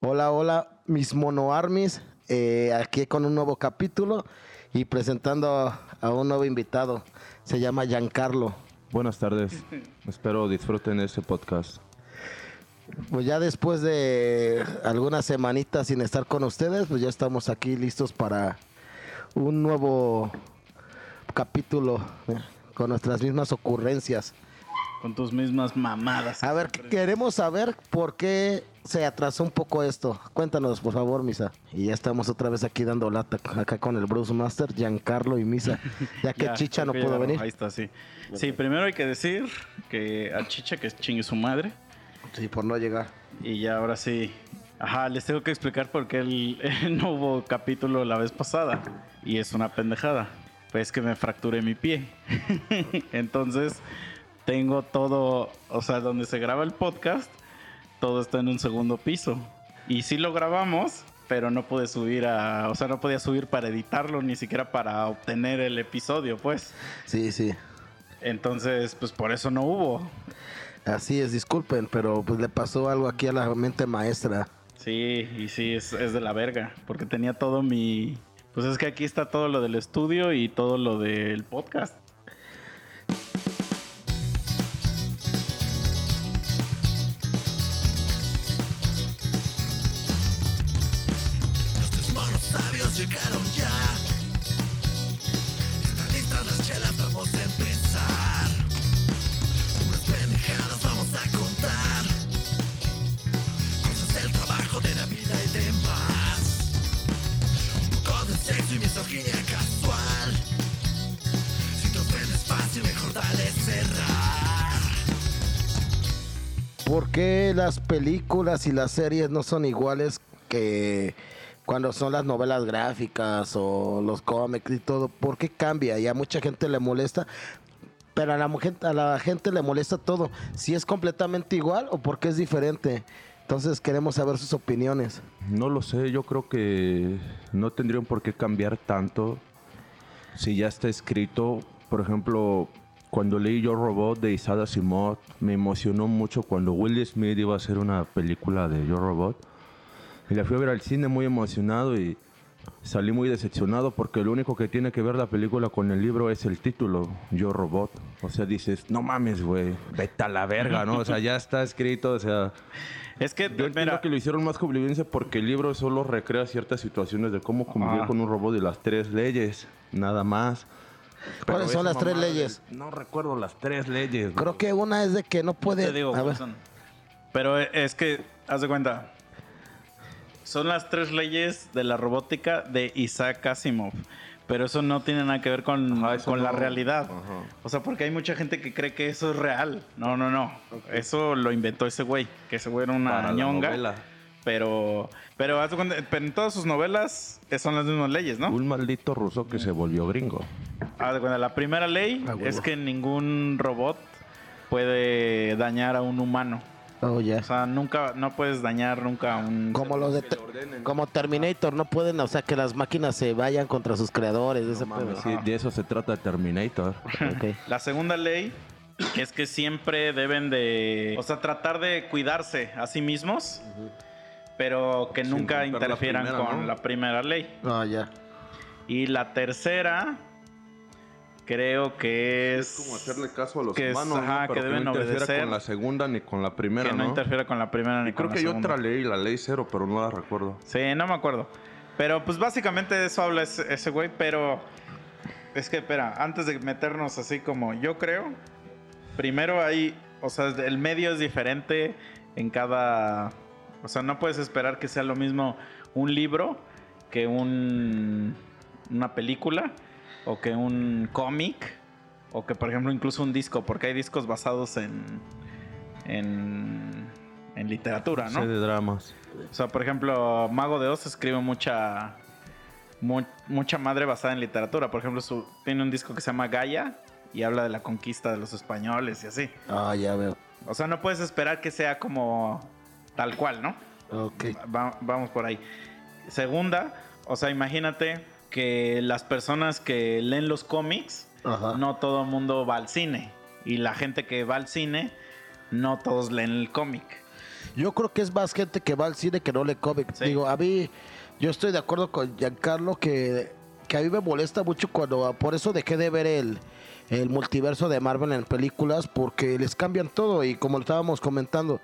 Hola, hola, mis mono armies, eh, aquí con un nuevo capítulo y presentando a, a un nuevo invitado. Se llama Giancarlo. Buenas tardes. Espero disfruten este podcast. Pues ya después de algunas semanitas sin estar con ustedes, pues ya estamos aquí listos para un nuevo capítulo eh, con nuestras mismas ocurrencias. Con tus mismas mamadas. A ver, queremos saber por qué se atrasó un poco esto. Cuéntanos, por favor, Misa. Y ya estamos otra vez aquí dando lata, acá con el Bruce Master, Giancarlo y Misa, ya que Ya, Chicha no creo que pudo ya, venir. Ahí está, sí. Sí, primero hay que decir que a Chicha que chingue su madre. Sí, por no llegar. Y ya ahora sí. Ajá, les tengo que explicar por qué el, no hubo capítulo la vez pasada. Y es una pendejada. Pues que me fracturé mi pie. Entonces, tengo todo, o sea, donde se graba el podcast, todo está en un segundo piso. Y sí lo grabamos, pero no pude subir a, o sea, no podía subir para editarlo, ni siquiera para obtener el episodio, pues. Sí, sí. Entonces, pues por eso no hubo. Así es, disculpen, pero pues le pasó algo aquí a la mente maestra. Sí, y sí, es, es de la verga, porque tenía todo mi... Pues es que aquí está todo lo del estudio y todo lo del podcast. Los monos sabios llegaron ya. Están listas las chelas, vamos a empezar. Unas pendejadas vamos a contar. Cosas del trabajo, de la vida y demás. Un poco de sexo y misoginia casual. Si te ofendes fácil, mejor dale cerrar. ¿Por qué las películas y las series no son iguales que cuando son las novelas gráficas o los cómics y todo? ¿Por qué cambia? Y a mucha gente le molesta, pero a la, mujer- a la gente le molesta todo. Si es completamente igual o por qué es diferente. Entonces queremos saber sus opiniones. No lo sé, yo creo que no tendrían por qué cambiar tanto si ya está escrito. Por ejemplo, cuando leí Yo Robot de Isada Asimov, me emocionó mucho cuando Will Smith iba a hacer una película de Yo Robot. Y la fui a ver al cine muy emocionado y salí muy decepcionado porque lo único que tiene que ver la película con el libro es el título, Yo Robot. O sea, dices, no mames, güey, vete a la verga, ¿no? O sea, ya está escrito, o sea... Es que, Yo entiendo mira, que lo hicieron más convivencia porque el libro solo recrea ciertas situaciones de cómo convivir Ah. con un robot y las tres leyes, nada más. Pero ¿Cuáles son esa las tres mamada de- leyes? No recuerdo las tres leyes. Creo güey. que una es de que no puede... te digo, a ver, Wilson, pero es que, haz de cuenta, son las tres leyes de la robótica de Isaac Asimov, pero eso no tiene nada que ver con, Ajá, eso con la no. realidad. Ajá. O sea, porque hay mucha gente que cree que eso es real. No, no, no. Eso lo inventó ese güey, que ese güey era una Para la ñonga. novela. Pero, pero, haz de cuenta- pero en todas sus novelas eh, son las mismas leyes, ¿no? Un maldito ruso que se volvió gringo. Haz de cuenta, la primera ley Ah, huevo. es que ningún robot puede dañar a un humano. oh, ya. O sea, nunca, no puedes dañar nunca a un... Como los de Te- como Terminator no pueden, o sea, que las máquinas se vayan contra sus creadores, de ese Mames, pedo. sí, de eso se trata Terminator. Ok. La segunda ley es que siempre deben de, o sea, tratar de cuidarse a sí mismos, pero que Sin nunca romper la interfieran primera, con ¿no? la primera ley. Ah, ya. Y la tercera, creo que es... caso a los que es- ajá, que deben interfiera obedecer. con la segunda ni con la primera, que no, ¿no? interfiera con la primera ni Y creo con que la yo segunda. otra ley, la ley cero, pero no la recuerdo. Sí, no me acuerdo. Pero pues básicamente de eso habla ese, ese güey, pero es que espera, antes de meternos así como yo creo, primero hay, o sea, el medio es diferente en cada, o sea, no puedes esperar que sea lo mismo un libro que un una película o que un cómic o que por ejemplo incluso un disco, porque hay discos basados en en en literatura, ¿no? Sé de dramas. O sea, por ejemplo, Mago de Oz escribe mucha mu- mucha madre basada en literatura. Por ejemplo, su- tiene un disco que se llama Gaia y habla de la conquista de los españoles y así. Ah, ya veo. O sea, no puedes esperar que sea como tal cual, ¿no? Ok. Va- vamos por ahí. Segunda, o sea, imagínate que las personas que leen los cómics, Ajá. no todo el mundo va al cine. Y la gente que va al cine, no todos leen el cómic. Yo creo que es más gente que va al cine que no le come. Sí. Digo, a mí, yo estoy de acuerdo con Giancarlo que, que a mí me molesta mucho cuando. Por eso dejé de ver el, el multiverso de Marvel en películas, porque les cambian todo. Y como lo estábamos comentando,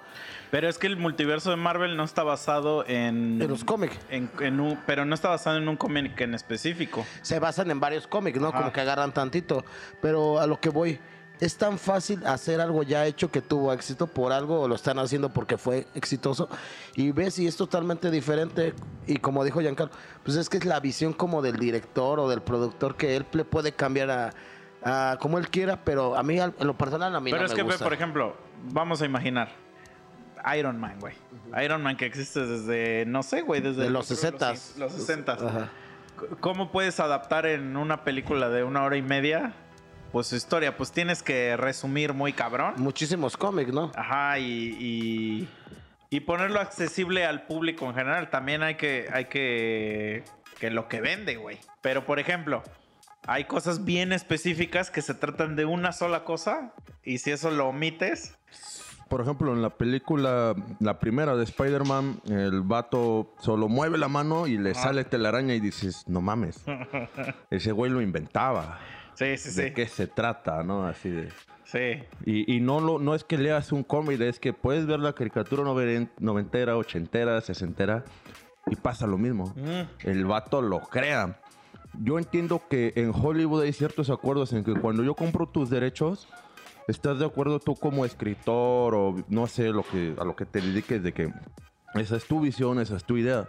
Pero es que el multiverso de Marvel no está basado en. En los cómics. en- en un- pero no está basado en un cómic en específico. se basan en varios cómics, ¿no? Como Ajá. que agarran tantito. Pero a lo que voy, es tan fácil hacer algo ya hecho que tuvo éxito por algo o lo están haciendo porque fue exitoso. Y ves, y es totalmente diferente. Y como dijo Giancarlo, pues es que es la visión como del director o del productor que él le puede cambiar a, a como él quiera, pero a mí, al- en lo personal, a mí Pero no es me que, ve, gusta. por ejemplo, vamos a imaginar Iron Man, güey. Iron Man que existe desde, no sé, güey, desde De el- los sesentas. Los 60. Ajá. ¿Cómo puedes adaptar en una película de una hora y media? Pues su historia, pues tienes que resumir muy cabrón. Muchísimos cómics, ¿no? Ajá, y, y, y ponerlo accesible al público en general. También hay que, hay que, que lo que vende, güey. Pero, por ejemplo, hay cosas bien específicas que se tratan de una sola cosa y si eso lo omites, Por ejemplo, en la película, la primera de Spider-Man, el vato solo mueve la mano y Ah. le sale telaraña y dices, no mames. Ese güey lo inventaba. Sí, sí, ¿De sí. qué se trata, no? Así de... Sí. Y, y no, lo, no es que leas un cómic, es que puedes ver la caricatura noveren- noventera, ochentera, sesentera y pasa lo mismo. Mm, El vato lo crea. Yo entiendo que en Hollywood hay ciertos acuerdos en que cuando yo compro tus derechos, estás de acuerdo tú como escritor o no sé lo que, a lo que te dediques de que esa es tu visión, esa es tu idea.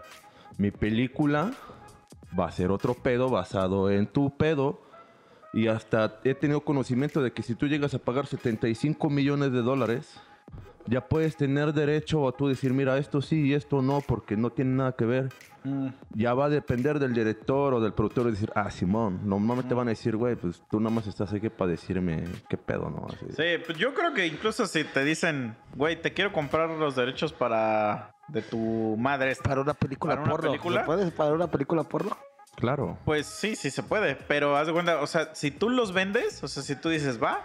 Mi película va a ser otro pedo basado en tu pedo. Y hasta he tenido conocimiento de que si tú llegas a pagar 75 millones de dólares, ya puedes tener derecho a tú decir, mira, esto sí y esto no, porque no tiene nada que ver. mm. Ya va a depender del director o del productor decir, ah, Simón, normalmente te van a decir, güey, pues tú nada más estás aquí para decirme qué pedo, ¿no? Así. Sí, pues yo creo que incluso si te dicen, güey, te quiero comprar los derechos para de tu madre, esta", Para una película ¿Para una porno. película? ¿Se puede para una película porno? Claro. pues sí, sí se puede, pero haz de cuenta, o sea, si tú los vendes, o sea, si tú dices, va,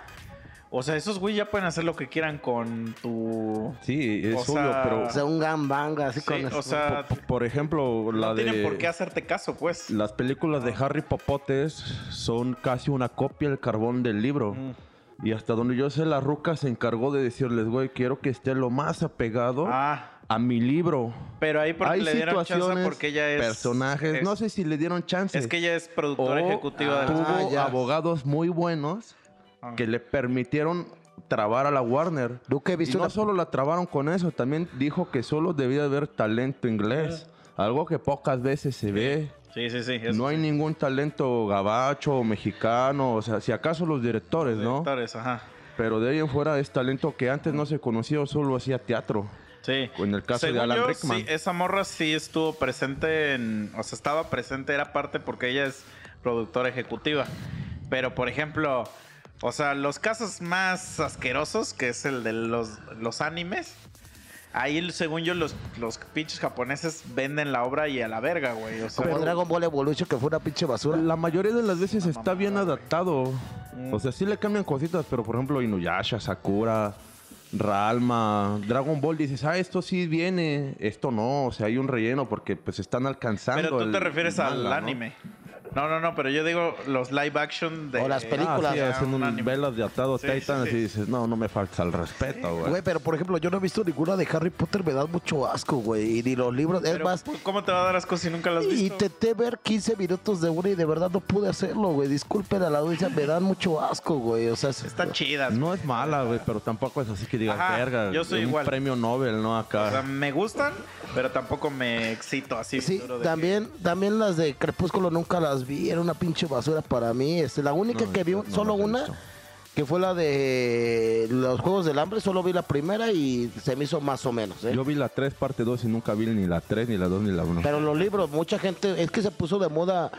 o sea, esos güey ya pueden hacer lo que quieran con tu... Sí, es O obvio, sea, O pero sea, un gambanga así Sí, con o sea, p- por ejemplo, la no de... tienen por qué hacerte caso, pues. Las películas de Harry Popotes son casi una copia del carbón del libro. Mm. Y hasta donde yo sé, la ruca se encargó de decirles, güey, quiero que esté lo más apegado Ah, a mi libro. pero ahí porque Hay le dieron chance situaciones, porque ella es... personajes, es- no sé si le dieron chance. Es que ella es productora O ejecutiva de la- Ah, Oh, Tuvo ya. abogados muy buenos Ah. que le permitieron trabar a la Warner. Nunca he visto y no una- solo la trabaron con eso, también dijo que solo debía haber talento inglés. Algo que pocas veces se ve. Sí, sí, sí. es- No hay ningún talento gabacho, mexicano, o sea, si acaso los directores, ¿no? directores, ajá. Pero de ahí en fuera es talento que antes no se conocía, o solo hacía teatro. Sí. En el caso de Alan Rickman. sí, esa morra sí estuvo presente en. O sea, estaba presente, era parte porque ella es productora ejecutiva. Pero, por ejemplo, o sea, los casos más asquerosos, que es el de los, los animes. Ahí, según yo, los, los pinches japoneses venden la obra y a la verga, güey. O sea, Como Dragon Ball Evolution, que fue una pinche basura. La mayoría de las veces está mamada, bien güey. Mm. adaptado. O sea, sí le cambian cositas, pero por ejemplo, Inuyasha, Sakura, Ralma, Dragon Ball, dices, ah, esto sí viene, esto no, o sea, hay un relleno porque pues están alcanzando. pero tú el- te refieres el al manga, ¿no? anime. ¿no? no, no, pero yo digo los live action de. O las películas. Ah, sí, Ah, haciendo un unas anime. velas de atado Sí, Titan, sí, sí. así dices, no, no me falta el respeto, güey. Güey, pero por ejemplo, yo no he visto ninguna de Harry Potter, me dan mucho asco, güey. Y ni los libros, es Pero, más, ¿Cómo te va a dar asco si nunca las has visto? intenté ver 15 minutos de una y de verdad no pude hacerlo, güey. Disculpen a la audiencia, me dan mucho asco, güey. O sea, es- Están chidas. No es mala, güey, pero tampoco es así que digas, Ajá, verga, yo soy un igual. premio Nobel, ¿no? Acá. O sea, me gustan, pero tampoco me excito así. Sí, duro de también, también las de Crepúsculo nunca las vi, era una pinche basura para mí. Este, la única No, que vi, no, no solo las he una, visto. que fue la de los Juegos del Hambre, solo vi la primera y se me hizo más o menos, ¿eh? Yo vi la 3, parte 2 y nunca vi ni la 3, ni la 2, ni la 1. Pero los libros, mucha gente, es que se puso de moda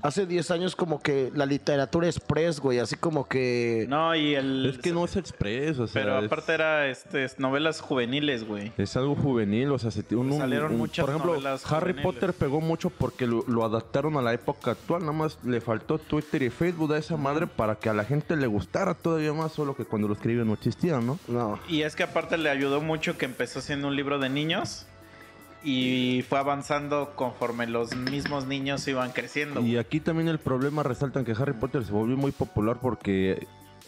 hace 10 años como que la literatura express, güey, así como que- que... No, y el. Es que no es expreso, o sea. Pero es- aparte era este, es novelas juveniles, güey. Es algo juvenil, o sea, se tiene un, un- Pues Salieron un- muchas Por ejemplo, novelas Harry juveniles. Potter pegó mucho porque lo, lo adaptaron a la época actual. Nada más le faltó Twitter y Facebook a esa madre para que a la gente le gustara todavía más, solo que cuando lo escriben no existían, ¿no? No. Y es que aparte le ayudó mucho que empezó siendo un libro de niños y fue avanzando conforme los mismos niños iban creciendo. Y aquí también el problema resaltan que Harry Potter se volvió muy popular porque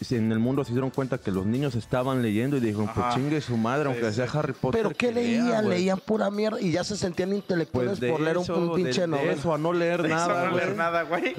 en el mundo se dieron cuenta que los niños estaban leyendo y dijeron, pues Ajá. chingue su madre, aunque Sí, sea sí. Harry Potter. Pero ¿qué que lea, leían? güey. leían pura mierda y ya se sentían intelectuales Pues de por leer un- eso, un, de- pinche de novela. eso a no leer De eso nada, no leer güey. nada, güey.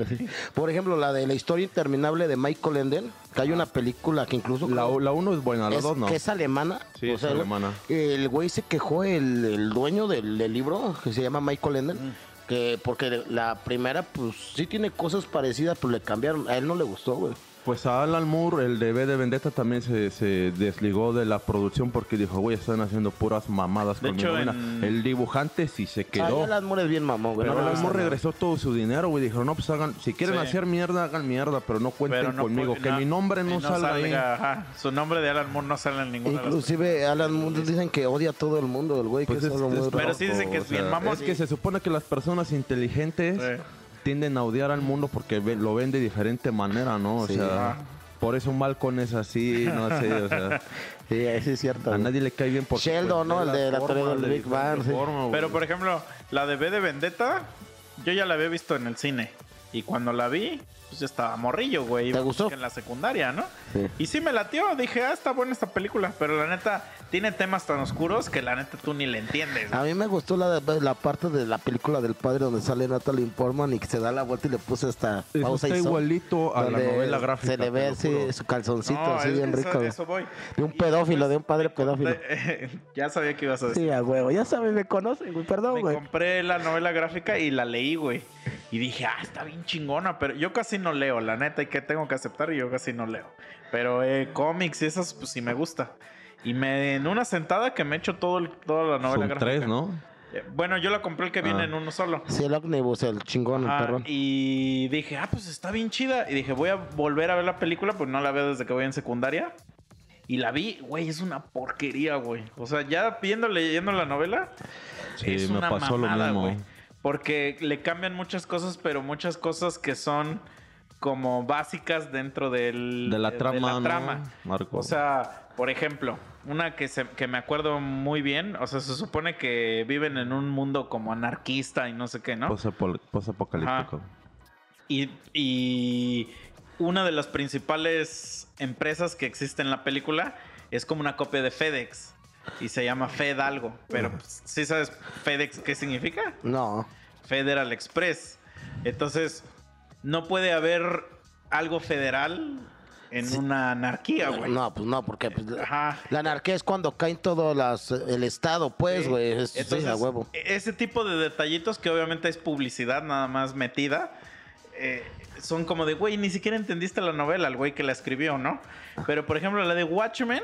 Por ejemplo, la de la historia interminable de Michael Enden, que hay una película que incluso La, la uno es buena, la es, dos no. que es alemana. Sí, es el- alemana. El güey se quejó, el, el dueño del, del libro, que se llama Michael Mm. Enden, que porque la primera, pues sí tiene cosas parecidas, pero le cambiaron. A él no le gustó, güey. Pues a Alan Moore, el de B de Vendetta, también se, se desligó de la producción porque dijo, güey, están haciendo puras mamadas De con hecho, mi novela". en- El dibujante sí se Ay, quedó. Ah, Alan Moore es bien mamón, güey. Pero no le Alan gusta Moore nada. regresó todo su dinero, güey. Dijeron, no, pues hagan, si quieren Sí. hacer mierda, hagan mierda, pero no cuenten Pero no conmigo. pu- que mi nombre y no, salga, ahí. ajá. Su nombre de Alan Moore no sale en ninguna de Inclusive Alan Moore dicen que odia a todo el mundo, el güey, Pues que es, es- solo es muy Pero raro. sí dicen que es bien mamón. Es que se supone que las personas inteligentes Sí. tienden a odiar al mundo porque ve- lo ven de diferente manera, ¿no? O Sí. sea, Ajá. por eso Malcolm es así, no sé, o sea, Sí, sí es cierto. a güey. nadie le cae bien porque... Sheldon, ¿no? ve El de la forma, teoría del de Big Bang, sí. diferente forma, güey. Pero por ejemplo, la de B de Vendetta, yo ya la había visto en el cine. Y cuando la vi, pues ya estaba morrillo, güey. ¿Te gustó? En la secundaria, ¿no? Sí. Y sí me latió. Dije, ah, está buena esta película. Pero la neta, tiene temas tan oscuros que la neta tú ni le entiendes. A mí me gustó la, pues, la parte de la película del padre donde sale Natalie Portman y que se da la vuelta y le puse hasta Eso pausa está y son, igualito a la donde novela gráfica, Se le te ve lo así juro. su calzoncito, No, así es- bien rico. eso, güey. eso voy. De un Y pedófilo, de un padre pedófilo. compré- ya sabía que ibas a decir. Sí, a huevo, ya sabes, me conocen, güey, perdón, Me güey. compré la novela gráfica y la leí, güey. Y dije, ah, está bien chingona, pero yo casi no leo, la neta, y que tengo que aceptar, yo casi no leo. Pero eh, cómics y esas, pues sí me gusta. Y me, en una sentada que me echo todo el- toda la novela Son gráfica. tres, ¿no? Eh, bueno, yo la compré el que viene Ah. en uno solo. Sí, el ómnibus, el chingón, el Ah, perrón. y dije, ah, pues está bien chida. Y dije, voy a volver a ver la película, pues no la veo desde que voy en secundaria. Y la vi, güey, es una porquería, güey. O sea, ya viendo, leyendo la novela, Sí, es me una pasó lo mamada, mismo. güey. Porque le cambian muchas cosas, pero muchas cosas que son como básicas dentro del, De la de trama, ¿no, Pues trama. Marco? O sea, por ejemplo, una que, se- que me acuerdo muy bien, o sea, se supone que viven en un mundo como anarquista y no sé qué, ¿no? Posapol- Posapocalíptico. Y, y una de las principales empresas que existe en la película es como una copia de FedEx. Y se llama Fed algo. Pero pues, ¿sí sabes FedEx qué significa? No, Federal Express. Entonces, no puede haber algo federal en una anarquía, güey. no, pues no, porque pues, Ajá. la anarquía es cuando caen todos las, el estado, pues, Sí. güey, es- sí, Entonces, a huevo. e- Ese tipo de detallitos que obviamente es publicidad nada más metida. eh, son como de, güey, ni siquiera entendiste la novela, el güey que la escribió, ¿no? Pero por ejemplo, la de Watchmen.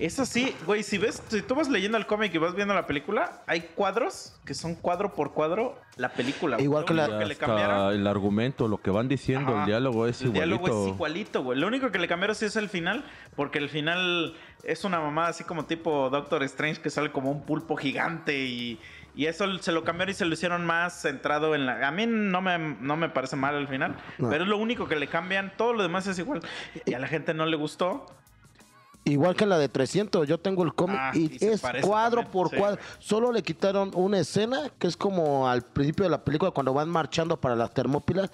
Es así, güey, si ves, si tú vas leyendo el cómic y vas viendo la película, hay cuadros que son cuadro por cuadro la película. güey. Igual Lo que la- único Y le hasta cambiaron- el argumento, lo que van diciendo, Ajá. el diálogo es el igualito. diálogo es igualito, güey. Lo único que le cambiaron sí es el final, porque el final es una mamada así como tipo Doctor Strange que sale como un pulpo gigante y, y eso se lo cambiaron y se lo hicieron más centrado en la... A mí no me, no me parece mal el final, No. pero es lo único que le cambian, todo lo demás es igual. Y a la gente no le gustó. Igual que la de 300, yo tengo el cómic Ah, y y se es parece cuadro también, por sí, cuadro. Solo le quitaron una escena que es como al principio de la película cuando van marchando para las Termópilas,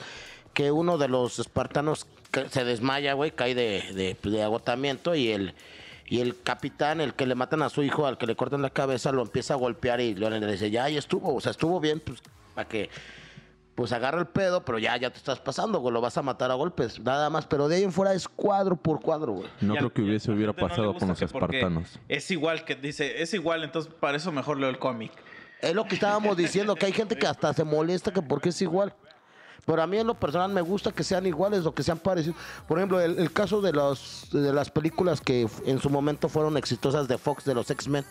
que uno de los espartanos ca- se desmaya, güey, cae de, de- de agotamiento y el y el capitán, el que le matan a su hijo, al que le cortan la cabeza, lo empieza a golpear y Leonel le dice, ya, ahí estuvo, o sea, estuvo bien, pues, para que pues agarra el pedo, pero ya, ya te estás pasando, güey, lo vas a matar a golpes, nada más, pero de ahí en fuera es cuadro por cuadro, güey. No Y a- creo que y a hubiese la hubiera gente no le pasado gusta con los que porque espartanos. Es igual que dice, es igual, entonces para eso mejor leo el cómic. Es lo que estábamos diciendo, que hay gente que hasta se molesta que porque es igual. Pero a mí en lo personal me gusta que sean iguales o que sean parecidos. Por ejemplo, el, el caso de, los, de las películas que f- en su momento fueron exitosas de Fox, de los X-Men.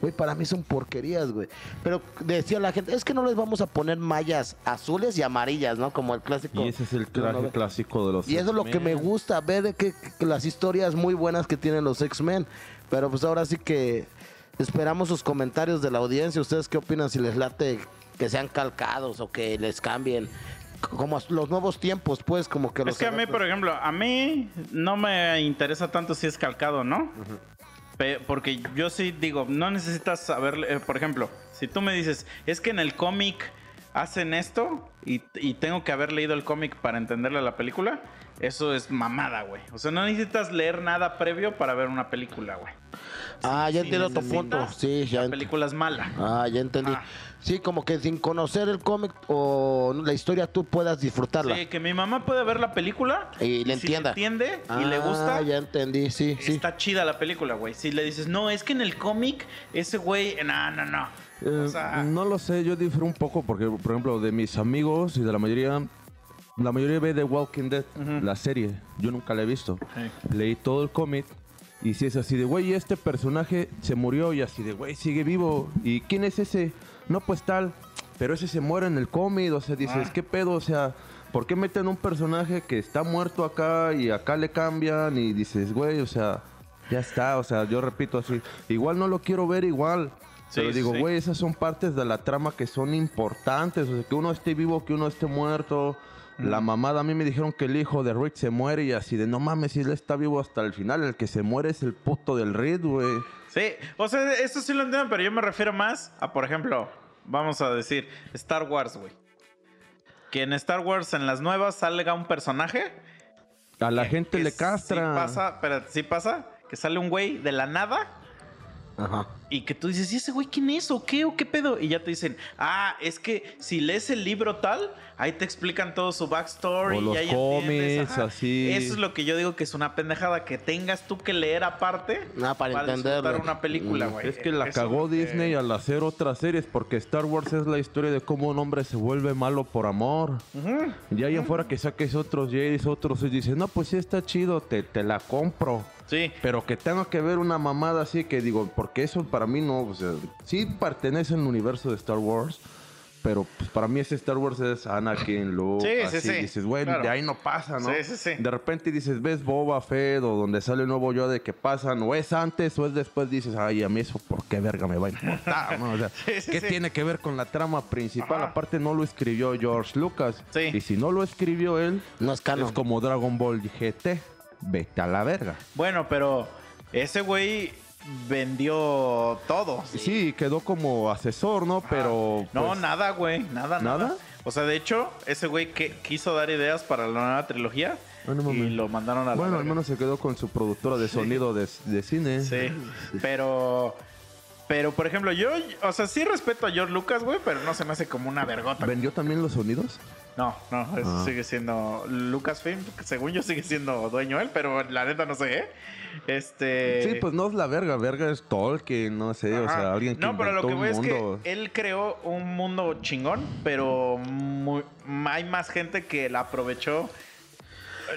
Güey, para mí son porquerías, güey. Pero decía la gente, es que no les vamos a poner mallas azules y amarillas, ¿no? Como el clásico. Y ese es el No, no, traje clásico de los. y eso es lo que me X-Men. gusta, ver que, que las historias muy buenas que tienen los X-Men. Pero pues ahora sí que esperamos sus comentarios de la audiencia. ¿Ustedes qué opinan si les late que sean calcados o que les cambien? como los nuevos tiempos, pues, como que los... Es que a mí, por ejemplo, a mí no me interesa tanto si es calcado o no. Pe- Porque yo sí digo, no necesitas saber, eh, por ejemplo, si tú me dices, es que en el cómic hacen esto y, y tengo que haber leído el cómic para entenderle la película, eso es mamada, güey. O sea, no necesitas leer nada previo para ver una película, güey. Ah, ya Si entiendo tu necesitas, punto. Sí, ya La ent- película es mala. Ah, ya entendí. Ah. Sí, como que sin conocer el cómic o la historia tú puedas disfrutarla. Sí, que mi mamá puede ver la película Y le si entienda. entiende y le gusta. Ah, ya entendí, sí, sí. Está chida la película, güey. Si le dices, no, es que en el cómic ese güey, no, no, no. Eh, o sea, no lo sé, yo difiero un poco porque, por ejemplo, de mis amigos y de la mayoría, la mayoría ve The Walking Dead, la serie. Yo nunca la he visto. Leí todo el cómic y si es así de, güey, este personaje se murió y así de, güey, sigue vivo. ¿Y quién es ese? No, pues tal. Pero ese se muere en el cómic, o sea, dices, Ah. ¿qué pedo? O sea, ¿por qué meten un personaje que está muerto acá y acá le cambian y dices, güey, o sea, ya está, o sea, yo repito así, igual no lo quiero ver igual. Sí, pero digo, sí. güey, esas son partes de la trama que son importantes. O sea, que uno esté vivo, que uno esté muerto. La mamada, a mí me dijeron que el hijo de Rick se muere y así de no mames, si él está vivo hasta el final. El que se muere es el puto del Rick, güey. Sí, o sea, eso sí lo entiendo, pero yo me refiero más a, por ejemplo, vamos a decir, Star Wars, güey. Que en Star Wars, en las nuevas, salga un personaje. A la que- gente que le Eh, sí castra. pasa, pero sí pasa, que sale un güey de la nada Ajá. y que tú dices, ¿y ese güey quién es? ¿O qué? ¿O qué pedo? Y ya te dicen, ah, es que si lees el libro tal, ahí te explican todo su backstory. O los y ahí cómics, entiendes, ajá". así. Eso es lo que yo digo que es una pendejada, que tengas tú que leer aparte Ah, para entenderlo. disfrutar una película, Mm, güey. Es que la Eso cagó es lo que- Disney al hacer otras series, porque Star Wars es la historia de cómo un hombre se vuelve malo por amor. Ujú. Y ahí afuera que saques otros Jays, otros y dices, no, pues sí está chido, te, te la compro. Sí. Pero que tengo que ver una mamada así que digo, porque eso para mí no, o sea, sí pertenece al universo de Star Wars, pero pues, para mí ese Star Wars es Anakin, Luke, Sí, sí, así, sí, dices, güey, claro. de ahí no pasa, ¿no? Sí, sí, sí. De repente dices, ves Boba Fett o donde sale el nuevo yo de que pasan, o es antes o es después, dices, ay, a mí eso, ¿por qué verga me va a importar? no? O sea, Sí, sí, ¿Qué sí. tiene que ver con la trama principal? Ajá. Aparte no lo escribió George Lucas, Sí. Ah, y si no lo escribió él, No es canon. es como Dragon Ball GT, vete a la verga. Bueno, pero ese güey vendió todo. Sí, quedó como asesor, ¿no? Pero. Ah, No, pues, nada, güey. Nada, nada, ¿Nada? O sea, de hecho, ese güey que quiso dar ideas para la nueva trilogía Ah, no y mames. lo mandaron a la Bueno, al verga. menos se quedó con su productora de sonido de, de cine. Sí. Pero. Pero, por ejemplo, yo. O sea, sí respeto a George Lucas, güey, pero no se me hace como una vergota. ¿Vendió también los sonidos? No, no, eso Ah. sigue siendo Lucasfilm. que Según yo, sigue siendo dueño él, pero la neta no sé, ¿eh? Este. sí, pues no es la verga. Verga es Tolkien, no sé. O Ajá. sea, alguien que No, pero lo que inventó voy un es mundo. que él creó un mundo chingón, pero muy- hay más gente que la aprovechó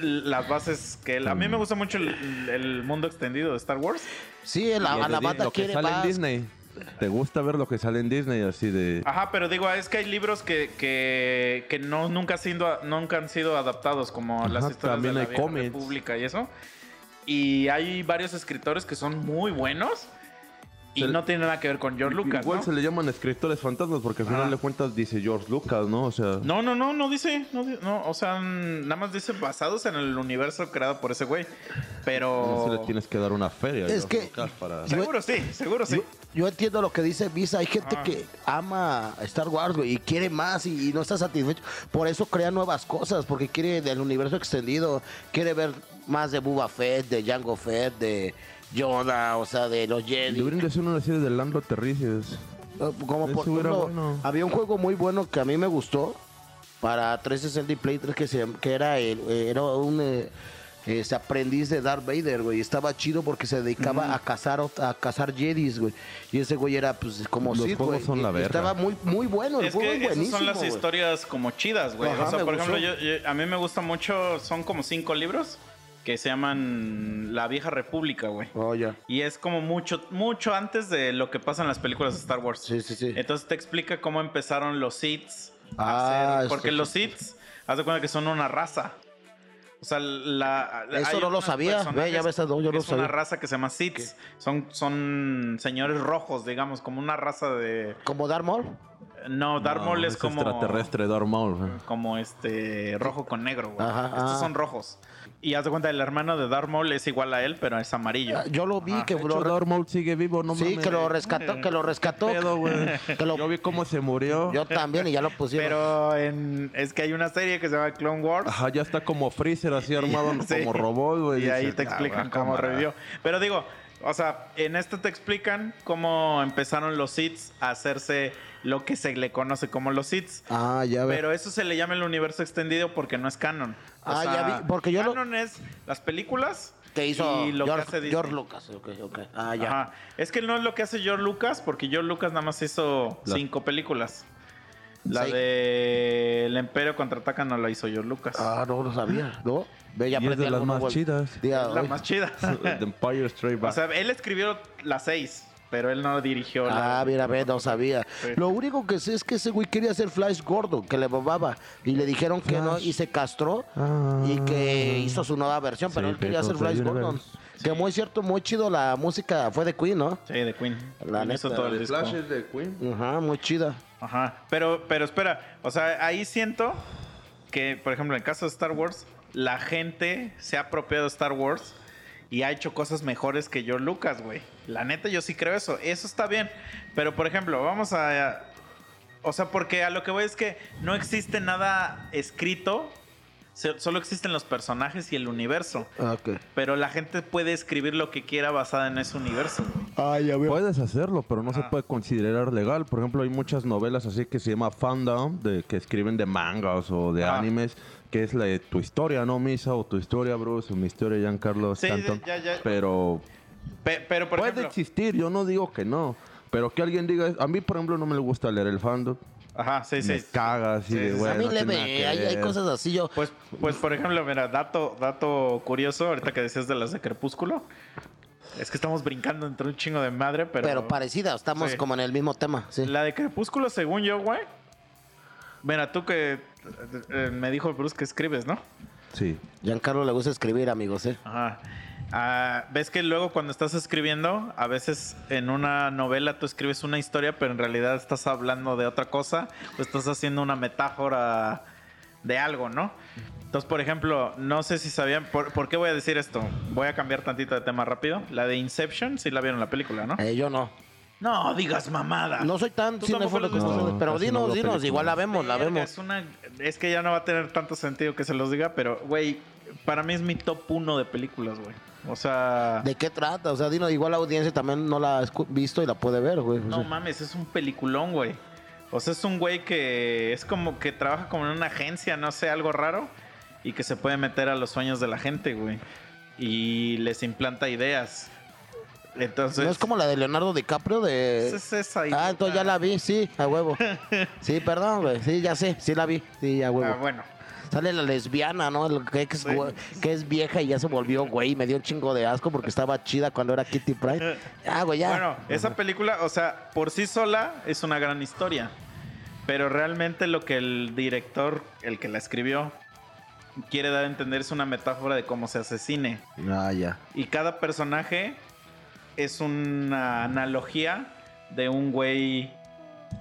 las bases que él... A mí me gusta mucho el, el mundo extendido de Star Wars. Sí, la, Y a la lo banda que quiere sale más. en Disney. ¿Te gusta ver lo que sale en Disney? Así de. Ajá, pero digo, es que hay libros que, que, que no, nunca, han sido, nunca han sido adaptados, como las Ajá, historias también de la hay Vieja cómics. República y eso. Y hay varios escritores que son muy buenos y Se le- no tienen nada que ver con George Lucas, Igual ¿no? se le llaman escritores fantasmas porque al final Ajá. de cuentas dice George Lucas, ¿no? O sea. No, no, no, no dice, no, di- no, o sea, n- nada más dice basados en el universo creado por ese güey, no se pero le tienes que dar una feria. a Es George que- Lucas para... seguro sí, seguro sí. Yo, yo entiendo lo que dice Visa. Hay gente Ah. que ama a Star Wars güey, y quiere más y, y no está satisfecho. Por eso crea nuevas cosas, porque quiere del universo extendido. Quiere ver más de Boba Fett, de Jango Fett, de Yoda, o sea, de los Jedi. Deberían de hacer una serie de Lando Terricios. Eh, Como Eso por era ejemplo, bueno. había un juego muy bueno que a mí me gustó para 360 y Play 3 que, se, que era, el, era un eh, este, aprendiz de Darth Vader, güey. Estaba chido porque se dedicaba a cazar ot- a cazar Jedis, güey. Y ese güey era pues como Los Sith, juegos güey. son la Y- y verga. Estaba muy muy bueno, el Es juego es que esas buenísimo. son las güey. historias como chidas, güey. Ajá, O sea, me por gustó. ejemplo, yo- yo- a mí me gusta mucho, son como cinco libros que se llaman La Vieja República, güey. Oh, ya. Y es como mucho, mucho antes de lo que pasa en las películas de Star Wars. Sí, sí, sí. Entonces te explica cómo empezaron los Siths. Ah, a hacer- eso porque sí. los Siths, haz de cuenta que son una raza. O sea, la. Eso hay no lo unos sabía. Ve, ya personajes ves, no, yo que no es una sabía. raza que se llama Siths. Son, son señores rojos, digamos, como una raza de. Como Darth Maul. No, Dark Maul es, como. Ah, extraterrestre, Darth Maul. güey. Como este rojo con negro, güey. Ajá, Estos ah. son rojos. Y haz de cuenta, el hermano de Darth Maul es igual a él, pero es amarillo. Ah, Yo lo vi que De lo, hecho, Darth Maul sigue vivo, no sí, mames. que lo rescató, que lo rescató. Pedo, güey. Que lo- Yo vi cómo se murió. yo también y ya lo pusieron. Pero en- es que hay una serie que se llama Clone Wars. Ajá, ya está como Freezer, así armado Sí. como robot, güey. Y ahí Dices, te "Ah, explican va, cómo cámara". revivió. Pero digo, o sea, en esto te explican cómo empezaron los Siths a hacerse lo que se le conoce como los Siths. ah, ya ve. Pero eso se le llama el universo extendido porque no es canon. O Ah, sea, ya vi, porque yo lo- canon es las películas que hizo y lo que hace George, Disney. George Lucas. ok, ok. Ah, ya. Ajá. Es que no es lo que hace George Lucas, porque George Lucas nada más hizo La- cinco películas. La Sí. de El Imperio contraataca no la hizo George Lucas. Ah, no lo sabía. ¿No? Ve, ya Y es aprendí de las algo más nuevo el chidas. día Es la hoy. más chida. The Empire Straight o Back. sea, él escribió las seis, pero él no dirigió Ah, la. mira, ve, no sabía. Sí. Lo único que sé es que ese güey quería hacer Flash gordo, que le bobaba. Y le dijeron que no, Flash. y se castró. Ah. Y que hizo su nueva versión, pero Sí, pues él quería hacer People of Flash the Gordon. Universe. Que muy cierto, muy chido la música, fue de Queen, ¿no? Sí, de Queen. La Él hizo neta, todo el disco. de Queen. Ajá, muy chida. Ajá. Pero, pero espera, o sea, ahí siento que, por ejemplo, en el caso de Star Wars, la gente se ha apropiado de Star Wars y ha hecho cosas mejores que George Lucas, güey. La neta, yo sí creo eso. Eso está bien. Pero, por ejemplo, vamos a. O sea, porque a lo que voy es que no existe nada escrito, se- solo existen los personajes y el universo. Ok. Pero la gente puede escribir lo que quiera basada en ese universo, güey. Puedes hacerlo, pero no se Ah. puede considerar legal. Por ejemplo, hay muchas novelas así que se llama fandom, de, que escriben de mangas o de Ah. animes, que es la de tu historia, ¿no, Misa? O tu historia, Bruce, o mi historia, Giancarlo Sí, sí, Stanton. ya, ya. Pero Pe- pero, por puede ejemplo. existir, yo no digo que no. Pero que alguien diga, a mí, por ejemplo, no me le gusta leer el fandom. Ajá, sí, sí. Me caga así Sí, de, sí, sí. güey, Pues a mí no le tiene nada ve, que hay, hay ver". cosas así yo. Pues, pues por ejemplo, mira, dato, dato curioso, ahorita que decías de las de Crepúsculo. Es que estamos brincando entre un chingo de madre, pero. pero, parecida, estamos Sí. como en el mismo tema, sí. La de Crepúsculo, según yo, güey. Mira, tú que. eh, me dijo Bruce que escribes, ¿no? Sí. Giancarlo le gusta escribir, amigos, ¿eh? Ajá. Ah, Ves que luego cuando estás escribiendo, a veces en una novela tú escribes una historia, pero en realidad estás hablando de otra cosa o estás haciendo una metáfora de algo, ¿no? Entonces, por ejemplo, no sé si sabían, ¿por, por qué voy a decir esto? Voy a cambiar tantito de tema rápido. La de Inception, sí la vieron la película, ¿no? Eh, yo no. No digas mamada. No soy tan Tú tampoco cinéfilo lo como viste. ustedes, No, pero casi no dinos, veo dinos, películas. igual la vemos, la Verga, vemos. Es, una, es que ya no va a tener tanto sentido que se los diga, pero, güey, para mí es mi top uno de películas, güey. O sea... ¿De qué trata? O sea, dinos, igual la audiencia también no la ha escu- visto y la puede ver, güey. o No sea. mames, es un peliculón, güey. O sea, es un güey que es como que trabaja como en una agencia, no sé, algo raro. Y que se puede meter a los sueños de la gente, güey. Y les implanta ideas. Entonces. no es como la de Leonardo DiCaprio de... es- es esa Ah, idiota. entonces ya la vi, sí, a huevo. Sí, perdón, güey. Sí, ya sé, sí la vi, sí, a huevo. Ah, bueno. Sale la lesbiana, ¿no? El Que es, Sí. güe- que es vieja y ya se volvió, güey. y Me dio un chingo de asco porque estaba chida cuando era Kitty Pride. Ah, güey, ya. Bueno, esa película, o sea, por sí sola es una gran historia. Pero realmente lo que el director, el que la escribió, quiere dar a entender es una metáfora de cómo se hace cine. Ah, ya. Y cada personaje es una analogía de un güey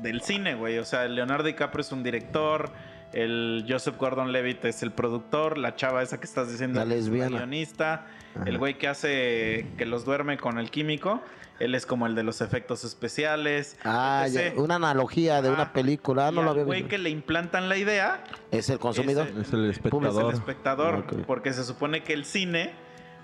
del cine, güey. O sea, el Leonardo DiCaprio es un director, el Joseph Gordon-Levitt es el productor, la chava esa que estás diciendo La es un lesbiana. guionista, Ajá. el güey que hace que los duerme con el químico, él es como el de los efectos especiales. Ah, etc.. ya. Una analogía de una Ah, película. Ah, Y no lo al había güey visto. que le implantan la idea Es el consumidor. Ese. Es el Es espectador. el espectador, Ok. porque se supone que el cine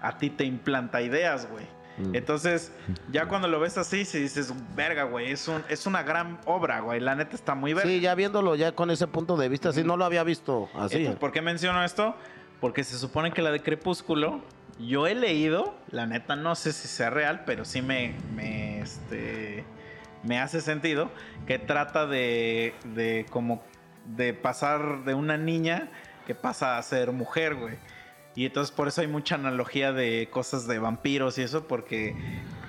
a ti te implanta ideas, güey. Entonces, ya cuando lo ves así, si dices, verga, güey, es, un, es una gran obra, güey. La neta está muy verga. Sí, ya viéndolo ya con ese punto de vista, sí, no lo había visto así. Entonces, ¿Por qué menciono esto? Porque se supone que la de Crepúsculo, yo he leído, la neta no sé si sea real, pero sí me, me, este, me hace sentido, que trata de, de como de pasar de una niña que pasa a ser mujer, güey. Y entonces por eso hay mucha analogía de cosas de vampiros y eso, porque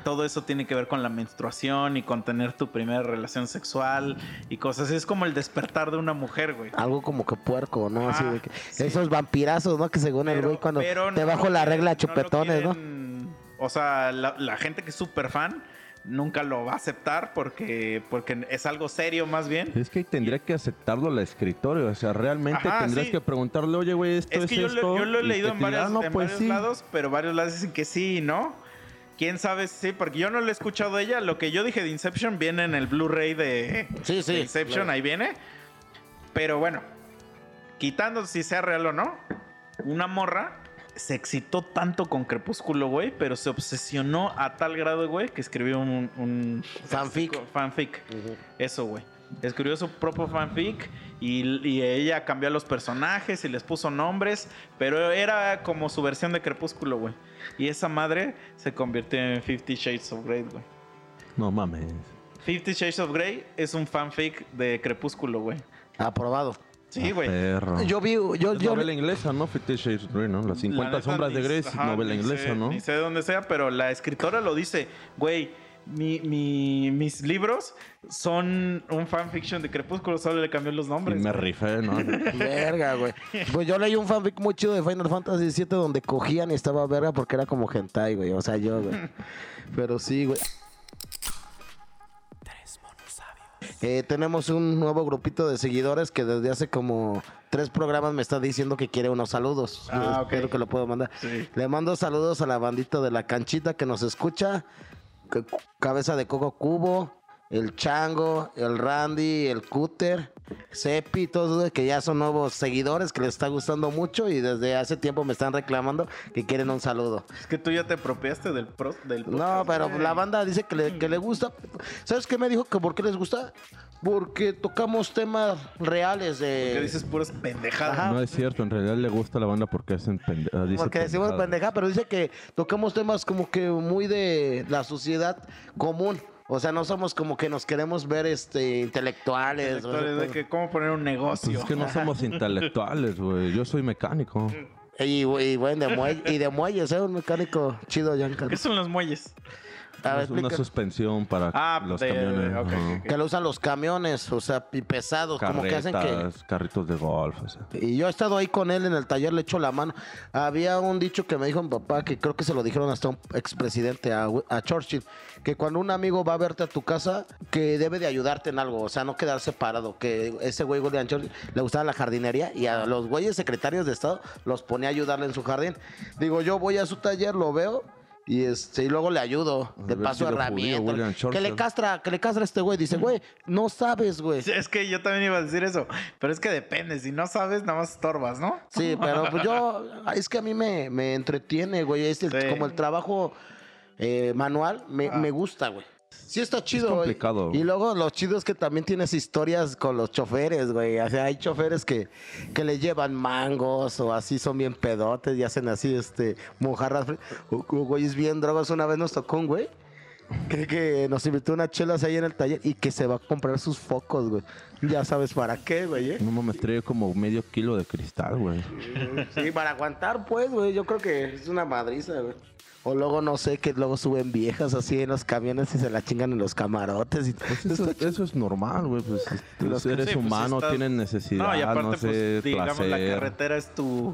todo eso tiene que ver con la menstruación y con tener tu primera relación sexual y cosas. Es como el despertar de una mujer, güey. Algo como que puerco, ¿no? Así Ah, de que- sí. Esos vampirazos, ¿no? Que según el güey, cuando pero te no bajo lo la quieren- regla no lo chupetones, ¿no? quieren- O sea, la, la gente que es súper fan nunca lo va a aceptar porque, porque es algo serio más bien. Es que tendría que aceptarlo la escritorio, o sea, realmente Ajá, tendrías sí. que preguntarle, oye, güey, esto Es pues es, que yo, esto. lo, yo lo he y leído que en te dirá, varios, "Ah, no, en pues varios sí". lados, pero varios lados dicen que sí y no. Quién sabe si sí, porque yo no lo he escuchado a ella. Lo que yo dije de Inception viene en el Blu-ray de, Sí, sí, de Inception, claro. ahí viene. Pero bueno, quitando si sea real o no, una morra se excitó tanto con Crepúsculo, güey, pero se obsesionó a tal grado, güey, que escribió un, un Fanfic. fanfic. Eso, güey. Escribió su propio fanfic y, y ella cambió a los personajes y les puso nombres, pero era como su versión de Crepúsculo, güey. Y esa madre se convirtió en Fifty Shades of Grey, güey. No mames. Fifty Shades of Grey es un fanfic de Crepúsculo, güey. Aprobado. Sí, güey. Ah, Perro. Yo vi, yo, Es yo, novela inglesa, ¿no? Fifty Shades of Grey, ¿no? Las 50 La neta, sombras ni- de Grey es ajá, novela ni inglesa, sé- ¿no? Ni sé de dónde sea, pero la escritora lo dice, güey. mi- mi- mis libros son un fanfiction de Crepúsculo, solo le cambió los Y nombres. me rifé, ¿no? Verga, güey. Pues yo leí un fanfic muy chido de Final Fantasy VII donde cogían y estaba verga porque era como hentai, güey. O sea, yo, güey. Pero sí, güey. Eh, tenemos un nuevo grupito de seguidores que desde hace como tres programas me está diciendo que quiere unos saludos. Ah, ok. Espero que lo puedo mandar. Sí. Le mando saludos a la bandita de la canchita que nos escucha. C- Cabeza de Coco Cubo, el Chango, el Randy, el Cúter, Sepi, todos esos que ya son nuevos seguidores que les está gustando mucho y desde hace tiempo me están reclamando que quieren un saludo. Es que tú ya te apropiaste del pro, del No, podcast, pero güey. la banda dice que le, que le gusta. ¿Sabes qué me dijo? que ¿Por qué les gusta? Porque tocamos temas reales de... Que dices puras pendejadas. Ajá. No es cierto, en realidad le gusta la banda porque hacen pende- ah, dice Ah, pues, Porque decimos pendejadas. pendeja, pero dice que tocamos temas como que muy de la sociedad común. O sea, no somos como que nos queremos ver este intelectuales. o Intelectuales de sea, que cómo poner un Pues negocio. es que no somos intelectuales, güey. Yo soy mecánico. Y, y bueno, de muelle, y de muelles, ¿eh? Un mecánico chido, Giancarlo. ¿Qué son los muelles? A ver, es una explica. suspensión para Ah, los de- camiones. ok, ajá. ok, Que lo usan los camiones, o sea, y pesados, como que hacen que... Carretas, carritos de golf. o sea. Y yo he estado ahí con él en el taller, le echo la mano. Había un dicho que me dijo mi papá, que creo que se lo dijeron hasta a un expresidente, a, Wi- a Churchill, que cuando un amigo va a verte a tu casa, que debe de ayudarte en algo, o sea, no quedarse parado. Que ese güey William Churchill le gustaba la jardinería y a los güeyes secretarios de Estado los ponía a ayudarle en su jardín. Digo, yo voy a su taller, lo veo. Y, este, y luego le ayudo, le Haber paso sido judío, herramientas. William que le Churchill. castra, que le castra a este güey. Dice, güey, no sabes, güey. Sí, Es que yo también iba a decir eso. Pero es que depende. Si no sabes, nada más estorbas, ¿no? Sí, pero pues yo, es que a mí me, me entretiene, güey. Es el- Sí. como el trabajo eh, manual, me, me gusta, güey. Sí está chido, güey. complicado. Y luego lo chido es que también tienes historias con los choferes, güey. O sea, hay choferes que, que le llevan mangos o así son bien pedotes y hacen así, este, mojarras. fri- o- o Güeyes bien drogas. Una vez nos tocó un güey que, que nos invitó unas chelas ahí en el taller y que se va a comprar sus focos, güey. Ya sabes para qué, güey, ¿eh? No mames, trae como medio kilo de cristal, güey. Sí, para aguantar, pues, güey. Yo creo que es una madriza, güey. O luego, no sé, que luego suben viejas así en los camiones y se la chingan en los camarotes. Y... Pues eso, eso es normal, güey. Pues es- Los los eres Sí, pues, humano, estás- tienen necesidad, No, no, y aparte, sé, pues, digamos, la placer. carretera es tu,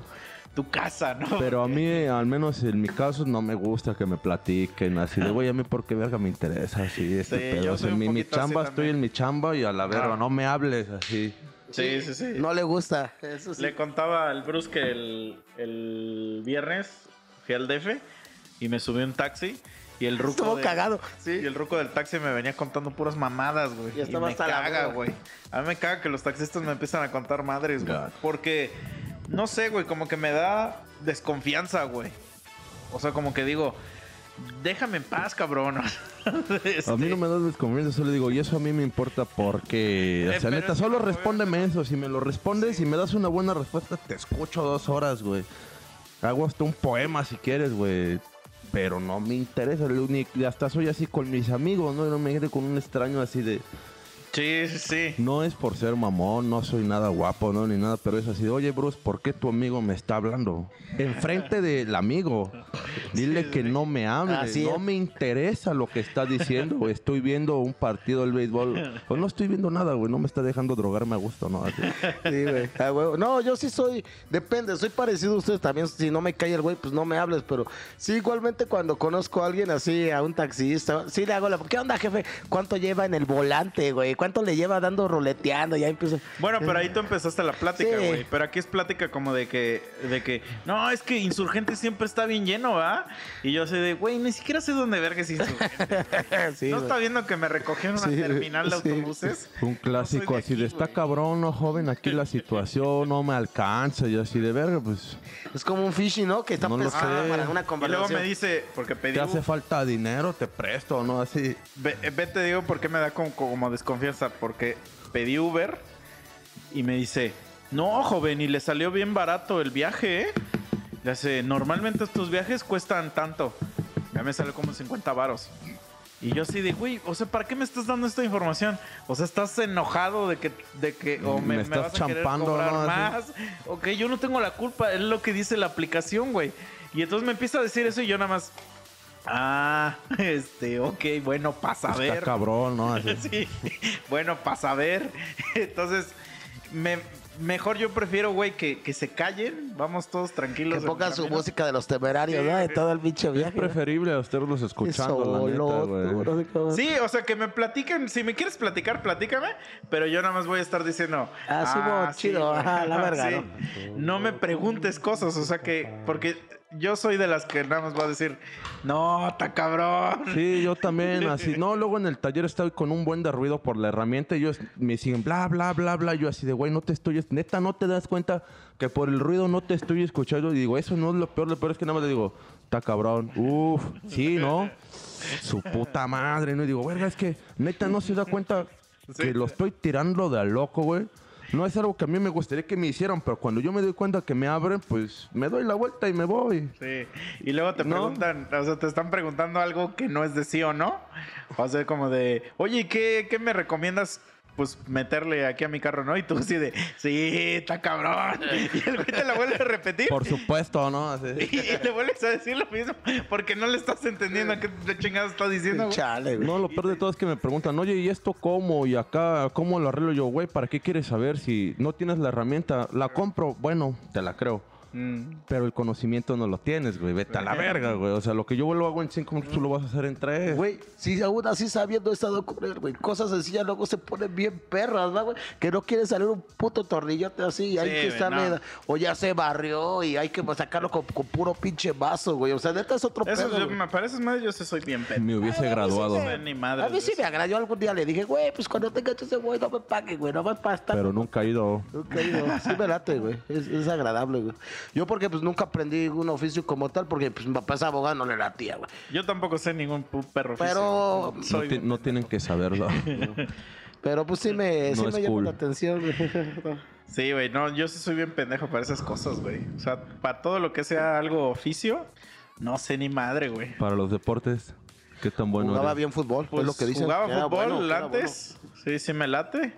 tu casa, ¿no? Pero a mí, al menos en mi caso, no me gusta que me platiquen así de, güey, a mí por qué verga me interesa así este Sí, pedo. yo O sea, soy un mi, mi poquito así chamba, estoy también. en mi chamba y a la verga, Ah. no me hables así. Sí, sí, sí. No le gusta. Eso sí. Le contaba al Bruce que el, el viernes fui al DF y me subí a un taxi y el ruco. Estuvo de- cagado. Sí, y el ruco del taxi me venía contando puras mamadas, güey. Y estaba me hasta la caga, verga. güey. A mí me caga que los taxistas me empiezan a contar madres, güey. God. Porque, no sé, güey, como que me da desconfianza, güey. O sea, como que digo, déjame en paz, cabrón. A Este mí no me das desconfianza, solo digo, y eso a mí me importa porque, Eh, o sea, pero neta, es solo que- respóndeme eso. Si me lo respondes y me das una buena respuesta, te escucho dos horas, güey. Hago hasta un poema si quieres, güey. Pero no me interesa, lo único- y hasta soy así con mis amigos, ¿no? Y no me quedé con un extraño así de... Sí, sí, sí. No es por ser mamón, no soy nada guapo, no, ni nada, pero es así, oye, Bruce, ¿por qué tu amigo me está hablando? Enfrente del amigo. Dile que no me hable, Así no es. me interesa lo que estás diciendo, güey. Estoy viendo un partido del béisbol. O no estoy viendo nada, güey. No me está dejando drogarme a gusto, ¿no? Así. Sí, güey. Ah, huevo. No, yo sí soy, depende, soy parecido a ustedes también. Si no me cae el güey, pues no me hables, pero sí, igualmente cuando conozco a alguien así, a un taxista, sí le hago la. ¿Qué onda, jefe? ¿Cuánto lleva en el volante, güey? ¿Cuánto le lleva dando roleteando? Ya empiezo. Bueno, pero ahí tú empezaste la plática, Eh, Sí. güey. Pero aquí es plática como de que, de que, no, es que Insurgente siempre está bien lleno, ¿va? Y yo sé de, güey, ni siquiera sé dónde verga es Insurgente. Sí, ¿No güey. está viendo que me recogieron en una Sí, güey. terminal de Sí. autobuses? Un clásico No soy de así de aquí, está güey". cabrón, no joven, aquí la situación no me alcanza. Y así de verga, pues Es como un fishy, ¿no? Que está No lo pesado sé. Ah, para una Y luego conversación. me dice, porque pedí te un- hace falta dinero, te presto, ¿no? Así. Ve, eh, ve, te digo por qué me da como, como desconfianza. Porque pedí Uber y me dice, no, joven, y le salió bien barato el viaje, ¿eh? Le hace, normalmente estos viajes cuestan tanto. Ya me salió como 50 varos. Y yo así de, güey, o sea, ¿para qué me estás dando esta información? O sea, ¿estás enojado de que, de que o Me me, me estás vas a querer champando, cobrar ¿no? más? Así. O que yo no tengo la culpa, es lo que dice la aplicación, güey. Y entonces me empieza a decir eso y yo nada más, Ah, este, ok, bueno, pasa a Está ver. cabrón, ¿no? Así. Sí, bueno, pasa a ver. Entonces, me- mejor yo prefiero, güey, que, que se callen. Vamos todos tranquilos. Que en ponga el su camino. música de los temerarios, ¿no? De todo el pinche Es viaje. ¿no? preferible a ustedes escuchando, la neta, Solo, güey. no sé cómo. Sí, o sea, que me platiquen. Si me quieres platicar, platícame. Pero yo nada más voy a estar diciendo. Ah, sí, bueno, chido, güey, ajá, la verga, No me preguntes cosas, o sea que. Porque yo soy de las que nada más va a decir, no, está cabrón. Sí, yo también, así. No, luego en el taller estaba con un buen de ruido por la herramienta y ellos me siguen bla, bla, bla, bla. Yo así de, güey, no te estoy... es- Neta, ¿no te das cuenta que por el ruido no te estoy escuchando? Y digo, eso no es lo peor. Lo peor es que nada más le digo, está cabrón. Uf, sí, ¿no? Su puta madre, ¿no? Y digo, verga, es que neta no se da cuenta que lo estoy tirando de a loco, güey. No es algo que a mí me gustaría que me hicieran, pero cuando yo me doy cuenta que me abren, pues me doy la vuelta y me voy. Sí. Y luego te ¿No? preguntan, o sea, te están preguntando algo que no es de sí o no. O sea, como de, oye, ¿y ¿qué, qué me recomiendas? Pues meterle aquí a mi carro, ¿no? Y tú así de, sí, está cabrón. Y el güey te la vuelve a repetir. Por supuesto, ¿no? Así. Y, y le vuelves a decir lo mismo porque no le estás entendiendo qué chingados está diciendo. güey. Chale, güey. No, lo peor de todo es que me preguntan, oye, ¿y esto cómo? ¿Y acá cómo lo arreglo yo? Güey, ¿para qué quieres saber si no tienes la herramienta? La compro, bueno, te la creo. Mm. Pues Pero el conocimiento no lo tienes, güey. Vete a la verga, güey. O sea, lo que yo lo hago en cinco minutos, tú lo vas a hacer en tres. Güey, si aún así sabiendo esta ocurrir, güey, cosas sencillas luego se ponen bien perras, ¿va, güey? Que no quiere salir un puto tornillote así y hay Sí, que güey, estarle. no. O ya se barrió y hay que pues, sacarlo con, con puro pinche vaso, güey. O sea, neta es otro Eso pedo, yo, güey. me parece más, yo sí soy bien pedo. Me hubiese graduado. Ah, No sé ni madre. A mí sí me agrada. Yo algún día le dije, güey, pues cuando tenga ese güey, no me pague, güey, no me pasta. Pero nunca he ido. Nunca he ido. Sí me late, güey. Es, es agradable, güey. Yo porque pues nunca aprendí un oficio como tal, porque pues mi papá es abogado, no le latía, güey. Yo tampoco sé ningún pu- perro. Pero- físico. No, Soy ti- no tienen que saberlo. Pero pues sí me, No sí es me llama cool. la atención, güey. Sí, güey, no, yo sí soy bien pendejo para esas cosas, güey. O sea, para todo lo que sea algo oficio, no sé ni madre, güey. Para los deportes, qué tan bueno pues, jugaba eres. bien fútbol, es lo que dicen. Pues jugaba Era fútbol bueno, era antes, sí, sí me late.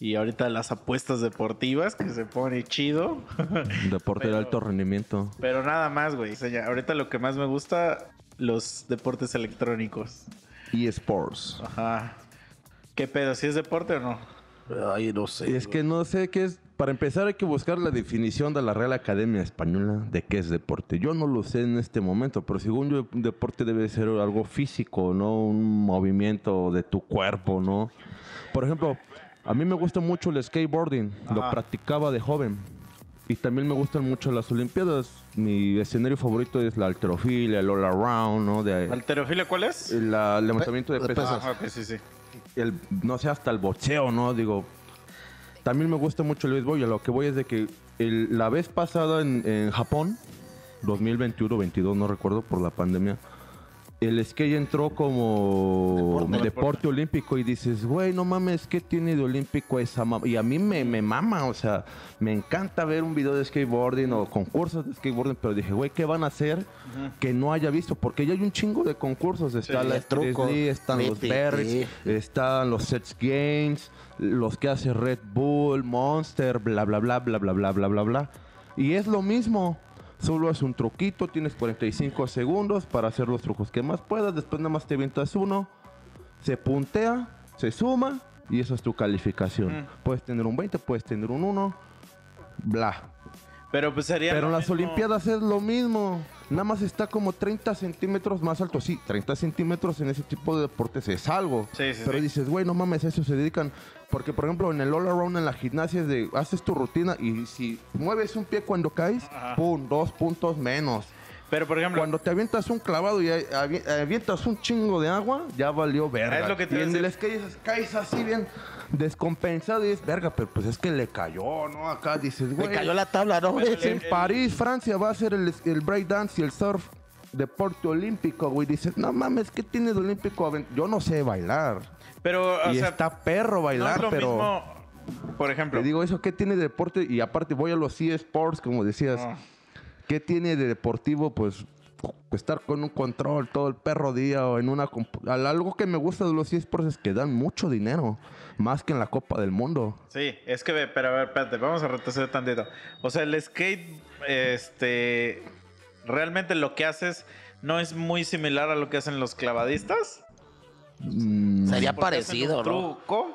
Y ahorita las apuestas deportivas, que se pone chido. Deporte Pero- de alto rendimiento. Pero nada más, güey. O sea, ya, ahorita lo que más me gusta, los deportes electrónicos. eSports. Ajá. ¿Qué pedo? ¿Si es deporte o no? bueno. Ay, no sé. Es que no sé qué es. Para empezar, hay que buscar la definición de la Real Academia Española de qué es deporte. Yo no lo sé en este momento, pero según yo, un deporte debe ser algo físico, no un movimiento de tu cuerpo, ¿no? Por ejemplo, a mí me gusta mucho el skateboarding, Ajá. lo practicaba de joven. Y también me gustan mucho las Olimpiadas. Mi escenario favorito es la alterofilia, el all around, ¿no? De, ¿Alterofilia cuál es? el ah, levantamiento de de pesas pesas. Ajá, ok, sí, sí. el, no sé, hasta el boxeo, ¿no? Digo, también me gusta mucho el béisbol y a lo que voy es de que el- la vez pasada en, en Japón, 2021, 22, no recuerdo, por la pandemia, el skate entró como deporte, olímpico y dices, güey, no mames, ¿qué tiene de olímpico esa mamá? Y a mí me, me mama, o sea, me encanta ver un video de skateboarding o concursos de skateboarding, pero dije, güey, ¿qué van a hacer que no haya visto? Porque ya hay un chingo de concursos, está Sí, la el truco, 3D, están los BTT. berries, están los Sets Games, los que hace Red Bull, Monster, bla, bla, bla, bla, bla, bla, bla, bla, bla. Y es lo mismo. Solo es un truquito, tienes 45 segundos para hacer los trucos que más puedas. Después nada más te vientas uno, se puntea, se suma y esa es tu calificación. Mm. Puedes tener un 20, puedes tener un 1, bla. Pero pues sería. Pero lo en las mismo. Olimpiadas es lo mismo. Nada más está como 30 centímetros más alto. Sí, 30 centímetros en ese tipo de deportes es algo. Sí, sí, pero sí. dices, güey, no mames, a eso se dedican. Porque, por ejemplo, en el all around en la gimnasia es de haces tu rutina y si mueves un pie cuando caes, Ajá. pum, dos puntos menos. Pero por ejemplo. Cuando te avientas un clavado y a- avi- avientas un chingo de agua, ya valió verga. Es lo que te y iba a en decir. el skate dices, caes así bien descompensado y es verga, pero pues es que le cayó, ¿no? Acá dices, Me güey. cayó la tabla, ¿no? Bueno, Es en el- París, Francia, va a ser el, el breakdance y el surf deporte olímpico, güey. Dices, no mames, ¿qué tienes de olímpico? Aven- Yo no sé bailar. Pero, o y sea, está perro no es bailar, lo pero... mismo. Por ejemplo. Te digo eso, ¿qué tiene de deporte? Y aparte voy a los eSports, como decías. Ah. ¿Qué tiene de deportivo? Pues estar con un control todo el perro día o en una... compu- Al- Algo que me gusta de los eSports es que dan mucho dinero, más que en la Copa del Mundo. Sí, es que, ve, pero a ver, espérate, vamos a retroceder tantito. O sea, el skate, este, realmente lo que haces no es muy similar a lo que hacen los clavadistas. Mm, Sería porque hacen parecido, un ¿no? truco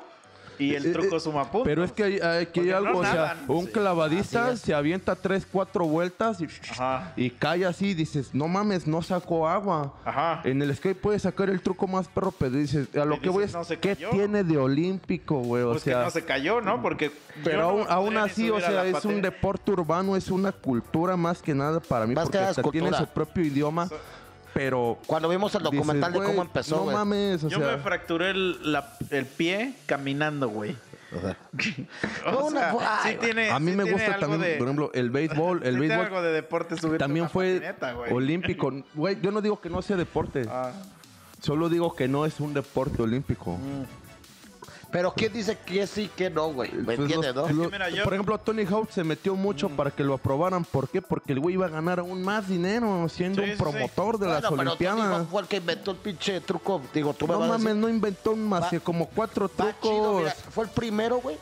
y Eh, el eh, truco suma puntos. Pero es que hay, hay- aquí hay Porque no algo, o sea, nadan. un Sí, clavadista así es. se avienta tres, cuatro vueltas y, Ajá. y cae así y dices, no mames, no sacó agua. Ajá. En el skate puedes sacar el truco más perro, pero dices, a lo Y que voy dices, es, "No se ¿qué cayó". tiene de olímpico, güey? O Pues que sea, no se cayó, ¿no? Porque. pero yo no aún, podría aún ni así, o subir a sea, la es un patina. deporte urbano, es una cultura más que nada para mí, Más que porque nada es hasta tiene cultura. su propio idioma, pero... Cuando vimos el dices, documental de "Güey, cómo empezó, No güey. mames, o Yo sea... me fracturé el, la- el pie caminando, güey. O sea, O No, una- sea, ay, sí tiene- A mí sí me tiene gusta algo también, de- por ejemplo, el béisbol. El sí tiene béisbol algo de deporte subirte También una fue patineta, güey. olímpico. Güey, yo no digo que no sea deporte. Ah. Solo digo que no es un deporte olímpico. Mm. Pero ¿quién dice que sí, que no, güey? ¿Me Pues los- entiendes, no? lo- que mira, yo- Mm. Por ejemplo, Tony Hawk se metió mucho para que lo aprobaran. ¿Por qué? Porque el güey iba a ganar aún más dinero siendo Sí, sí, un sí. promotor de las Bueno, pero Tony Olimpiadas. Hawk fue el que inventó el pinche truco. Digo, tú me no vas a mames, decir, no inventó más Va- que como cuatro va chido, trucos. mira, fue el primero, güey,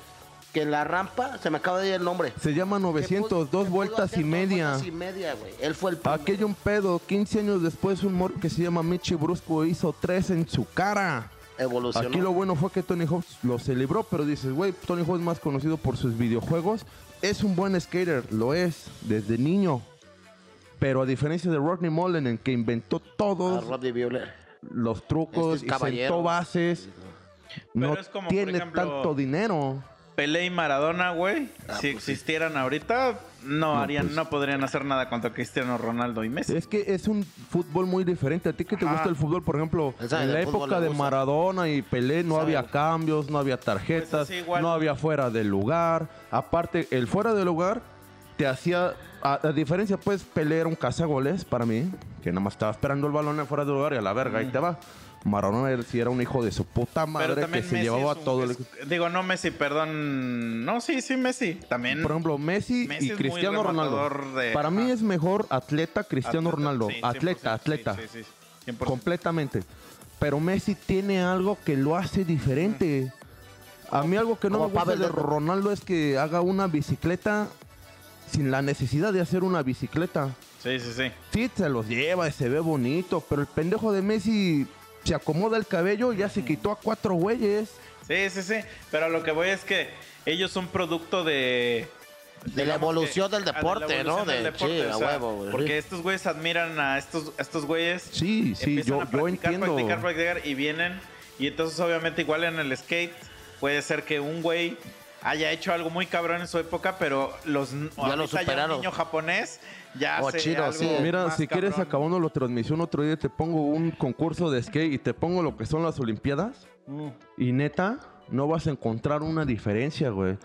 que en la rampa, se me acaba de ir el nombre. se llama Que pudo- 900, dos que pudo vueltas hacer y dos media. vueltas y media, güey. Él fue el primero. Aquello un pedo. 15 años después, un morro que se llama Michi Brusco hizo tres en su cara. Evolucionó. Aquí lo bueno fue que Tony Hawk lo celebró, pero dices, güey, Tony Hawk es más conocido por sus videojuegos. Es un buen skater, lo es, desde niño. Pero a diferencia de Rodney Mullen, en que inventó A todos Rodney Buehler. los Este es trucos y sentó caballero. bases, Pero no es como, por tiene ejemplo, tanto dinero. Pelé y Maradona, güey, Ah, si existieran ahorita, no, harían, pues. no podrían hacer nada contra Cristiano Ronaldo y Messi. Es que es un fútbol muy diferente. A ti que te Ajá. gusta el fútbol, por ejemplo, Él sabe en la del fútbol, época le de gusta. Maradona y Pelé no Sabe. había cambios, no había tarjetas, Pues es igual. no había fuera del lugar. Aparte, el fuera del lugar te hacía, a, a diferencia, pues Pelé era un cazagoles para mí, que nada más estaba esperando el balón en fuera del lugar y a la verga, Mm. ahí te va. Maradona era- sí era un hijo de su puta madre que se Messi llevaba es un- todo el... es- Digo, no Messi, perdón. No, sí, sí, Messi. También. Por ejemplo, Messi, Messi y es muy Cristiano Ronaldo. rematador de- Para mí ajá. es mejor atleta Cristiano Atleta, Ronaldo. sí, 100%, atleta, atleta. Sí, sí, sí, 100%. completamente. Pero Messi tiene algo que lo hace diferente. A mí algo que no me Como gusta Pavel de Nedved. Ronaldo es que haga una bicicleta sin la necesidad de hacer una bicicleta. Sí, sí, sí. Sí, se los lleva y se ve bonito, pero el pendejo de Messi se acomoda el cabello y ya se quitó a cuatro güeyes. Sí, sí, sí. Pero a lo que voy es que ellos son producto de. De la digamos evolución que- del ah, de la deporte, evolución ¿no? del De- deporte, sí, o a sea, huevo, güey. Porque estos güeyes admiran a estos, a estos güeyes. Sí, sí, empiezan yo, a yo practicar, entiendo. practicar, practicar, y vienen. Y entonces, obviamente, igual en el skate, puede ser que un güey haya hecho algo muy cabrón en su época, pero los ahorita lo un superaron. niño japonés ya O hace chino, algo sí. Mira, más si quieres cabrón. acabando la transmisión otro día, te pongo un concurso de skate y te pongo lo que son las Olimpiadas. Mm. Y neta, no vas a encontrar una diferencia, güey.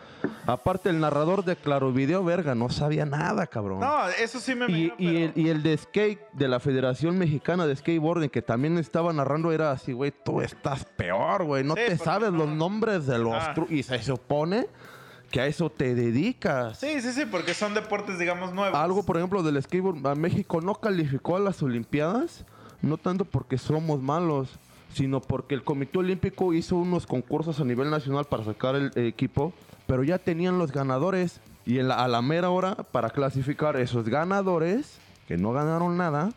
Aparte, el narrador de Claro Video, verga, no sabía nada, cabrón. No, eso sí me y, imagino, y pero- el, y el de skate de la Federación Mexicana de Skateboarding, que también estaba narrando, era así, güey, tú estás peor, güey. No Sí, te porque sabes no- los nombres de los... Ah. tru- Y se supone que a eso te dedicas. Sí, sí, sí, porque son deportes, digamos, nuevos. Algo, por ejemplo, del skateboard. a México no calificó a las Olimpiadas, no tanto porque somos malos, sino porque el Comité Olímpico hizo unos concursos a nivel nacional para sacar el eh, equipo, pero ya tenían los ganadores. Y en la- a la mera hora, para clasificar esos ganadores, que no ganaron nada,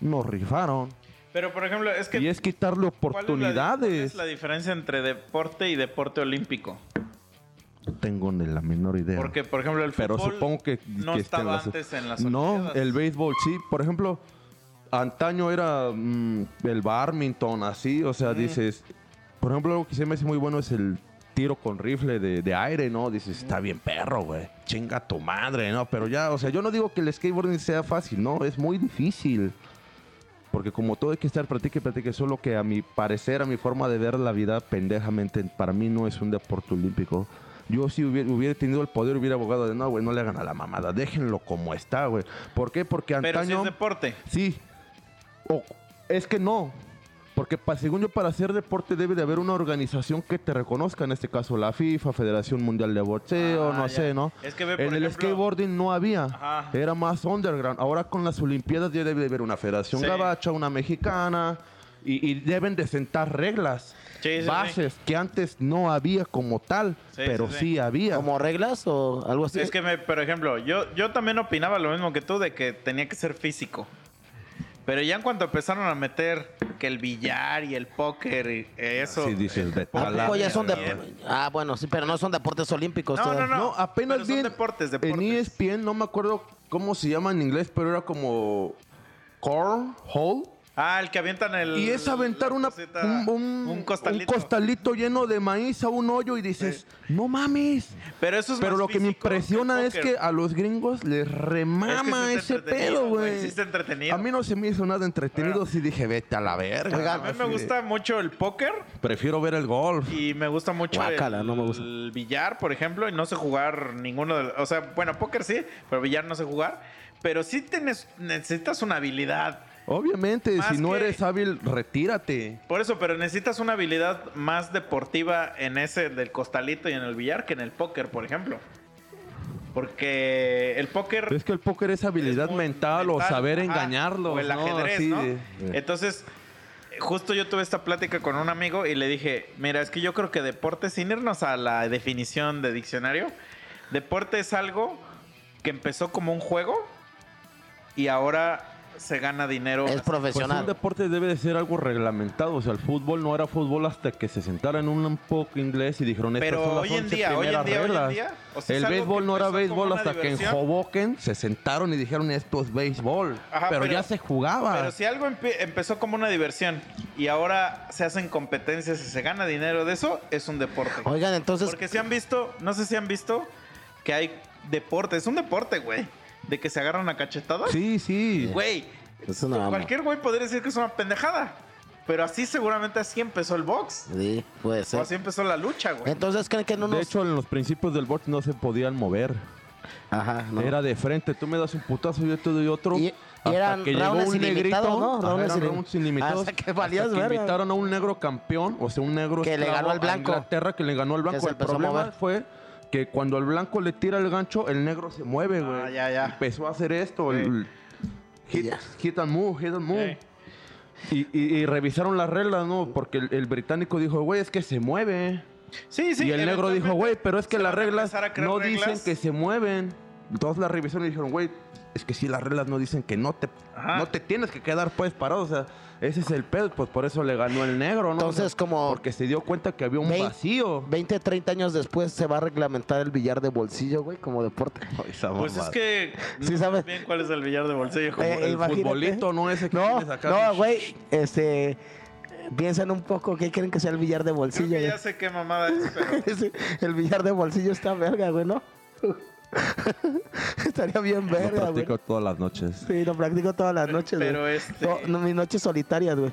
nos rifaron. Pero, por ejemplo, es que... Y es quitarle ¿cuál es la di- cuál oportunidades. es la diferencia entre deporte y deporte olímpico? No tengo ni la menor idea. Porque, por ejemplo, el Pero fútbol supongo que, no que estaba las- antes en las No, Olimpiadas. el béisbol sí. Por ejemplo, antaño era mm, el badminton, así. O sea, dices... Por ejemplo, algo que se me hace muy bueno es el tiro con rifle de, de aire, ¿no? Dices, está bien perro, güey. Chinga tu madre, ¿no? Pero ya, o sea, yo no digo que el skateboarding sea fácil, ¿no? Es muy difícil. Porque como todo hay que estar practique, practique, solo que a mi parecer, a mi forma de ver la vida pendejamente, para mí no es un deporte olímpico. Yo si hubiera, hubiera tenido el poder, hubiera abogado de, no, güey, no le hagan a la mamada, déjenlo como está, güey. ¿Por qué? Porque Pero si antaño... es deporte. Sí. O es que no. Porque pa- según yo, para hacer deporte debe de haber una organización que te reconozca, en este caso la FIFA, Federación Mundial de Boxeo, Ah, no ya. sé, ¿no? Es que ve, por en el ejemplo- skateboarding no había, Ajá. era más underground. Ahora con las Olimpiadas ya debe de haber una federación Sí. gabacha, una mexicana, y, y deben de sentar reglas, Sí, sí, sí. bases, que antes no había como tal, Sí, pero sí, sí, sí. había. ¿Como reglas o algo así? Es que, me, por ejemplo, yo, yo también opinaba lo mismo que tú de que tenía que ser físico. Pero ya en cuanto empezaron a meter que el billar y el póker y eso... Sí, dices, de ¿A tal- poco ya son Bien. dep- Ah, bueno, sí, pero no son deportes olímpicos. No, todavía. no, no. No, apenas pero son bien. deportes, En E deportes. ESPN, no me acuerdo cómo se llama en inglés, pero era como cornhole. Ah, el que avientan el... Y es aventar la una, cosita, un, un- un costalito. un costalito lleno de maíz a un hoyo y dices, no mames. Pero eso es Pero más lo que me físico el impresiona es póker. que a los gringos les remama Es que ese sí está entretenido, pedo, güey, güey. sí está entretenido. A mí no se me hizo nada entretenido, sí dije, vete a la verga. Oigan, A mí me Así de, gusta mucho el póker Prefiero ver el golf. y me gusta mucho Guácala, el, no me gusta. el billar, por ejemplo, y no sé jugar ninguno de los- O sea, bueno, póker sí, pero billar no sé jugar. Pero sí tienes, necesitas una habilidad. Obviamente, Más si no que- eres hábil, retírate. Por eso, pero necesitas una habilidad más deportiva en ese del costalito y en el billar que en el póker, por ejemplo. Porque el póker... Es que el póker es habilidad es muy mental, o mental, saber ajá, engañarlos. O el ¿no? ajedrez, Así ¿no? de- eh. pues, Entonces, justo yo tuve esta plática con un amigo y le dije, mira, es que yo creo que deporte, sin irnos a la definición de diccionario, deporte es algo que empezó como un juego y ahora se gana dinero. Es Pues un profesional. deporte debe de ser algo reglamentado. O sea, el fútbol no era fútbol hasta que se sentaron en un poco inglés y dijeron estas Pero son las hoy en 11 día, hoy en primeras día, hoy en reglas". día, o sea, es el algo béisbol que no era empezó como béisbol una hasta que en diversión. Hoboken se sentaron y dijeron esto es béisbol. Ajá, pero, pero- ya se jugaba. Pero si algo empe- empezó como una diversión y ahora se hacen competencias y se gana dinero de eso, es un deporte. Oigan, entonces, Porque si han visto, no sé si han visto que hay deporte, es un deporte, güey, de que se agarran a cachetadas. Sí, sí. Güey, Es una mamá. cualquier güey podría decir que es una pendejada, pero así seguramente así empezó el box. sí, puede O ser. así empezó la lucha, güey. Entonces, ¿creen que no nos...? De hecho, en los principios del box no se podían mover. Ajá, no. Era de frente. Tú me das un putazo, yo te doy otro. Y- y hasta eran rounds ilimitados, ¿no? ajá, Rounds eran ilim- rounds ilimitados. Hasta que valías hasta que verga. invitaron a un negro campeón, o sea, un negro Que le esclavo ganó al a blanco. Inglaterra que le ganó al se blanco. El empezó a mover. problema fue que cuando al blanco le tira el gancho, el negro se mueve, güey. Ah, ya, ya. Empezó a hacer esto. el- el Sí. Y hit, ya. hit and move, hit and move. Y, y- y revisaron las reglas, ¿no? Porque el, el británico dijo, güey, es que se mueve. Sí, sí. y el negro dijo, güey, pero es que se las van a reglas empezar a crear no reglas". dicen que se mueven. Todas las revisiones dijeron, güey, es que sí, las reglas no dicen que no te, Ajá. no te tienes que quedar pues parado. O sea, ese es el pedo, pues por eso le ganó el negro, ¿no? Entonces, O sea, como Porque se dio cuenta que había un vein- vacío. 20, 30 años después se va a reglamentar el billar de bolsillo, güey, como deporte. Esa Pues es mamada. que no Sí, ¿sabes? bien cuál es el billar de bolsillo. como Eh, el- El imagínate. futbolito, ¿no? Ese que No, tienes acá. no, güey, este... Piensan un poco qué quieren que sea el billar de Creo bolsillo, que güey. ya sé qué mamada es, pero... Ese- El billar de bolsillo está verga, güey, ¿no? Estaría bien Lo verga, güey. practico todas las noches. Sí, lo practico todas las noches, güey. pero este- No, no, mis noches solitarias, güey.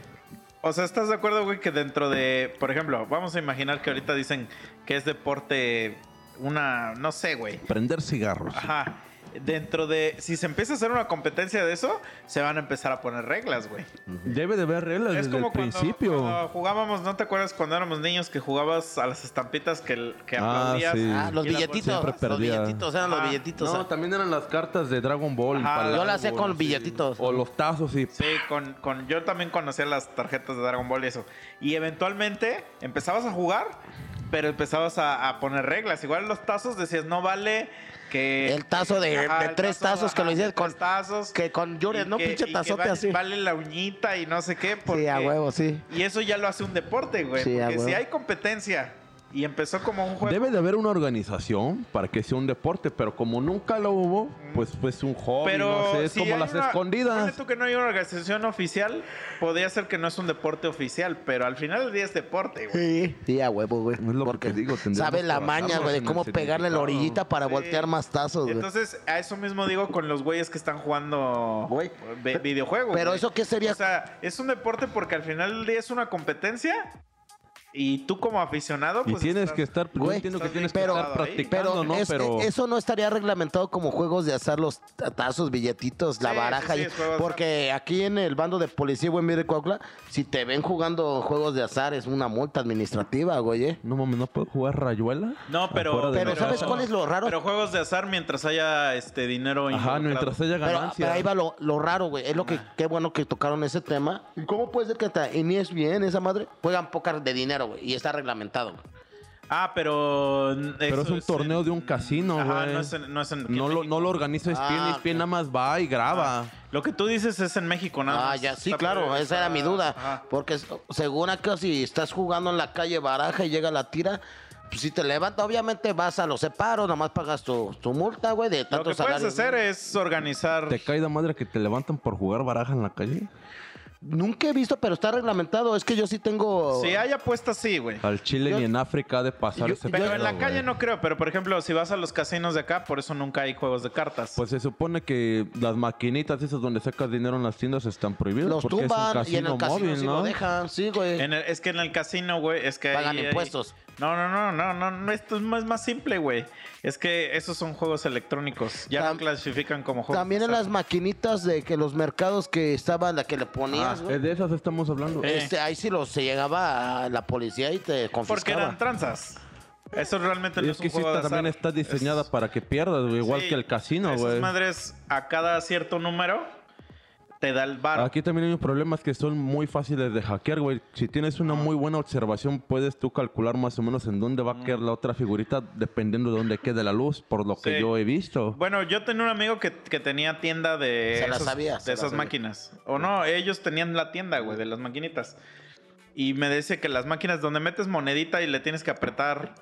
O sea, ¿estás de acuerdo, güey, que dentro de, por ejemplo, vamos a imaginar que ahorita dicen que es deporte una, no sé, güey. Prender cigarros. Ajá. Dentro de, si se empieza a hacer una competencia de eso, se van a empezar a poner reglas, güey. Debe de haber reglas Es desde como el cuando, principio. cuando jugábamos, ¿no te acuerdas cuando éramos niños que jugabas a las estampitas que, el- que Ah, aplaudías? sí. y Ah, las bolsitas? Siempre perdía. eran Ah, No, también eran las cartas de Dragon Ball. Ajá, para yo la hacía algo, con sí. billetitos. O los tazos y Sí, con, con, yo también conocía las tarjetas de Dragon Ball y eso. Y eventualmente empezabas a jugar pero empezabas a, a poner reglas. Igual los tazos decías, no vale que... El tazo de- de el tres tazos que lo ajá, hicieras de tres con- tazos, que con Jules, y ¿no? que- Pinche y que tazote vale, así. Vale la uñita y no sé qué. Porque, Sí, a huevo, sí. Y eso ya lo hace un deporte, güey. Sí, a porque si huevo. hay competencia y empezó como un juego... Debe de haber una organización para que sea un deporte, pero como nunca lo hubo, pues pues un hobby, Pero no sé, es si como hay las una- ponle escondidas. tú que no hay una organización oficial, podría ser que no es un deporte oficial, pero al final del día es deporte, güey. Sí. a huevo, güey. lo que Porque te digo, tendríamos sabe que la maña, basarnos güey, de en el cómo pegarle la significado. orillita para Sí. voltear más tazos, güey. Entonces, a eso mismo digo con los güeyes que están jugando Güey, ve- pe- videojuegos. pero güey. ¿eso qué sería? O sea, es un deporte porque al final del día es una competencia y tú como aficionado, Y pues. tienes estás- que estar, yo Güey, entiendo que estás tienes pero- que estar ahí. practicando, Pero, ¿no? es- e, pero eso no estaría reglamentado como juegos de azar los tazos, billetitos, la Sí, baraja. sí, sí, y- es juego de azar. porque aquí en el bando de policía, güey, mire Coahuila, si te ven jugando juegos de azar es una multa administrativa, güey. ¿eh? no mames, no puedo jugar rayuela. No, pero. Afuera de Pero, mi ¿sabes casa. cuál es lo raro? Pero juegos de azar mientras haya este dinero. Ajá, involucrado. mientras haya Pero, ganancia. Ah. pero ahí va lo, lo raro, güey. Es lo que, qué bueno que tocaron ese tema. ¿Y cómo puede ser que hasta en E bien esa madre juegan póker de dinero, güey? Y está reglamentado, güey. Ah, pero. Pero es eso un torneo en- de un casino, Ajá, güey. no es en- no es en- aquí en No lo, México. no lo organiza Spien, Ah, y Spien ok. nada más va y graba. Lo que tú dices es en México, nada Ah, más. ya, sí, pues, Está claro, prohibido, esa era está- mi duda. ajá. Porque es- según acá, si estás jugando en la calle baraja y llega la tira, pues si te levanta, obviamente vas a los separos, nomás pagas tu, tu multa, güey, de Lo que tantos puedes salarios. hacer es organizar. ¿Te cae la madre que te levantan por jugar baraja en la calle? Nunca he visto, pero está reglamentado. Es que yo sí tengo. Si hay apuestas, sí, güey. Al Chile Yo- ni en África ha de pasar yo- ese Pero pedo, en la güey. calle no creo, pero por ejemplo, si vas a los casinos de acá, por eso nunca hay juegos de cartas. Pues se supone que las maquinitas esas donde sacas dinero en las tiendas están prohibidas. los porque es un tumban y en casino el casino móvil, sí ¿no? lo dejan, sí, güey. En el- es que en el casino, güey, es que ahí- Pagan ahí- impuestos. No, no, no, no, no, no, esto es más, más simple, güey. Es que esos son juegos electrónicos. Ya Tam- no clasifican como juegos. También en las maquinitas de que los mercados que estaban, la que le Ah, ponías, güey. eh, de esas estamos hablando. Eh, este, ahí sí los se llegaba a la policía y te confiscaba. Porque eran tranzas. Eso realmente no Y es, es que un sí juego está- de azar. también está diseñada Es- para que pierdas, güey, igual sí, que el casino, Esas güey. madres a cada cierto número te da el bar. Aquí también hay unos problemas que son muy fáciles de hackear, güey. Si tienes una muy buena observación, puedes tú calcular más o menos en dónde va a quedar la otra figurita, dependiendo de dónde quede la luz, por lo que Sí. yo he visto. Bueno, yo tenía un amigo que, que tenía tienda de, Se la esas- sabía, de se la esas sabía. máquinas. O no, ellos tenían la tienda, güey, de las maquinitas. Y me dice que las máquinas donde metes monedita y le tienes que apretar,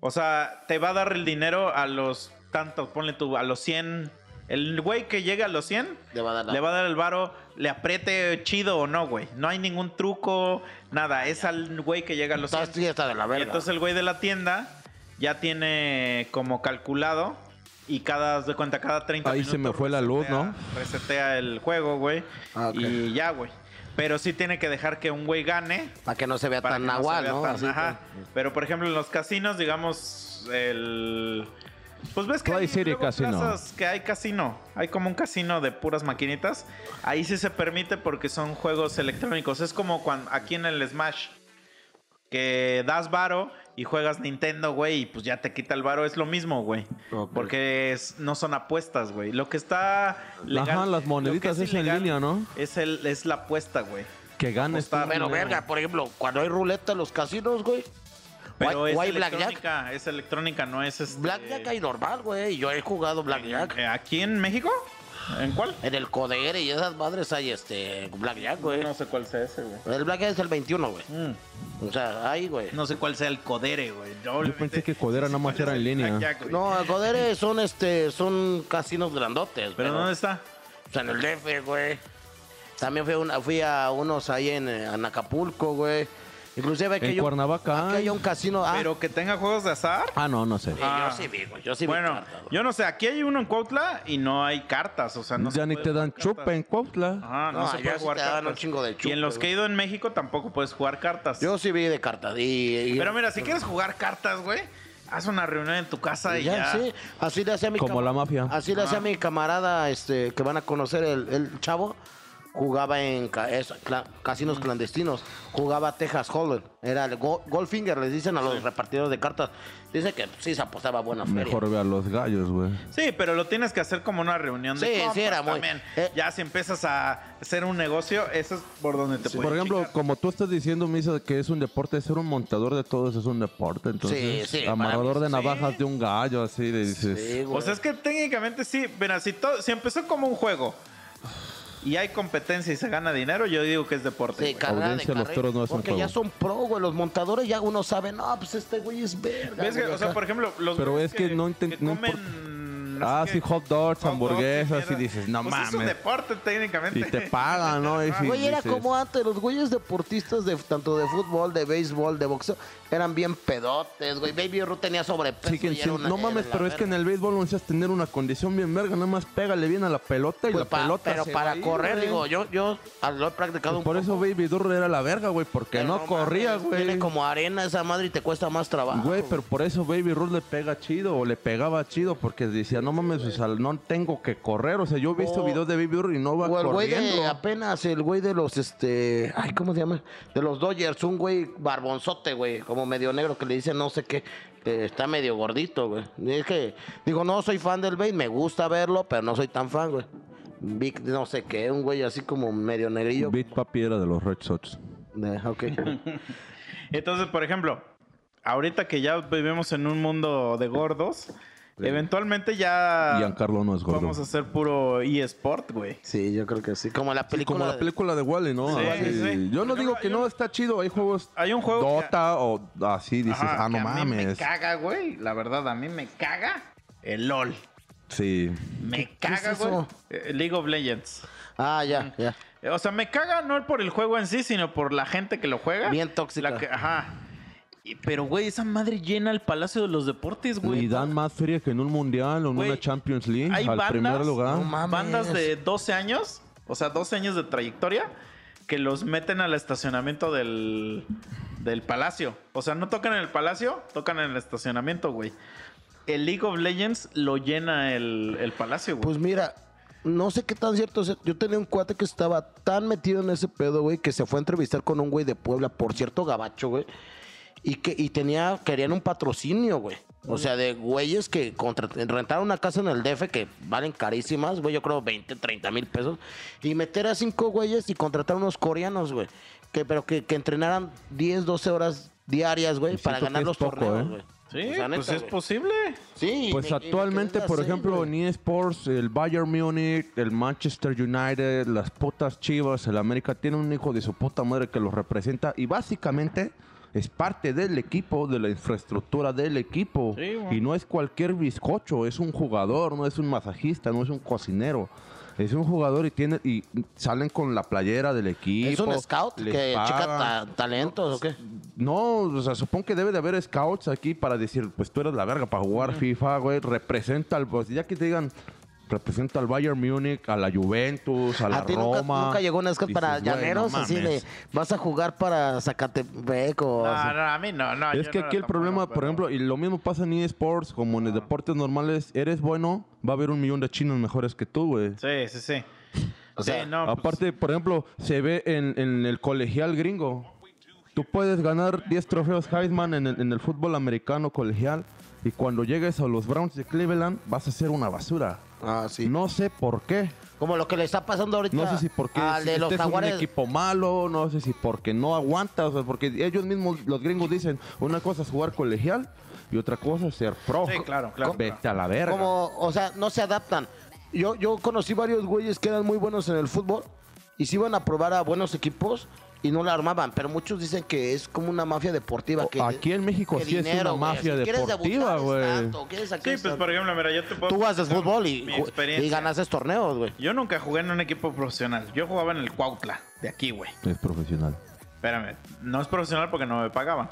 o sea, te va a dar el dinero a los tantos, ponle tú, a los 100. El güey que llega a los 100 Le va a dar la- le va a dar el varo, le apriete chido o no, güey. No hay ningún truco, nada. Es al güey que llega a los 100. Entonces, sí, está de la Y verga. entonces el güey de la tienda ya tiene como calculado y cada, haz de cuenta, cada 30 Ahí minutos. se me fue la luz, resetea- ¿no? Resetea el juego, güey. Ah, ok. Y ya, güey. Pero sí tiene que dejar que un güey gane. para que no se vea para tan que no se nahual, vea ¿no? tan- Así que- ajá. Pero por ejemplo, en los casinos, digamos, el. Pues ves que Play City luego Casino. plazas que hay casino. Hay como un casino de puras maquinitas. Ahí sí se permite porque son juegos electrónicos. Es como cuando aquí en el Smash. Que das varo y juegas Nintendo, güey, y pues ya te quita el varo. Es lo mismo, güey. Ok. Porque es- no son apuestas, güey. Lo que está legal. Ajá, lo las que moneditas es, en ilegal línea, ¿no? Es, el, es la apuesta, güey. Que ganes. Apostar. tú. Pero verga, por ejemplo, cuando hay ruleta en los casinos, güey. Pero o hay- es o hay electrónica, blackjack. es electrónica, no es este... Blackjack hay normal, güey. y Yo he jugado Blackjack. Eh, ¿Aquí en México? ¿En cuál? En el Codere y esas madres hay este Blackjack, güey. No sé cuál sea ese, güey. El Blackjack es el 21, güey. Mm. O sea, ahí, güey. No sé cuál sea el codere, güey. Yo pensé que Codera nada más era en línea. No. No, el Codere son este son casinos grandotes, ¿Pero dónde está? O sea, en el DF, güey. También fui a, una- fui a unos ahí en, eh, en Acapulco, güey. Inclusive que En yo Cuernavaca. que hay un casino. Ah, ¿Pero que tenga juegos de azar? Ah, no, no sé. sí, Ah. Eh, yo sí vi, güey. Yo sí vi bueno, carta, güey. yo no sé. Aquí hay uno en Cuautla y no hay cartas, o sea, no ya se ni puede te jugar dan chupa cartas. en Cuautla. Ajá, no, No, se allá puede sí jugar te dan cartas. un chingo de y chupe, en los que he güey. ido en México tampoco puedes jugar cartas. Yo sí vi de carta. Y, y- Pero mira, si quieres jugar cartas, güey, haz una reunión en tu casa y, pues, Ya, ya. Ah. sí. Así le hacía mi Como cama- la mafia. Así le hacía mi camarada este, que van a conocer el, el chavo. jugaba en ca- es- cla- Mm. casinos clandestinos, jugaba Texas Hold'em, era el go- Goldfinger, les dicen a los repartidores de cartas. Dice que sí se apostaba buena feria. Mejor ve a los gallos, güey. Sí, pero lo tienes que hacer como una reunión de Sí, sí, compas era muy- también. eh. ya si empiezas a hacer un negocio, eso es por donde te puedes Por ejemplo, chingar. como tú estás diciendo, Misa, que es un deporte, ser un montador de todos es un deporte. Entonces, Sí, sí, amarrador para de navajas de un gallo, así de dices. Sí, güey. O sea, Pues es que técnicamente sí, mira, si, todo, si empezó como un juego y hay competencia y se gana dinero, yo digo que es deporte. Sí, güey. carrera de Audiencia, los carrera, toros no es un Porque ya juego. son pro, güey. Los montadores ya uno sabe, no, pues este güey es verga. ¿Ves que, güey, o sea, acá". por ejemplo, los Pero güeyes es que no inten- no comen, no sé Ah, qué, sí, hot dogs, hot dogs, hamburguesas, y mierda. dices, no Pues Es un mames. deporte técnicamente. Y te pagan, ¿no? Y sí, Güey, era dices, como antes, los güeyes deportistas de tanto de fútbol, de béisbol, de boxeo, eran bien pedotes, güey. Baby Ruth tenía sobrepeso. Sí, que y era sí, una- no era mames, la pero es que en el béisbol no necesitas tener una condición bien verga, nada más pégale bien a la pelota y Pues la pa- pelota pero se va para ahí, correr, güey. digo, yo, yo ah, lo he practicado Pues un por poco, eso Baby Durr era la verga, güey, porque pero no, mames, corría, güey. Tiene como arena esa madre y te cuesta más trabajo. Güey, pero por eso Baby Ruth le pega chido o le pegaba chido porque decía, no mames, o sea, no tengo que correr. O sea, yo he visto O- videos de Baby Ruth y no va O el güey corriendo. de apenas, el güey de los, este, ay, ¿cómo se llama? De los Dodgers, un güey barbonzote, güey, como medio negro que le dice no sé qué, eh, está medio gordito, güey. Y Es que, digo, no soy fan del béis, me gusta verlo, pero no soy tan fan, güey. Big, no sé qué, un güey así como medio negrillo. Beat Papi era de los Red Sox. Eh, ok. Entonces, por ejemplo, ahorita que ya vivimos en un mundo de gordos, eventualmente ya Giancarlo no es gordo. vamos a hacer puro eSport, güey. Sí, yo creo que sí. Como la Sí, película. como la de- película de Wally, ¿no? Sí, Así. sí, sí. Yo no digo Por ejemplo, que hay un- no, está chido. Hay juegos. hay un juego que- Dota o así dices, Ajá, ah, no que a mí me mames. caga, güey. La verdad, a mí me caga el LOL. Sí. Me qué es caga, güey. eso? Eh, League of Legends. Ah, ya, ya. Eh, O sea, me caga no por el juego en sí, sino por la gente que lo juega. Bien tóxica. La que- ajá. Y- Pero, güey, esa madre llena el Palacio de los Deportes, güey. Y dan más feria que en un mundial o en Güey, una Champions League hay al bandas, primer lugar. no mames. Bandas de 12 años, o sea, 12 años de trayectoria, que los meten al estacionamiento del, del Palacio. O sea, no tocan en el Palacio, tocan en el estacionamiento, güey. El League of Legends lo llena el, el Palacio, güey. Pues mira, no sé qué tan cierto es. Yo tenía un cuate que estaba tan metido en ese pedo, güey, que se fue a entrevistar con un güey de Puebla, por cierto, gabacho, güey. Y que y tenía, querían un patrocinio, güey. O sea, de güeyes que contra- rentaron una casa en el DF que valen carísimas, güey, yo creo 20, 30 mil pesos. Y meter a cinco güeyes y contratar unos coreanos, güey. Que, pero que, que entrenaran 10, 12 horas diarias, güey, Y para siento que ganar es los poco, torneos, ¿eh? güey. Sí, O sea, pues neta, es güey. posible. Sí, Pues y me- y me actualmente, quedé por así, ejemplo, güey. en eSports, el Bayern Múnich, el Manchester United, las putas Chivas, el América tiene un hijo de su puta madre que los representa y básicamente es parte del equipo, de la infraestructura del equipo. Sí, güey. y no es cualquier bizcocho, es un jugador, no es un masajista, no es un cocinero. Es un jugador y tiene y salen con la playera del equipo. Es un scout les que checa pagan. ta- talentos o qué. No, o sea, supongo que debe de haber scouts aquí para decir, pues tú eres la verga para jugar FIFA, güey, representa al... Pues ya que te digan, representa al Bayern Múnich, a la Juventus, a la a ti Roma. nunca, nunca llegó un scout para Dices, güey, llaneros, no así de mames. vas a jugar para Zacatepec o No, así. no, a mí no, no. Ah, Es yo que no aquí el era tan problema, bueno, por pero- ejemplo, y lo mismo pasa en eSports, como en los deportes normales, eres bueno, va a haber un millón de chinos mejores que tú, güey. Sí, sí, sí. O Sí, sea, no, pues, Aparte, por ejemplo, se ve en, en el colegial gringo. Tú puedes ganar 10 trofeos Heisman en el, en el fútbol americano colegial y cuando llegues a los Browns de Cleveland vas a ser una basura. Ah, sí. No sé por qué. Como lo que le está pasando ahorita No sé si porque al si de los este es un jaguares. equipo malo, no sé si porque no aguantas, o sea, porque ellos mismos, los gringos dicen, una cosa es jugar colegial y otra cosa es ser pro. Sí, claro, claro, Vete claro. a la verga. Como, o sea, no se adaptan. Yo, yo conocí varios güeyes que eran muy buenos en el fútbol y se iban a probar a buenos equipos y no la armaban. Pero muchos dicen que es como una mafia deportiva. Que, Aquí en México que sí es una güey, mafia si quieres deportiva, debutar es güey. tanto, quieres Sí, aquel pues tanto. por ejemplo, mira, yo te puedo. Tú haces contar fútbol y, mi ju- experiencia. y ganas torneos, güey. Yo nunca jugué en un equipo profesional. Yo jugaba en el Cuautla, de aquí, güey. Es profesional. Espérame, no es profesional porque no me pagaban.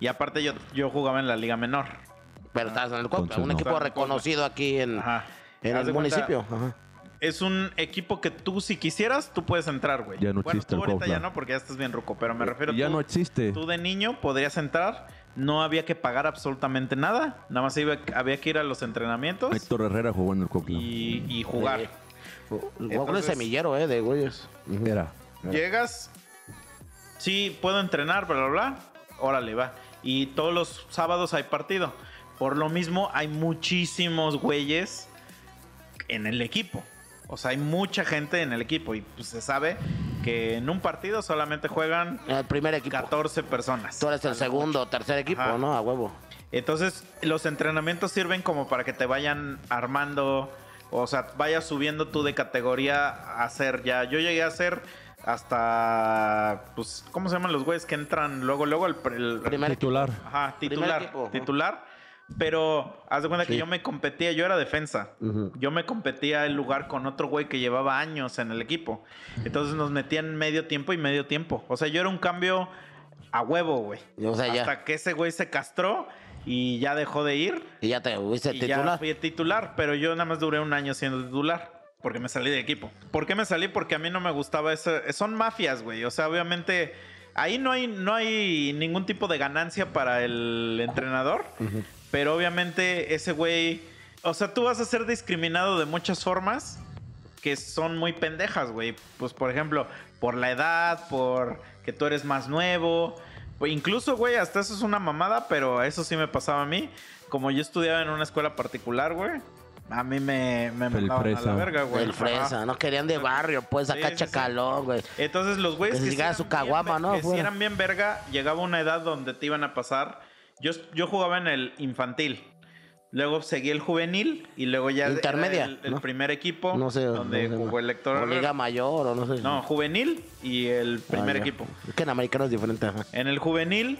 Y aparte yo, yo jugaba en la liga menor. Ah. Pero estás en el Cuautla, Entonces, un no. equipo Estaba en el reconocido aquí en, Ajá. en Haz de el cuenta, municipio. Ajá. Es un equipo que tú, si quisieras, tú puedes entrar, güey. Ya no bueno, existe tú el ahorita Cuautla. ya no, porque ya estás bien ruco. Pero me refiero Y ya tú- no existe. Tú de niño podrías entrar, no había que pagar absolutamente nada. Nada más iba- había que ir a los entrenamientos Héctor Herrera jugó en el Copla. y, y jugar. Guapo es Entonces- semillero, eh, de güeyes. Mira, Llegas, sí, puedo entrenar, bla, bla, bla. Órale, va. Y todos los sábados hay partido. Por lo mismo, hay muchísimos güeyes en el equipo. O sea, hay mucha gente en el equipo. Y pues, se sabe que en un partido solamente juegan El primer equipo. 14 personas. Tú eres el segundo, tercer equipo, Ajá. ¿no? A huevo. Entonces, los entrenamientos sirven como para que te vayan armando, o sea, vayas subiendo tú de categoría a ser ya. Yo llegué a ser hasta, pues, ¿cómo se llaman los güeyes que entran luego, luego el, el- Primer equipo. titular. ajá, primer titular, equipo, ajá. titular? Pero haz de cuenta que yo me competía, yo era defensa. Ujú. Yo me competía el lugar con otro güey que llevaba años en el equipo. Entonces nos metían medio tiempo y medio tiempo. O sea, yo era un cambio a huevo, güey. O sea, ya. Hasta que ese güey se castró y ya dejó de ir. Y ya te fuiste Y ya titular. fui titular, pero yo nada más duré un año siendo titular. Porque me salí de equipo. ¿Por qué me salí? Porque a mí no me gustaba eso. Son mafias, güey. O sea, obviamente. Ahí no hay, no hay ningún tipo de ganancia para el entrenador. Pero obviamente ese güey. O sea, tú vas a ser discriminado de muchas formas que son muy pendejas, güey. Pues por ejemplo, por la edad, por que tú eres más nuevo. Pues, incluso, güey, hasta eso es una mamada, pero eso sí me pasaba a mí. Como yo estudiaba en una escuela particular, güey, a mí me, me El mandaban a la fresa. verga, güey. El Ajá. fresa, no querían de barrio, pues Sí, acá sí, sí. chacalón, güey. Entonces los güeyes Que se que, llegara sí su eran bien caguama, ver- ¿no? que sí Fuera. eran bien verga, llegaba una edad donde te iban a pasar. Yo, yo jugaba en el infantil. Luego seguí el juvenil y luego ya era Intermedia, el, el ¿no? primer equipo No sé. donde no sé, jugó el lector. O Liga Mayor o no sé. No, juvenil y el Ah, primer ya. equipo. Es que en americano es diferente. ajá. En el juvenil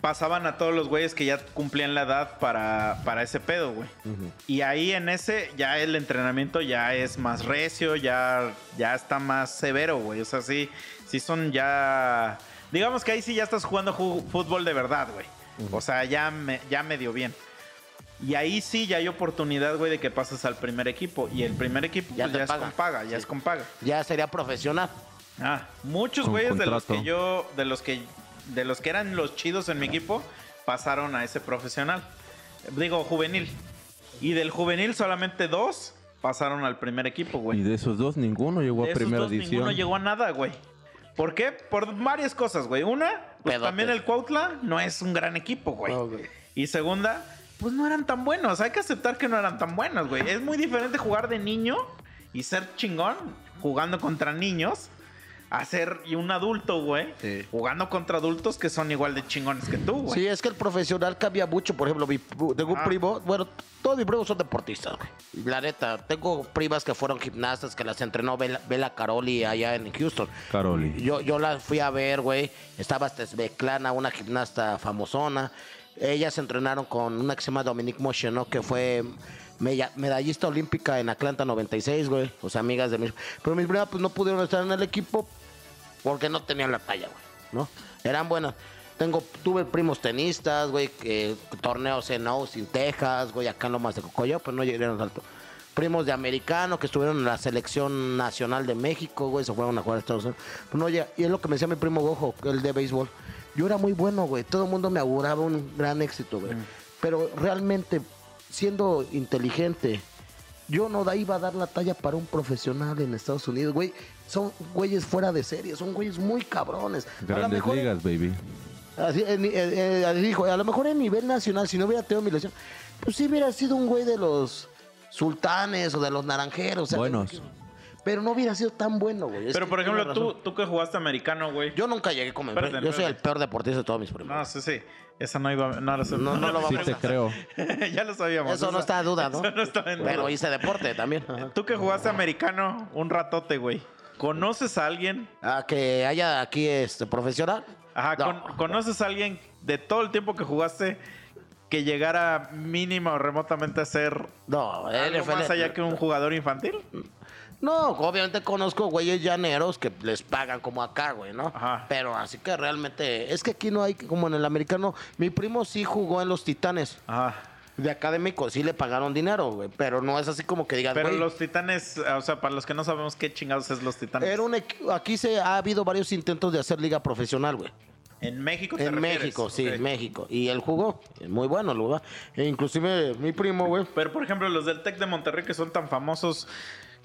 pasaban a todos los güeyes que ya cumplían la edad para, para ese pedo, güey. Y ahí en ese ya el entrenamiento ya es más recio, ya, ya está más severo, güey. O sea, sí, sí son ya... Digamos que ahí sí ya estás jugando ju- fútbol de verdad, güey. O sea, ya, me, ya medio bien. Y ahí sí ya hay oportunidad, güey, de que pases al primer equipo. Y el primer equipo Ya pues, te ya, es pagan. con paga, ya Sí. es con paga. Ya sería profesional. Ah, muchos Con güeyes de los contrato. que yo, de los que, de los que eran los chidos en mi equipo, pasaron a ese profesional. Digo, juvenil. Y del juvenil solamente dos pasaron al primer equipo, Y güey. de esos dos, ninguno llegó De a esos primera dos, edición. ninguno llegó a nada, güey. ¿Por qué? Por varias cosas, güey. Una, pues Pedotes. también el Cuautla no es un gran equipo, güey. No, güey. Y segunda, pues no eran tan buenos. Hay que aceptar que no eran tan buenos, güey. Es muy diferente jugar de niño y ser chingón jugando contra niños a ser y un adulto, güey, Sí. jugando contra adultos que son igual de chingones que tú, güey. Sí, es que el profesional cambia mucho. Por ejemplo, mi, tengo un Ah. primo, bueno, todos mis primos son deportistas, güey. La neta, tengo primas que fueron gimnastas, que las entrenó Bela, Bela Caroli allá en Houston. Caroli. Yo, yo la fui a ver, güey. Estaba hasta Svetlana, una gimnasta famosona. Ellas entrenaron con una que se llama Dominique Moschenot, que fue mella- medallista olímpica en Atlanta 96, güey. O sea, amigas de mis... Pero mis primas pues, no pudieron estar en el equipo porque no tenían la talla, güey. ¿No? Eran buenas. Tengo, tuve primos tenistas, güey, que- torneos en Austin, Texas, güey, acá en Lomas de Cocoyo, pues no llegaron alto. Primos de americanos que estuvieron en la selección nacional de México, güey, se fueron a jugar a Estados Unidos. Pues no, llega- y es lo que me decía mi primo Gojo, el de béisbol. Yo era muy bueno, güey, todo el mundo me auguraba un gran éxito, güey. Pero realmente, siendo inteligente, yo no da- iba a dar la talla para un profesional en Estados Unidos, güey. Son güeyes fuera de serie, son güeyes muy cabrones. a lo Grandes mejor, ligas, baby. Así, en- eh, eh, así dijo, a lo mejor a nivel nacional, si no hubiera tenido mi lesión, pues sí hubiera sido un güey de los sultanes o de los naranjeros. o sea, Buenos. que- Pero no hubiera sido tan bueno, güey. Es Pero que por tiene ejemplo, tú, razón. tú que jugaste americano, güey. Yo nunca llegué como... Espérate, Yo soy espérate. el peor deportista de todos mis primos. No, sí, sí. Esa no iba no, la- No, no lo la vamos Sí a te hacer. creo. ya lo sabíamos. Eso Esa- no está a duda, ¿no? eso no está en Pero duda. hice deporte también. ajá. Tú que jugaste americano un ratote, güey. ¿Conoces a alguien? A Ah, que haya aquí este profesional. Ajá, No. con- ¿conoces a alguien de todo el tiempo que jugaste que llegara mínima o remotamente a ser No, algo NFL. más allá que un jugador infantil? No, obviamente conozco güeyes llaneros que les pagan como acá, güey, ¿no? Ajá. Pero así que realmente, es que aquí no hay, como en el americano, mi primo sí jugó en los Titanes. Ajá. De académico sí le pagaron dinero, güey, pero no es así como que digas, Pero güey, los titanes, o sea, para los que no sabemos qué chingados es los titanes. era un equ- aquí se ha habido varios intentos de hacer liga profesional, güey. En México te En refieres? México, sí, Ok. en México. Y él jugó, muy bueno, el lugar. E inclusive mi primo, güey, Pero por ejemplo, los del Tec de Monterrey que son tan famosos,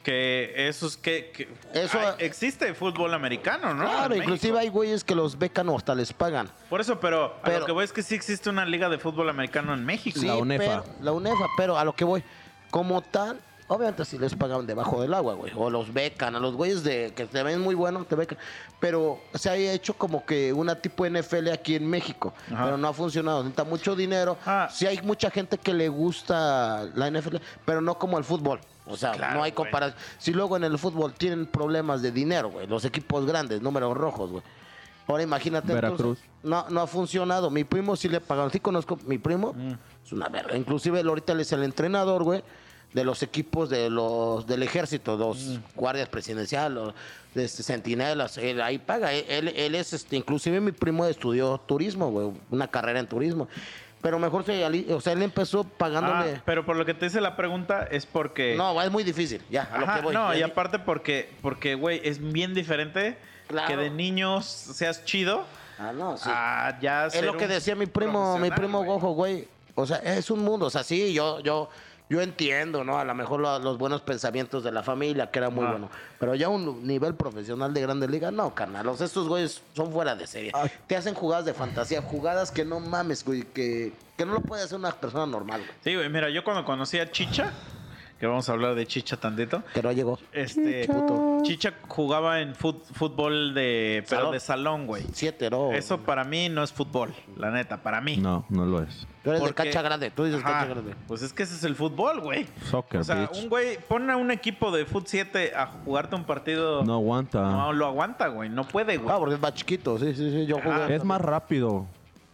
Que esos que, que- Eso- ay, existe fútbol americano, ¿no? Claro, En México. inclusive hay güeyes que los becan o hasta les pagan. Por eso, pero, a Pero- lo que voy es que sí existe una liga de fútbol americano en México. Sí, La UNEFA. pero- la UNEFA, pero a lo que voy, como tal, obviamente si les pagaban debajo del agua, güey, o los becan, a los güeyes de que te ven muy buenos, te becan, pero se ha hecho como que una tipo NFL aquí en México, Ajá. pero no ha funcionado, necesita mucho dinero, Ah. sí hay mucha gente que le gusta la NFL, pero no como el fútbol. O sea, Claro, no hay güey. comparación. Si luego en el fútbol tienen problemas de dinero, güey. Los equipos grandes, números rojos, güey. Ahora imagínate. entonces, Veracruz. no, no ha funcionado. Mi primo sí le pagaron. Sí conozco mi primo. Mm. Es una verga. Inclusive él ahorita él es el entrenador, güey, de los equipos de los del ejército, los Mm. guardias presidenciales, los de este, centinelas. Él ahí paga. Él, él- él es, este, inclusive mi primo estudió turismo, güey, una carrera en turismo. Pero mejor se, ali- o sea, él empezó Ah, pagándole. pero por lo que te hice la pregunta es porque... no, es muy difícil. Ya, a lo Ajá, que voy. no, Ya y di- aparte porque, porque, güey, es bien diferente Claro. que de niños seas chido Ah, no, sí. a ya Es lo que decía mi primo, mi primo Gojo. Gojo, güey. O sea, es un mundo. O sea, sí, yo, yo, yo entiendo, ¿no? A lo mejor lo- los buenos pensamientos de la familia, que era muy Ajá. bueno. Pero ya un nivel profesional de Grande Liga, no, carnal. O sea, estos güeyes son fuera de serie. Ay. Te hacen jugadas de fantasía, jugadas que no mames, güey, que, que no lo puede hacer una persona normal, güey. Sí, güey, mira, yo cuando conocí a Chicha, que vamos a hablar de Chicha tantito, Que no llegó. este, Puto. Chicha jugaba en fut- fútbol de, pero Salón. Oh, de salón, güey. Siete, no. Eso para mí no es fútbol, la neta, para mí. No, no lo es. Tú eres de porque- cancha grande, tú dices Ajá, cancha grande. Pues es que ese es el fútbol, güey. Soccer, O sea, bitch. un güey, pon a un equipo de fut 7 a jugarte un partido. No aguanta. No lo aguanta, güey. No puede, güey. Ah, porque es más chiquito, sí, sí, sí, yo Ajá. jugué. Es más rápido.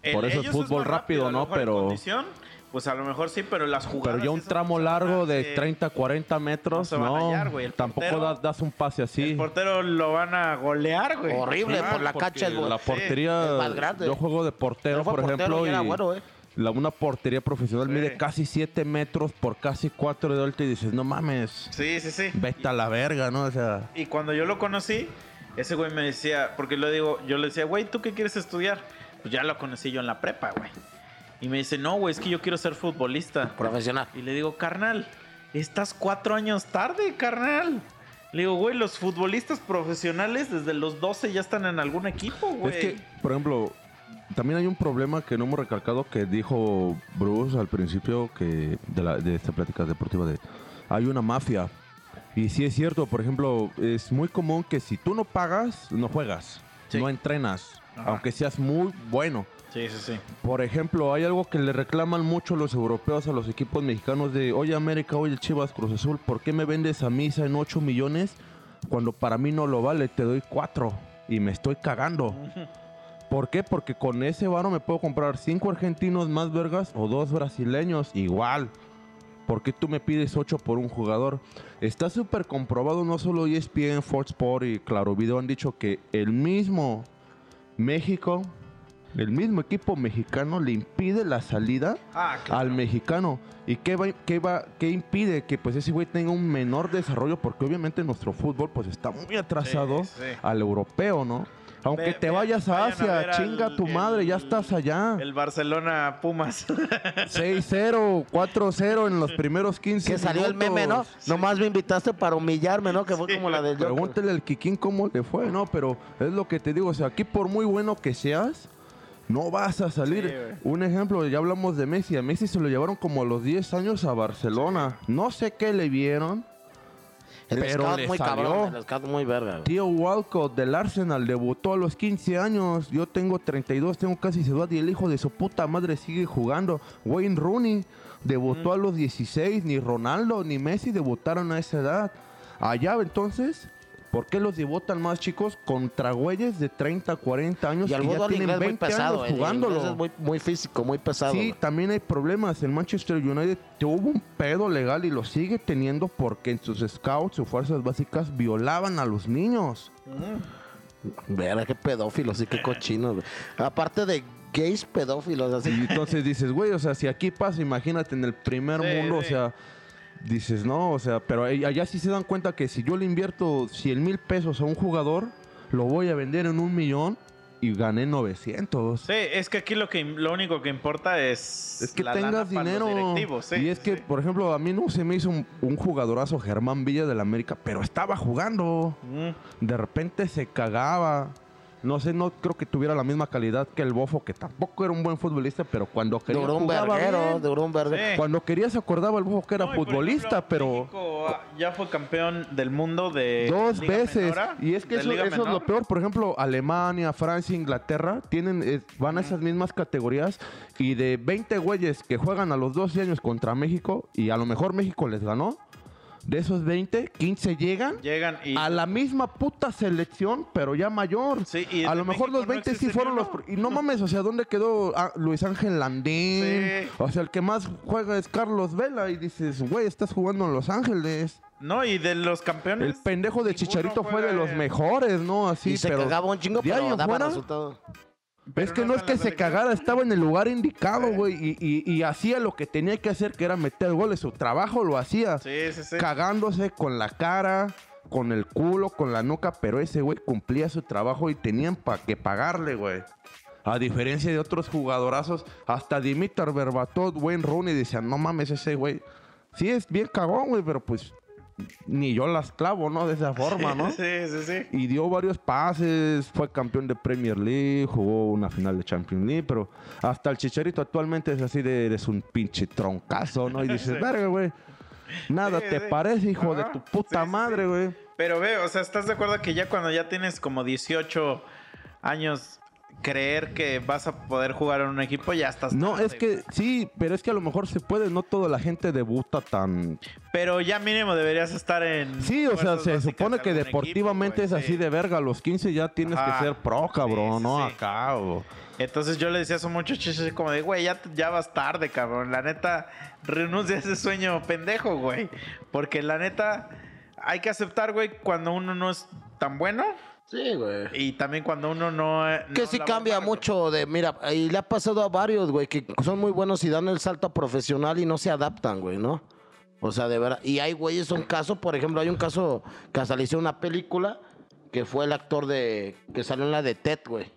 El- Por eso ellos es fútbol más rápido, a lo ¿no? mejor en Pero, condición, pues a lo mejor sí, pero las jugadas. pero ya un esas tramo que se largo van a de hacer, 30, 40 metros, se van a no. hallar, güey. El tampoco portero- da- das un pase así. El portero lo van a golear, güey. Horrible, por la porque cancha es La bueno. Sí, es portería. más grande. yo juego de portero, Yo fui por portero ejemplo. y Y era bueno, ¿eh? la, una portería profesional Sí. mide casi 7 metros por casi 4 de alto y dices, no mames, Sí, sí, sí. vete a la verga, ¿no? O sea, Y cuando yo lo conocí, ese güey me decía, porque le digo, yo le decía, güey, ¿tú qué quieres estudiar? Pues ya lo conocí yo en la prepa, güey. Y me dice, no, güey, es que yo quiero ser futbolista. Profesional. Y le digo, carnal, estás cuatro años tarde, carnal. Le digo, güey, los futbolistas profesionales desde los 12 ya están en algún equipo, güey. es que, por ejemplo, también hay un problema que no hemos recalcado que dijo Bruce al principio que de, la- de esta plática deportiva de hay una mafia. Y sí es cierto, por ejemplo, es muy común que si tú no pagas, no juegas, Sí. no entrenas, Ajá. aunque seas muy bueno. Sí, sí, sí. Por ejemplo, hay algo que le reclaman mucho los europeos a los equipos mexicanos de, oye América, oye Chivas Cruz Azul, ¿por qué me vendes a Misa en 8 millones cuando para mí no lo vale? Te doy 4 y me estoy cagando. ¿Por qué? Porque con ese varo me puedo comprar 5 argentinos más vergas o 2 brasileños igual. ¿Por qué tú me pides 8 por un jugador? Está súper comprobado, no solo E ESPN, Fox Sport y Claro Video han dicho que el mismo México, el mismo equipo mexicano le impide la salida Ah, claro. al mexicano. ¿Y qué, va, qué, va, qué impide que pues ese güey tenga un menor desarrollo? Porque obviamente nuestro fútbol pues está muy atrasado Sí, sí. al europeo, ¿no? Aunque Ve- te vean- vayas a vayan Asia, ver al- chinga tu el- madre, ya estás allá. El Barcelona Pumas. 6-0, 4-0 en los primeros 15 Que salió el meme, ¿no? minutos. Nomás me invitaste para humillarme, ¿no? Que fue Sí, como la del Joker. Pregúntale al Kikín cómo le fue, ¿no? Pero es lo que te digo, o sea, aquí por muy bueno que seas, no vas a Sí, salir. Un ejemplo, ya hablamos de Messi. A Messi se lo llevaron como a los 10 años a Barcelona. No sé qué le vieron. El Pero pescado le muy salió. cabrón, el pescado muy verga. güey. Tío Walcott del Arsenal debutó a los 15 años. Yo tengo 32, tengo casi esa edad y el hijo de su puta madre sigue jugando. Wayne Rooney debutó a los 16. Ni Ronaldo ni Messi debutaron a esa edad. Allá entonces, ¿por qué los debutan más chicos contra güeyes de 30, 40 años Y el que ya fútbol tienen inglés 20 muy pesado, años el inglés jugándolo? es muy, muy físico, muy pesado. Sí, güey. también hay problemas. El Manchester United tuvo un pedo legal y lo sigue teniendo porque en sus scouts, sus fuerzas básicas, violaban a los niños. Verga, qué pedófilos y Eh. qué cochinos, güey. Aparte de gays pedófilos, Y así. entonces dices, güey, o sea, si aquí pasa, imagínate en el primer Sí, mundo, o sí. sea, dices, no, o sea, pero ahí- allá sí se dan cuenta que si yo le invierto 100 mil pesos a un jugador, lo voy a vender en un millón y gané 900. Sí, es que aquí lo que lo único que importa es Es que la lana tengas para los dinero. directivos, sí, y es sí, que, sí. por ejemplo, a mí no se me hizo un, un jugadorazo Germán Villa del América, pero estaba jugando. Mm. De repente se cagaba. No sé, no creo que tuviera la misma calidad que el Bofo, que tampoco era un buen futbolista, pero cuando quería Duró un jugaba verguero, bien. duró un verguero. Sí. Cuando quería se acordaba el Bofo que era No, y por futbolista, ejemplo, pero México, ah, ya fue campeón del mundo de. dos Liga veces. Menor, y es que de eso, Liga eso es lo Menor. peor. Por ejemplo, Alemania, Francia, Inglaterra tienen, eh, van a esas mismas categorías y de 20 güeyes que juegan a los 12 años contra México y a lo mejor México les ganó, de esos 20, 15 llegan. Llegan y. A la misma puta selección, pero ya mayor. Sí, y a de lo mejor México los no 20 sí existe fueron ni los... uno. pr- Y no mames, o sea, ¿dónde quedó ah, Luis Ángel Landín? Sí. O sea, el que más juega es Carlos Vela y dices, güey, estás jugando en Los Ángeles. No, y de los campeones. El pendejo de ninguno Chicharito fue juega de los en- mejores, ¿no? Así, y se pero cagaba un chingo, de ahí pero en daba fuera, resultado. Pero Es que no es está que en la se selección. cagara, estaba en el lugar indicado, güey, y, y- y hacía lo que tenía que hacer, que era meter goles. Su trabajo lo hacía, Sí, sí, sí. cagándose con la cara, con el culo, con la nuca, pero ese güey cumplía su trabajo y tenían pa que pagarle, güey. A diferencia de otros jugadorazos, hasta Dimitar Berbatov, Wayne Rooney decían, no mames, ese güey, sí es bien cagón, güey, pero pues ni yo las clavo, ¿no? De esa forma, ¿no? Sí, sí, sí. y dio varios pases, fue campeón de Premier League, jugó una final de Champions League, pero hasta el Chicharito actualmente es así de eres un pinche troncazo, ¿no? Y dices, Sí. verga, güey. Nada Sí, te sí. parece, hijo de Ajá. tu puta Sí, sí, madre, sí. güey. Pero ve, o sea, ¿estás de acuerdo que ya cuando ya tienes como 18 años, creer que vas a poder jugar en un equipo ya estás. No, tarde, es que sí, pero es que a lo mejor se puede, no toda la gente debuta tan... Pero ya mínimo deberías estar en. Sí, o sea, fuerzas se básicas supone de que algún deportivamente equipo, es güey, así sí. de verga, a los 15 ya tienes Ajá. que ser pro, cabrón, sí, ¿no? sí. Acá, o- Entonces yo le decía a esos muchachos así como de, güey, ya, ya vas tarde, cabrón. La neta, renuncia a ese sueño pendejo, güey. Porque la neta, hay que aceptar, güey, cuando uno no es tan bueno Sí, güey. y también cuando uno no... eh, Que no sí la cambia bombarda. mucho de, mira, y le ha pasado a varios, güey, que son muy buenos y dan el salto a profesional y no se adaptan, güey, ¿no? O sea, de verdad. Y hay güeyes, un caso, por ejemplo, hay un caso que hasta le hicieron una película que fue el actor de, que salió en la de Ted, güey.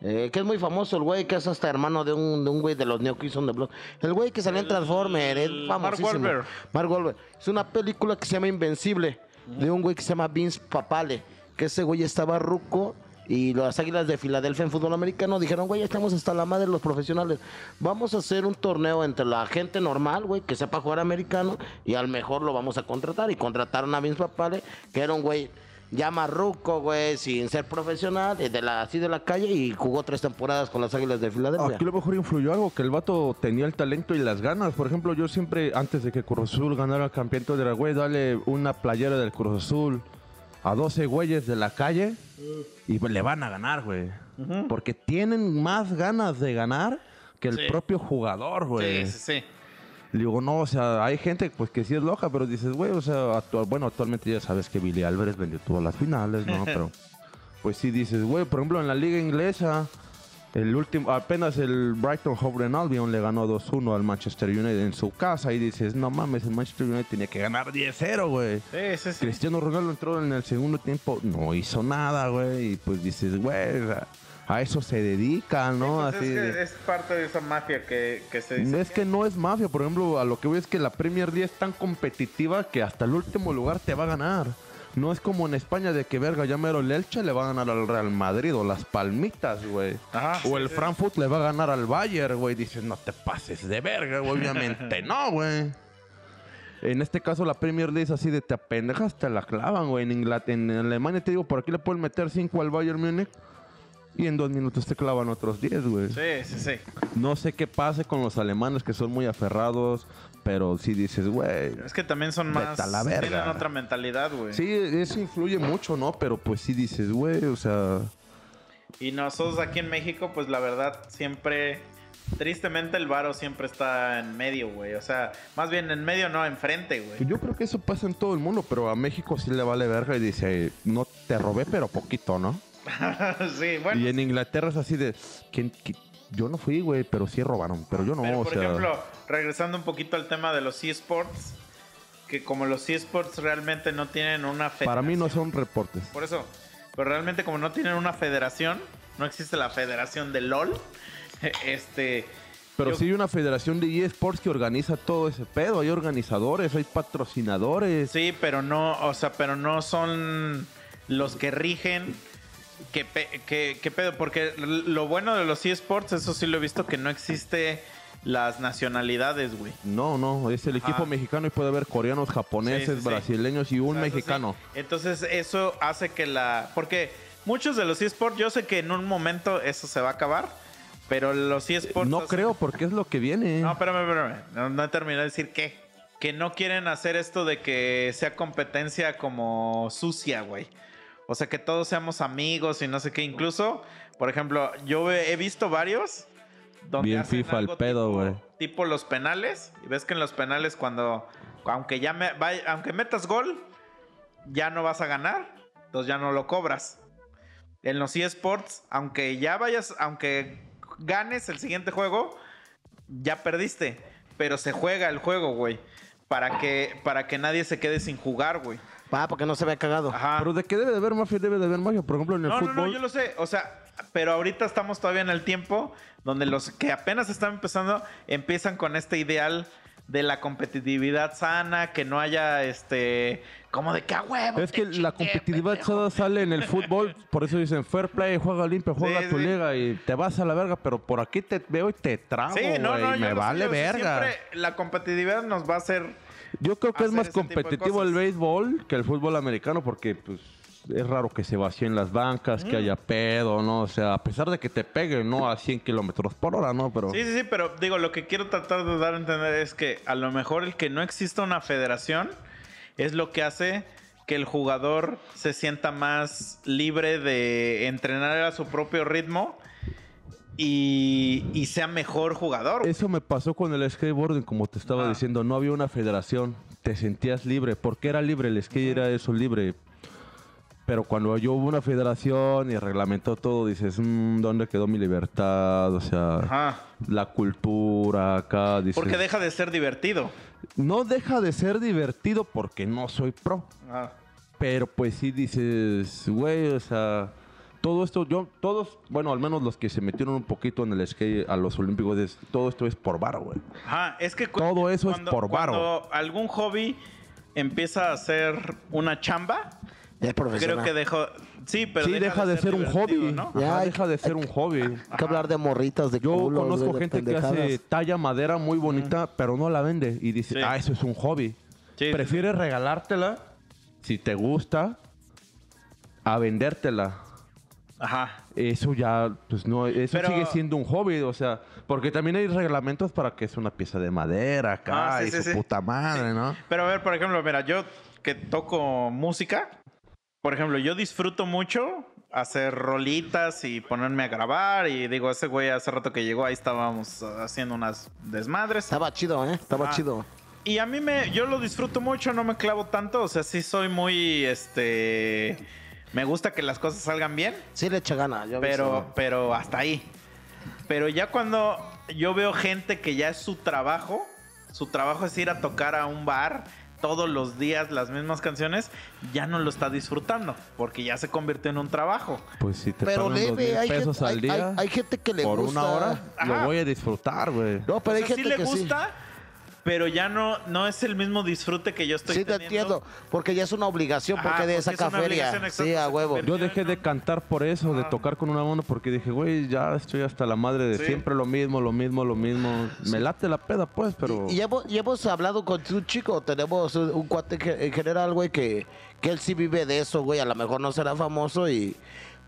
Eh, que es muy famoso el güey, que es hasta hermano de un, de un güey de los Neo Kids on the Block. El güey que salió en Transformer, es el Mark famosísimo. Wahlberg. Mark Wahlberg. Es una película que se llama Invencible, de un güey que se llama Vince Papale, que ese güey estaba ruco y las Águilas de Filadelfia en fútbol americano dijeron, güey, ya estamos hasta la madre los profesionales. Vamos a hacer un torneo entre la gente normal, güey, que sepa jugar americano y al mejor lo vamos a contratar. Y contrataron a Vince Papale, que era un güey ya marruco, güey, sin ser profesional, eh, de la, así de la calle y jugó tres temporadas con las Águilas de Ah, Filadelfia. Aquí a lo mejor influyó algo, que el vato tenía el talento y las ganas. Por ejemplo, yo siempre, antes de que Cruz Azul ganara el campeonato de la güey, dale una playera del Cruz Azul a 12 güeyes de la calle y pues, le van a ganar, güey. Porque tienen más ganas de ganar que el Sí. propio jugador, güey. Sí, sí, sí. Le digo, no, o sea, hay gente pues que sí es loca, pero dices, güey, o sea, actua- bueno, actualmente ya sabes que Billy Álvarez vendió todas las finales, ¿no? Pero pues sí dices, güey, por ejemplo, en la liga inglesa, el último, apenas el Brighton Hove and Albion le ganó 2-1 al Manchester United en su casa y dices, no mames, el Manchester United tenía que ganar 10-0, güey. Sí, sí, sí. Cristiano Ronaldo entró en el segundo tiempo, no hizo nada, güey, y pues dices, güey, o sea, a eso se dedica, ¿no? Pues Así es, que de- es parte de esa mafia que, que se dice. no es que no es mafia, por ejemplo, a lo que voy es que la Premier League es tan competitiva que hasta el último lugar te va a ganar. No es como en España de que verga, ya mero el Elche le va a ganar al Real Madrid o las Palmitas, güey. Ajá, o sí, el sí. Frankfurt le va a ganar al Bayern, güey. Dices, no te pases de verga, güey. Obviamente no, güey. En este caso la Premier League es así de te apendejas, te la clavan, güey. En, Ingla- en Alemania te digo, por aquí le pueden meter 5 al Bayern Múnich y en dos minutos te clavan otros 10, güey. Sí, sí, sí. No sé qué pase con los alemanes que son muy aferrados, pero sí dices, güey. Es que también son Vete más... a la verga. Tienen otra mentalidad, güey. Sí, eso influye mucho, ¿no? Pero pues sí dices, güey, o sea. Y nosotros aquí en México, pues la verdad, siempre, tristemente el varo siempre está en medio, güey. O sea, más bien en medio, no, enfrente, güey. pues Yo creo que eso pasa en todo el mundo, pero a México sí le vale verga y dice, no te robé, pero poquito, ¿no? sí, bueno. Y en Inglaterra es así de, "¿Quién- qui- yo no fui, güey, pero sí robaron, pero yo no, Pero, o por sea. ejemplo, regresando un poquito al tema de los eSports, que como los eSports realmente no tienen una para mí no son federación- reportes. Por eso, pero realmente como no tienen una federación, no existe la federación de LOL. Este. Pero yo- sí hay una federación de eSports que organiza todo ese pedo. Hay organizadores, hay patrocinadores. Sí, pero no, o sea, pero no son los que rigen. ¿Qué, pe- qué- qué pedo? Porque lo bueno de los eSports, eso sí lo he visto, que no existe las nacionalidades, güey. No, no, es el Ajá. equipo mexicano y puede haber coreanos, japoneses, Sí, sí, sí. brasileños y un O sea, eso mexicano. sí. Entonces eso hace que la... Porque muchos de los eSports, yo sé que en un momento eso se va a acabar, pero los eSports... No hacen- creo porque es lo que viene. No, espérame, espérame. No, no he terminado de decir qué. Que no quieren hacer esto de que sea competencia como sucia, güey. O sea, que todos seamos amigos y no sé qué. Incluso, por ejemplo, yo he he visto varios donde Bien hacen FIFA al algo pedo, tipo- güey. Tipo los penales. Y ves que en los penales cuando... Aunque ya me, vaya- aunque metas gol, ya no vas a ganar. Entonces ya no lo cobras. En los eSports, aunque ya vayas... Aunque ganes el siguiente juego, ya perdiste, pero se juega el juego, güey. Para que, para que nadie se quede sin jugar, güey. Va, porque no se vea cagado. Ajá. Pero de qué debe de haber mafia, debe de haber mafia. Por ejemplo, en el no, fútbol. no, no, yo lo sé. O sea, pero ahorita estamos todavía en el tiempo donde los que apenas están empezando empiezan con este ideal de la competitividad sana, que no haya este. Como de que a huevo. Es que te la chingué, competitividad pendejo". toda sale en el fútbol, por eso dicen fair play, juega limpio, juega Sí, tu sí. liga y te vas a la verga, pero por aquí te veo y te trago, Sí, no, ah, güey, no, yo me lo sé, vale yo lo sé. verga. Siempre la competitividad nos va a hacer. Yo creo que es hacer más ese tipo de competitivo cosas. el béisbol que el fútbol americano porque pues es raro que se vacíen las bancas, Mm. que haya pedo, ¿no? O sea, a pesar de que te peguen, no a 100 kilómetros por hora, ¿no? Pero Sí, sí, sí, pero digo, lo que quiero tratar de dar a entender es que a lo mejor el que no exista una federación es lo que hace que el jugador se sienta más libre de entrenar a su propio ritmo y, y sea mejor jugador. Eso me pasó con el skateboarding, como te estaba Ah. diciendo, no había una federación, te sentías libre, porque era libre, el skate era eso libre. Pero cuando yo hubo una federación y reglamentó todo, dices, "Mm, ¿dónde quedó mi libertad? O sea, Ajá. la cultura acá, dices, Porque deja de ser divertido. no deja de ser divertido porque no soy pro. Ah, Pero pues sí dices, güey, o sea, todo esto, yo, todos, bueno, al menos los que se metieron un poquito en el skate a los olímpicos, es- todo esto es por varo, güey. Ajá, es que cu- Todo eso es cuando- por varo. Cuando algún hobby empieza a ser una chamba, Pues Ya es profesional. creo que dejó... Sí, pero sí, deja de ser, un divertido, hobby. ¿no? Ya Ajá, hay- deja de ser un hobby. Hay que hablar de morritas, de Yo culos, conozco güey, de gente que hace pendejadas. talla madera muy bonita, pero no la vende. Y dice, Sí. ah, eso es un hobby. Sí, sí, Prefieres regalártela, si te gusta, a vendértela. Ajá. Eso ya, pues no, eso Pero- sigue siendo un hobby, o sea, porque también hay reglamentos para que es una pieza de madera acá Ah, sí, y sí, su sí. puta madre, ¿no? Pero a ver, por ejemplo, mira, yo que toco música, por ejemplo, yo disfruto mucho hacer rolitas y ponerme a grabar. Y digo, ese güey hace rato que llegó, ahí estábamos ah, haciendo unas desmadres. Estaba chido, ¿eh? Estaba Ah. chido. Y a mí me, yo lo disfruto mucho, no me clavo tanto. O sea, sí soy muy, este, me gusta que las cosas salgan bien. Sí le echa gana. Yo pero, aviso. pero hasta ahí. Pero ya cuando yo veo gente que ya es su trabajo, su trabajo es ir a tocar a un bar todos los días las mismas canciones, ya no lo está disfrutando, porque ya se convirtió en un trabajo. Pues si te Pero pagan los leve, 10 hay pesos gente, al hay- día hay- hay gente que le por gusta. una hora, Ajá. lo voy a disfrutar, güey. No, pero O hay sea, gente sí le que gusta, pero ya no, no es el mismo disfrute que yo sí. estoy Sí, te teniendo. entiendo. Porque ya es una obligación, Ajá, porque de porque esa es una obligación, feria. exacto, Sí, a se huevo. convierte- Yo dejé de cantar por eso, de tocar con una mano, porque dije, güey, ya estoy hasta la madre de Ah. Sí. siempre lo mismo, lo mismo, lo mismo. Me late la peda, pues, pero... Y, y hemos, y hemos hablado con un chico, tenemos un, un cuate que- en general, güey, que, que él sí vive de eso, güey, a lo mejor no será famoso y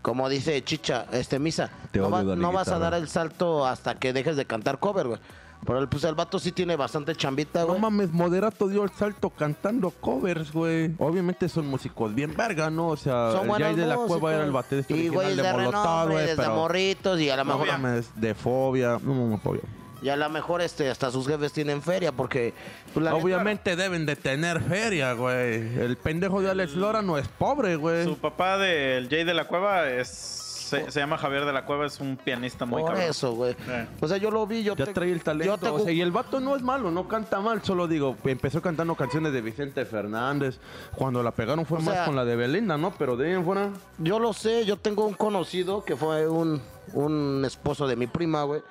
como dice Chicha, este Misa, Te no, odio, va- Dani no vas a Guitarra. dar el salto hasta que dejes de cantar cover, güey. Pero el, pues el vato sí tiene bastante chambita, No güey. mames, Moderato dio el salto cantando covers, güey. Obviamente son músicos bien verga, ¿no? O Son sea, el Jay buenos Ah, de la músicos. Cueva era el baterista Y original güeyes de de Molotov, renombre, güey, desde pero... morritos y a lo No mejor mames, de fobia. No mames, fobia. y a lo mejor este hasta sus jefes tienen feria porque pues, la neta, Obviamente deben de tener feria, güey. El pendejo de Alex Lora no es pobre, güey. Su papá del Jay de la Cueva es Se, se llama Javier de la Cueva, es un pianista muy Por cabrón. eso, güey. Eh. O sea, yo lo vi, yo Ya te- trae el yo talento. te o ju- sea, y el vato no es malo, no canta mal. Solo digo, empezó cantando canciones de Vicente Fernández. Cuando la pegaron fue O más sea- con la de Belinda, ¿no? Pero de ahí en fuera. Yo lo sé, yo tengo un conocido que fue un, un esposo de mi prima, güey.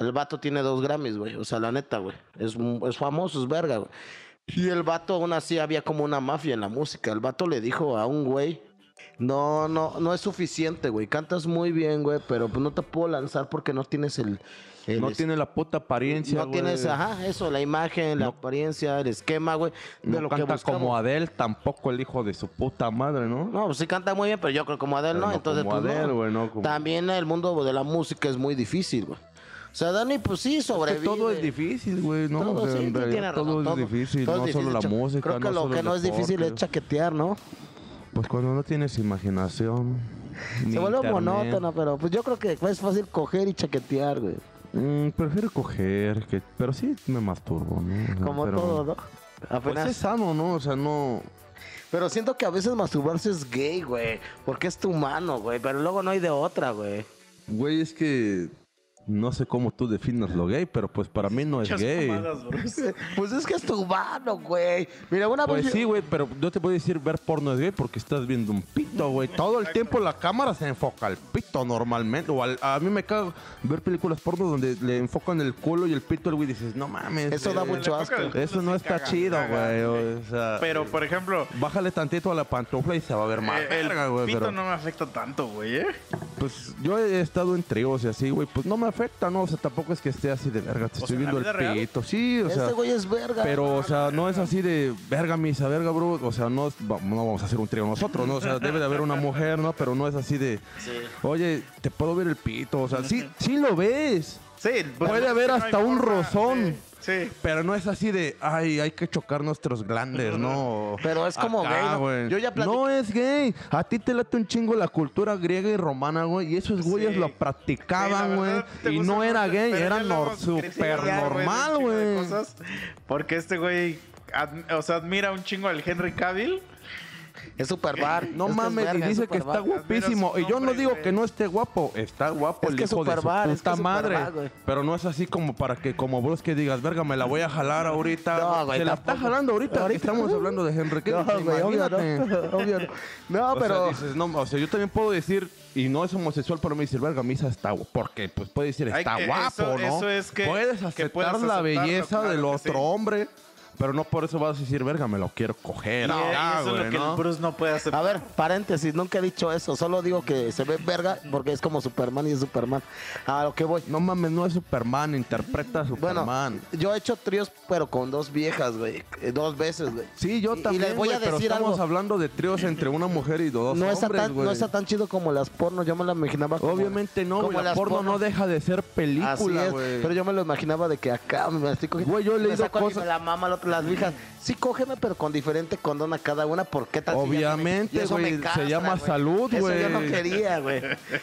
El vato tiene dos Grammys, güey. O sea, la neta, güey. Es, mu- es famoso, es verga, güey. Y el vato aún así había como una mafia en la música. El vato le dijo a un güey, no, no, no es suficiente, güey. Cantas muy bien, güey, pero pues no te puedo lanzar porque no tienes el... el No es- tiene la puta apariencia. no güey. tienes, ajá, eso, la imagen, la No- apariencia, el esquema, güey. De No lo que canta buscamos. como Adele, tampoco el hijo de su puta madre, ¿no? No, pues sí canta muy bien, pero yo creo que como Adele Pero no, no entonces como pues, Adele, no. güey, no como- También el mundo de la música es muy difícil, güey. O sea, Dani, pues sí, Que sobrevive. todo es difícil, güey, ¿no? Todo, O sea, sí, en tú realidad tienes razón, todo es difícil, todo es no solo la difícil, cha- música, Creo que no lo solo que el no es difícil es deporte. chaquetear, ¿no? Pues cuando no tienes imaginación. ni Se vuelve internet. monótono, pero pues yo creo que es fácil coger y chaquetear, güey. Mm, prefiero coger, que, pero sí me masturbo, ¿no? O sea, Como pero- todo, ¿no? Pues Apenas. es sano, ¿no? O sea, no. Pero siento que a veces masturbarse es gay, güey. Porque es tu mano, güey. Pero luego no hay de otra, güey. Güey, es que. No sé cómo tú definas lo gay, pero pues para mí no es Muchas gay. mamadas, bro. Pues es que es tu mano, güey. Mira, una Pues vez. sí, yo- güey, pero no te puedo decir ver porno es gay porque estás viendo un pito, güey. Todo el tiempo la cámara se enfoca al pito normalmente. O al- a mí me cago ver películas porno donde le enfocan el culo y el pito, el güey dices, no mames. eh, Eso da güey, mucho Le toca asco. el culo, Eso no sí, está caga, chido, caga, güey. O sea, Pero, por ejemplo, bájale tantito a la pantufla y se va a ver más. eh, el verga, güey, pito pero- no me afecta tanto, güey, ¿eh? Pues yo he estado en tríos y así, güey. Pues no me afecta, ¿no? O sea, tampoco es que esté así de verga. Te O estoy sea, ¿en la viendo el vida real? pito. Sí, o sea. este güey es verga. Pero, o sea, no es así de verga, misa, verga, bro. O sea, no, es- va- no vamos a hacer un trío nosotros, ¿no? O sea, debe de haber una mujer, ¿no? Pero no es así de, oye, te puedo ver el pito. O sea, sí, sí lo ves. Sí, pues, Puede haber no hay hasta un forma, rozón. Sí. sí. Pero no es así de, ay, hay que chocar nuestros glandes, ¿no? Pero es como gay, ¿no? güey. Yo ya platiqué- No es gay. A ti te late un chingo la cultura griega y romana, güey. Y esos güeyes Sí. lo Sí, practicaban, la güey. verdad, te y gusta no mucho, era gay, pero era ya lo hemos super criticado, güey, de un normal, chingo de güey. cosas, Porque este güey, ad- o sea, admira un chingo al Henry Cavill. Es Superbar. es No que es mames, verga, y es dice que está Superbar. guapísimo. Admiro Y su yo no nombre, digo güey. que no esté guapo. Está guapo Es el que hijo de su Superbad, es que puta Superbad, madre. güey. Pero no es así como para que, como vos que digas, verga, me la voy a jalar ahorita. No, güey, Se la tampoco. está jalando ahorita. Ahorita. Estamos hablando de Henry No, Cavill, güey, obvio no. imagínate. obvio no. No, O sea, pero. dices, no, o sea, yo también puedo decir, y no es homosexual, pero me dice, verga, misa está guapo. Porque, pues, puede decir, Ay, está que guapo, eso- ¿no? eso es que- puedes que aceptar puedes la aceptarlo, belleza claro del que otro sí. hombre, pero no por eso vas a decir, verga, me lo quiero coger. y ya, eso es lo güey, que ¿no? el Bruce no puede hacer. Ah, A ver, paréntesis, nunca he dicho eso. Solo digo que se ve verga porque es como Superman y es Superman. A lo que voy. No mames, no es Superman, interpreta a Bueno, Superman. yo he hecho tríos, pero con dos viejas, güey. eh, Dos veces, güey. sí, yo Y- también. Y les voy güey, a pero decir estamos algo. hablando de tríos entre una mujer y dos No hombres, está, tan, güey. no está tan chido como las porno, yo me lo imaginaba como, Obviamente no, como güey. La las porno no porno. deja de ser Así película, es, güey. pero yo me lo imaginaba de que acá me estoy cogiendo. Güey, yo he me leído saco a mí, cosas- me la mama, la otra, las viejas. Sí, cógeme, pero con diferente condón a cada una, porque tal si ya no me- Obviamente, y eso güey, me se castra, llama güey. salud, Eso yo no güey. quería, güey.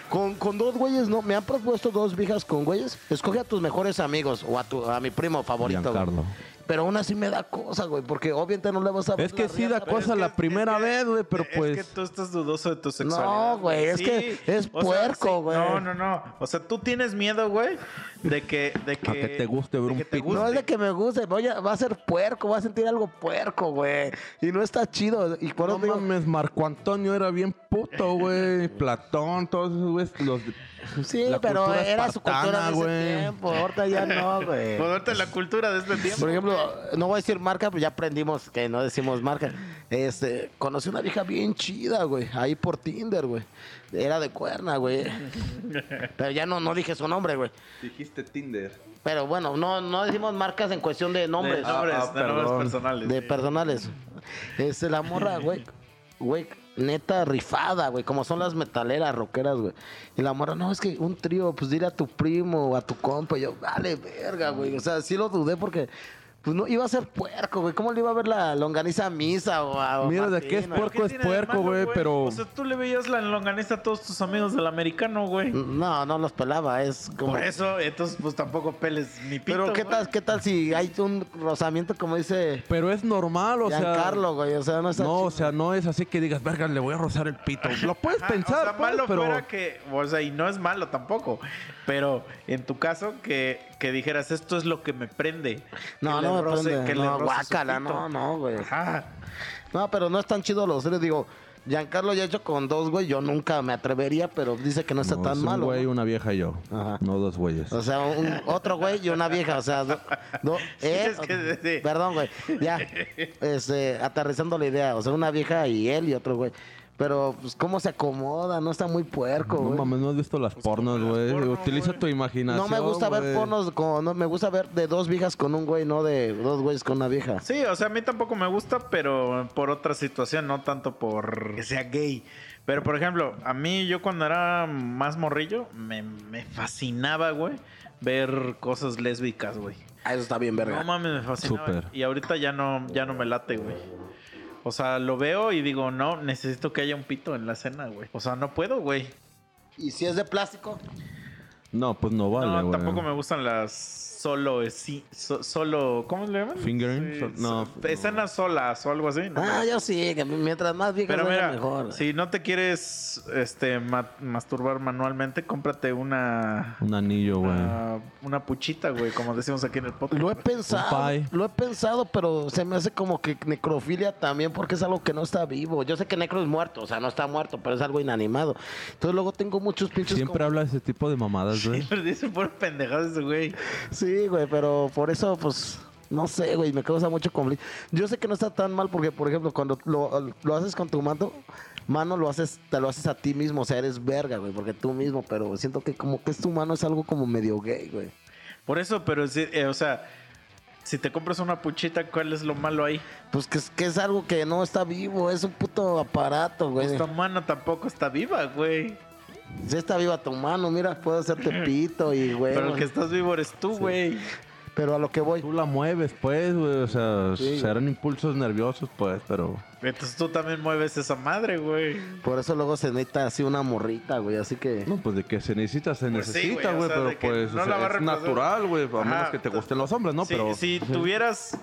Con, con dos güeyes, no. Me han propuesto dos viejas con güeyes. Escoge a tus mejores amigos o a, tu, a mi primo favorito, güey. Giancarlo. Pero aún así me da cosa, güey, porque obviamente no le vas a ver Es que la sí da riata, Pero cosa la primera vez, güey, pero pues- Es que tú estás dudoso de tu sexualidad. güey, es que es O sea, puerco, güey. No, no, no. O sea, tú tienes miedo, güey, de que, de que... A que te guste ver de un que te pito. guste. No es de que me guste, voy a- va a ser puerco, va a sentir algo puerco, güey. Y no está chido. Y por No eso digo, mames, Marco Antonio era bien puto, güey. Platón, todos esos güeyes, los... Sí, la pero cultura era su cultura espartana, en ese güey. tiempo. Ahorita ya no, güey. Poderte la cultura de este tiempo. Por ejemplo, no voy a decir marca, pues ya aprendimos que no decimos marca. Este, conocí una vieja bien chida, güey, ahí por Tinder, güey. Era de cuerna, güey. Pero ya no, no dije su nombre, güey. Dijiste Tinder. Pero bueno, no, no decimos marcas en cuestión de De nombres. nombres, Ah, ah, de nombres perdón. personales. De sí. personales. Este, la morra, güey. Güey, neta rifada, güey. Como son las metaleras, rockeras, güey. Y la morra, no, es que un trío, pues dile a tu primo o a tu compa. Y yo, vale, verga, güey. O sea, sí lo dudé porque Pues no, iba a ser puerco, güey. ¿Cómo le iba a ver la longaniza a misa o a o Mira, ¿de qué es Martín, puerco? tiene de puerco, malo, güey, pero- O sea, tú le veías la longaniza a todos tus amigos del americano, güey. güey? No, no los pelaba, es como... Por eso, entonces, pues tampoco peles mi pito, Pero ¿qué güey. tal, ¿qué tal si hay un rozamiento como dice Pero es normal, o sea. Giancarlo, güey? O sea, no es No, o sea, no es así que digas, verga, le voy a rozar el pito. Lo puedes Ajá, pensar, Ah, o sea, pues, malo pero. fuera que, o sea, y no es malo tampoco, pero en tu caso que, que dijeras esto es lo que me prende. No, Que le no me roce- prende. que le no, roce su guácala, pito. no, no, güey. Ajá. No, pero no es tan chido los tres. Digo, Giancarlo ya ha hecho con dos, güey. Yo nunca me atrevería, pero dice que no está No, tan es un malo. güey, ¿no? una vieja y yo. Ajá. No dos güeyes. O sea, un- otro güey y una vieja. O sea, do- do- Sí, eh, es que- sí. perdón, güey. Ya, este, aterrizando la idea. O sea, una vieja y él y otro güey. Pero, pues, ¿cómo se acomoda? No está muy puerco, no güey. mames, no has visto las pornos, Pues como las güey. porno, Utiliza güey. tu imaginación. No me gusta ver güey. pornos con, no, me gusta ver de dos viejas con un güey, no de dos güeyes con una vieja. Sí, o sea, a mí tampoco me gusta, pero por otra situación, no tanto por que sea gay. Pero por ejemplo, a mí yo cuando era más morrillo, me, me fascinaba, güey, ver cosas lésbicas, güey. Ah, eso está bien, No mames, me fascinaba. Súper. Y ahorita ya no, ya no me late, güey. O sea, lo veo y digo, no, necesito que haya un pito en la cena, güey. O sea, no puedo, güey. ¿Y si es de plástico? No, pues no vale, no, güey. tampoco me gustan las solo, eh, sí, so- solo, ¿cómo le llaman? Fingering, Sí, so- no, so- escenas solas o algo así. ¿no? Ah, yo sí, que mientras más viejas Pero haya, mira, mejor. si no te quieres este ma- masturbar manualmente, cómprate una Un anillo, güey. una, una puchita, güey, como decimos aquí en el podcast. Lo he pensado, pie. lo he pensado, pero se me hace como que necrofilia también porque es algo que no está vivo. Yo sé que necro es muerto, o sea, no está muerto, pero es algo inanimado. Entonces luego tengo muchos pinches... Siempre como- habla de ese tipo de mamadas, güey. Siempre dice por pendejadas ese güey. Sí, güey, pero por eso, pues, no sé, güey, me causa mucho conflicto. Yo sé que no está tan mal porque, por ejemplo, cuando lo, lo haces con tu mano, mano lo haces, te lo haces a ti mismo, o sea, eres verga, güey, porque tú mismo, pero siento que como que es tu mano es algo como medio gay, güey. Por eso, pero sí, eh, o sea, si te compras una puchita, ¿cuál es lo malo ahí? Pues que es, que es algo que no está vivo, es un puto aparato, güey. Pues tu mano tampoco está viva, güey. Si está viva tu mano, mira, puedo hacerte pito y güey. Pero Pero, el que estás vivo eres tú, güey. a lo que voy. Tú la mueves, pues, güey. O sea, Sí, güey. serán impulsos nerviosos, pues, pero. Entonces tú también mueves esa madre, güey. Por eso luego se necesita así una morrita, güey. Así que. No, pues de que se necesita, se Pues sí, necesita, güey, o güey, sea, de pero que pues o no sea, la va a es reemplazar. natural, güey, a Ajá, menos que te ta- gusten los hombres, ¿no? si, pero si tuvieras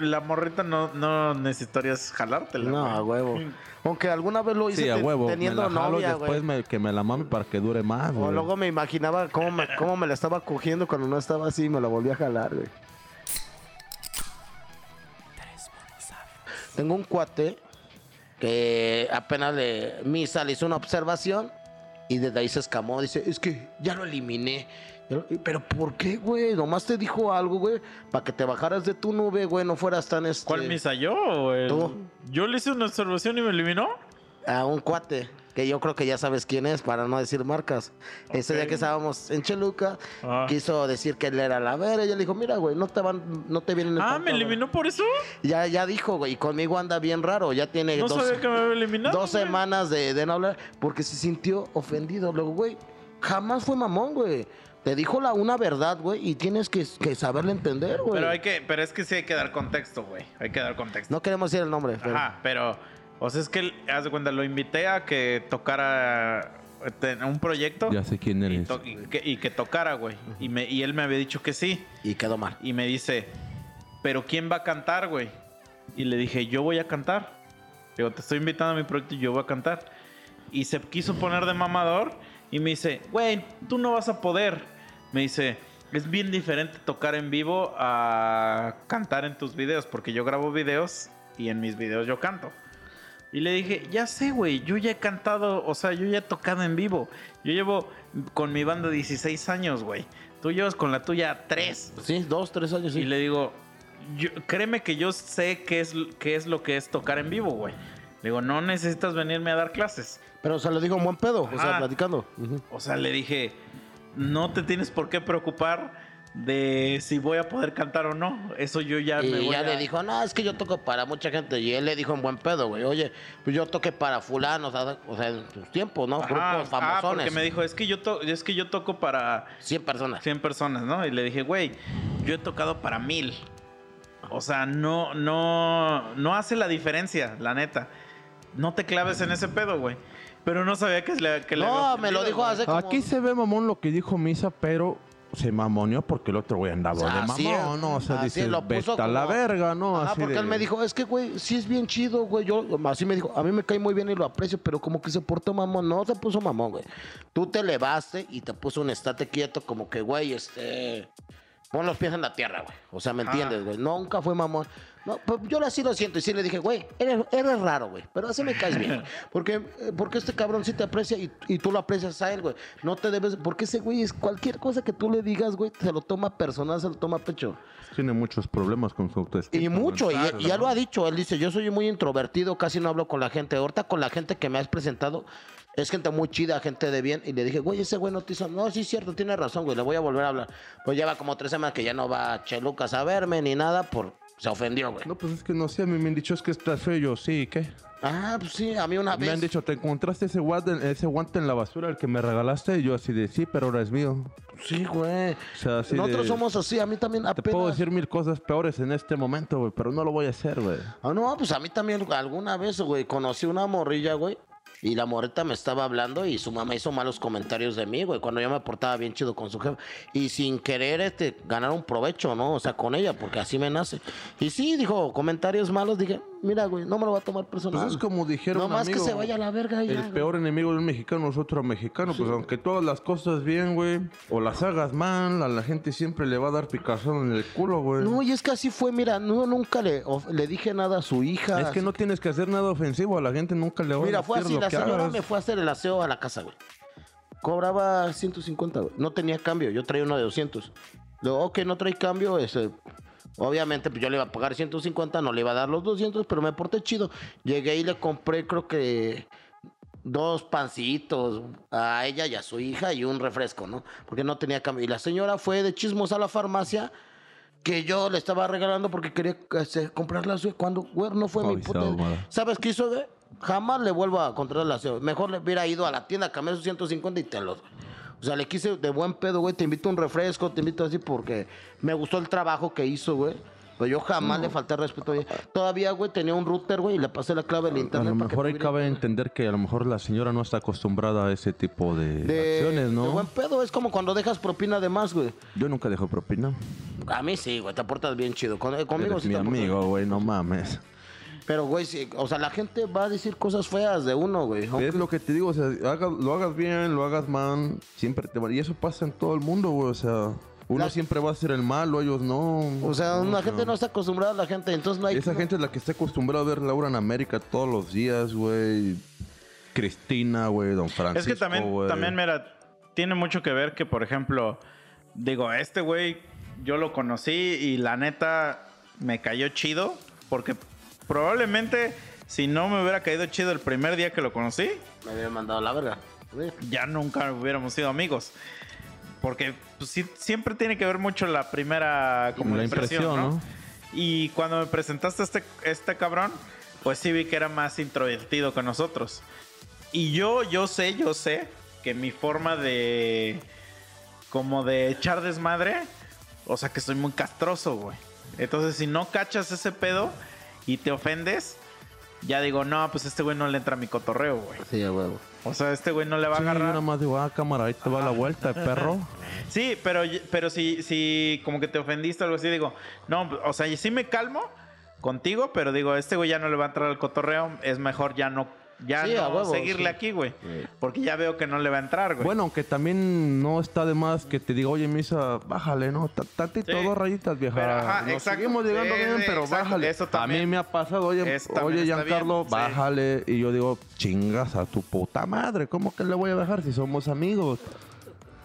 la morrita, no, no necesitarías jalártela. No, a huevo. Aunque alguna vez lo hice sí, a ten- huevo, me teniendo la jalo y novia, güey. después me- que me la mame para que dure más, O güey. luego me imaginaba cómo me, cómo me la estaba cogiendo cuando no estaba así y me la volví a jalar, güey. Tengo un cuate que apenas le misa le hizo una observación y desde ahí se escamó. Dice, es que ya lo eliminé. Yo, Pero ¿por qué, güey? Nomás te dijo algo, güey, para que te bajaras de tu nube, güey, no fueras tan este... ¿Cuál misa yo? o el- Tú. Yo le hice una observación y me eliminó. a un cuate que yo creo que ya sabes quién es, para no decir marcas. Ese Ok. día que estábamos en Cheluca, Ah. quiso decir que él era la vera. Y ella le dijo, mira, güey, no te van, no te vienen. Ah, tanto, me güey". eliminó por eso. Ya, ya dijo, güey, y conmigo anda bien raro. Ya tiene No Eh, dos, sabía que me había eliminado. dos güey. semanas de, de no hablar porque se sintió ofendido. Luego, güey, jamás fue mamón, güey. Te dijo la una verdad, güey, y tienes que, que saberle entender, güey. Pero hay que, pero es que sí hay que dar contexto, güey. Hay que dar contexto. No queremos decir el nombre, pero... Ajá, pero. O sea, es que, él- haz de cuenta, lo invité a que tocara eh, ten- un proyecto. Ya sé quién Y, eres. to- y que, y que tocara, güey. Y, me- y él me había dicho que sí. Y quedó mal. Y me dice, ¿pero quién va a cantar, güey? Y le dije, yo voy a cantar. Digo, te estoy invitando a mi proyecto y yo voy a cantar. Y se quiso poner de mamador y me dice, güey, tú no vas a poder. Me dice, es bien diferente tocar en vivo a cantar en tus videos, porque yo grabo videos y en mis videos yo canto. Y le dije, ya sé, güey, yo ya he cantado, o sea, yo ya he tocado en vivo. Yo llevo con mi banda 16 años, güey. Tú llevas con la tuya 3. Sí, dos, tres años, sí. Y le digo, yo- créeme que yo sé qué es, qué es lo que es tocar en vivo, güey. Le digo, no necesitas venirme a dar clases. Pero se lo dijo en buen pedo, o sea, Ajá. platicando. Ujú. O sea, le dije, no te tienes por qué preocupar de si voy a poder cantar o no. Eso yo ya me Y voy ya a- le dijo, no, es que yo toco para mucha gente. Y él le dijo en buen pedo, güey, oye, pues yo toqué para fulano, o sea, o sea, en sus tiempos, ¿no? Ajá, Grupos ah, porque famosones. me dijo, es que yo to- es que yo toco para 100 personas. 100 personas, ¿no? Y le dije, güey, yo he tocado para mil. o sea, no, no, no hace la diferencia, la neta. No te claves en ese pedo, güey. Pero no sabía que le, que le No, habías me lo tenido, dijo güey. hace como... Aquí se ve mamón lo que dijo Misa, pero se mamoneó porque el otro güey andaba de Así mamón, es. ¿no? O sea, Así dice, es, lo vete puso a la como- verga, ¿no? Ajá, Así porque de- él me dijo, es que, güey, sí es bien chido, güey. Yo, así me dijo, a mí me cae muy bien y lo aprecio, pero como que se portó mamón. No se puso mamón, güey. Tú te elevaste y te puso un estate quieto, como que, güey, este. Pon los pies en la tierra, güey. O sea, ¿me Ajá. entiendes, güey? Nunca fue mamón. No, pues yo así lo siento y sí le dije, güey, eres, eres raro, güey, pero así me caes bien. Porque, eh, porque este cabrón sí te aprecia y, y tú lo aprecias a él, güey. No te debes, porque ese güey es cualquier cosa que tú le digas, güey, se lo toma personal, se lo toma a pecho. Tiene muchos problemas con su autoestima. Y mucho, y, Claro, y ya ¿no? lo ha dicho, él dice, yo soy muy introvertido, casi no hablo con la gente. Ahorita con la gente que me has presentado, es gente muy chida, gente de bien. Y le dije, güey, ese güey no te hizo, no, sí es cierto, tiene razón, güey, le voy a volver a hablar. Pues lleva como tres semanas que ya no va a Chelucas a verme ni nada, por se ofendió, güey. No, pues es que no sé, a mí me han dicho es que estás feo, yo sí, ¿qué? Ah, pues sí, a mí una Me vez. han dicho, ¿te encontraste ese guante, ese guante en la basura, el que me regalaste? Y yo así de, sí, pero ahora es mío. Sí, güey. O sea, así de- Nosotros somos así, a mí también Te puedo apenas. decir mil cosas peores en este momento, güey, pero no lo voy a hacer, güey. Ah, no, pues a mí también alguna vez, güey, conocí una morrilla, güey. Y la morrita me estaba hablando y su mamá hizo malos comentarios de mí, güey, cuando yo me portaba bien chido con su jefe. Y sin querer, este, ganar un provecho, ¿no? O sea, con ella, porque así me nace. Y sí, dijo, comentarios malos, dije, mira, güey, no me lo va a tomar personal. Pues es como dijeron. No más que amigo, se vaya a la verga ya, El güey. peor enemigo del mexicano es otro mexicano. Pues aunque todas las cosas bien, güey, o las hagas mal, a la gente siempre le va a dar picazón en el culo, güey. No, y es que así fue, mira, no, nunca le, of- le dije nada a su hija. es que no tienes que hacer nada ofensivo, a la gente nunca le va a Mira, decir fue así, lo la que señora hagas. me fue a hacer el aseo a la casa, güey. Cobraba 150, güey. No tenía cambio, yo traía uno de 200. Luego, ok, no trae cambio, este, obviamente pues yo le iba a pagar 150, no le iba a dar los 200, pero me porté chido. Llegué y le compré, creo que dos pancitos a ella y a su hija y un refresco, ¿no? Porque no tenía cambio. Y la señora fue de chismos a la farmacia que yo le estaba regalando porque quería este, comprarla su- cuando güey, no fue mi puta. Avisado, mala. ¿Sabes qué hizo? güey? Jamás le vuelvo a comprar la CEO. Mejor le hubiera ido a la tienda, cambié sus 150 y te los. O sea, le quise de buen pedo, güey. Te invito a un refresco, te invito así porque me gustó el trabajo que hizo, güey. Pero yo jamás le falté al respeto. a ella. Todavía, güey, tenía un router, güey, y le pasé la clave del A internet. lo para que mejor ahí tuviera- cabe entender que a lo mejor la señora no está acostumbrada a ese tipo de, de, acciones, de ¿no? buen pedo. Es como cuando dejas propina de más, güey. Yo nunca dejo propina. A mí sí, güey, te portas bien chido. Con- eh, conmigo Eres sí mi te portas- amigo, güey, no mames. Pero, güey, sí, o sea, la gente va a decir cosas feas de uno, güey. Es lo que te digo, o sea, haga- lo hagas bien, lo hagas mal, siempre te van. Y eso pasa en todo el mundo, güey, o sea, uno La- siempre va a ser el malo, ellos no. O sea, No, la gente no está acostumbrada a la gente, entonces no hay... Esa gente es la que está acostumbrada a ver Laura en América todos los días, güey. Cristina, güey, Don Francisco. Es que también, güey. también, mira, tiene mucho que ver que, por ejemplo, digo, este güey yo lo conocí y la neta me cayó chido, porque probablemente si no me hubiera caído chido el primer día que lo conocí, Me habían mandado a la verga. güey. ya nunca hubiéramos sido amigos. Porque pues, sí- siempre tiene que ver mucho la primera como La impresión, impresión, ¿no? ¿no? Y cuando me presentaste a este, este cabrón, pues sí vi que era más introvertido que nosotros. Y yo, yo sé, yo sé que mi forma de. como de echar desmadre. O sea que soy muy castroso, güey. Entonces, si no cachas ese pedo y te ofendes, ya digo, no, pues este güey no le entra a mi cotorreo, güey. Sí, a huevo. O sea, este güey no le va a Sí, yo agarrar. nada más digo, ah, cámara, ahí te va la vuelta, perro. Sí, pero, pero si, si como que te ofendiste o algo así, digo, no, o sea, sí me calmo contigo, pero digo, este güey ya no le va a entrar al cotorreo, es mejor ya no, ya Sí, no a huevo, seguirle sí. aquí, güey. Porque ya veo que no le va a entrar, güey. Bueno, aunque también no está de más que te diga, oye, misa, bájale, ¿no? Ta- Tantito, Sí. dos rayitas, vieja. Pero, ajá, Nos exacto. seguimos llegando Sí, bien, sí, pero exacto, bájale. eso a mí también. me ha pasado, oye, Eso también oye está Giancarlo, bien, sí. bájale. Y yo digo, chingas a tu puta madre, ¿cómo que le voy a bajar si somos amigos?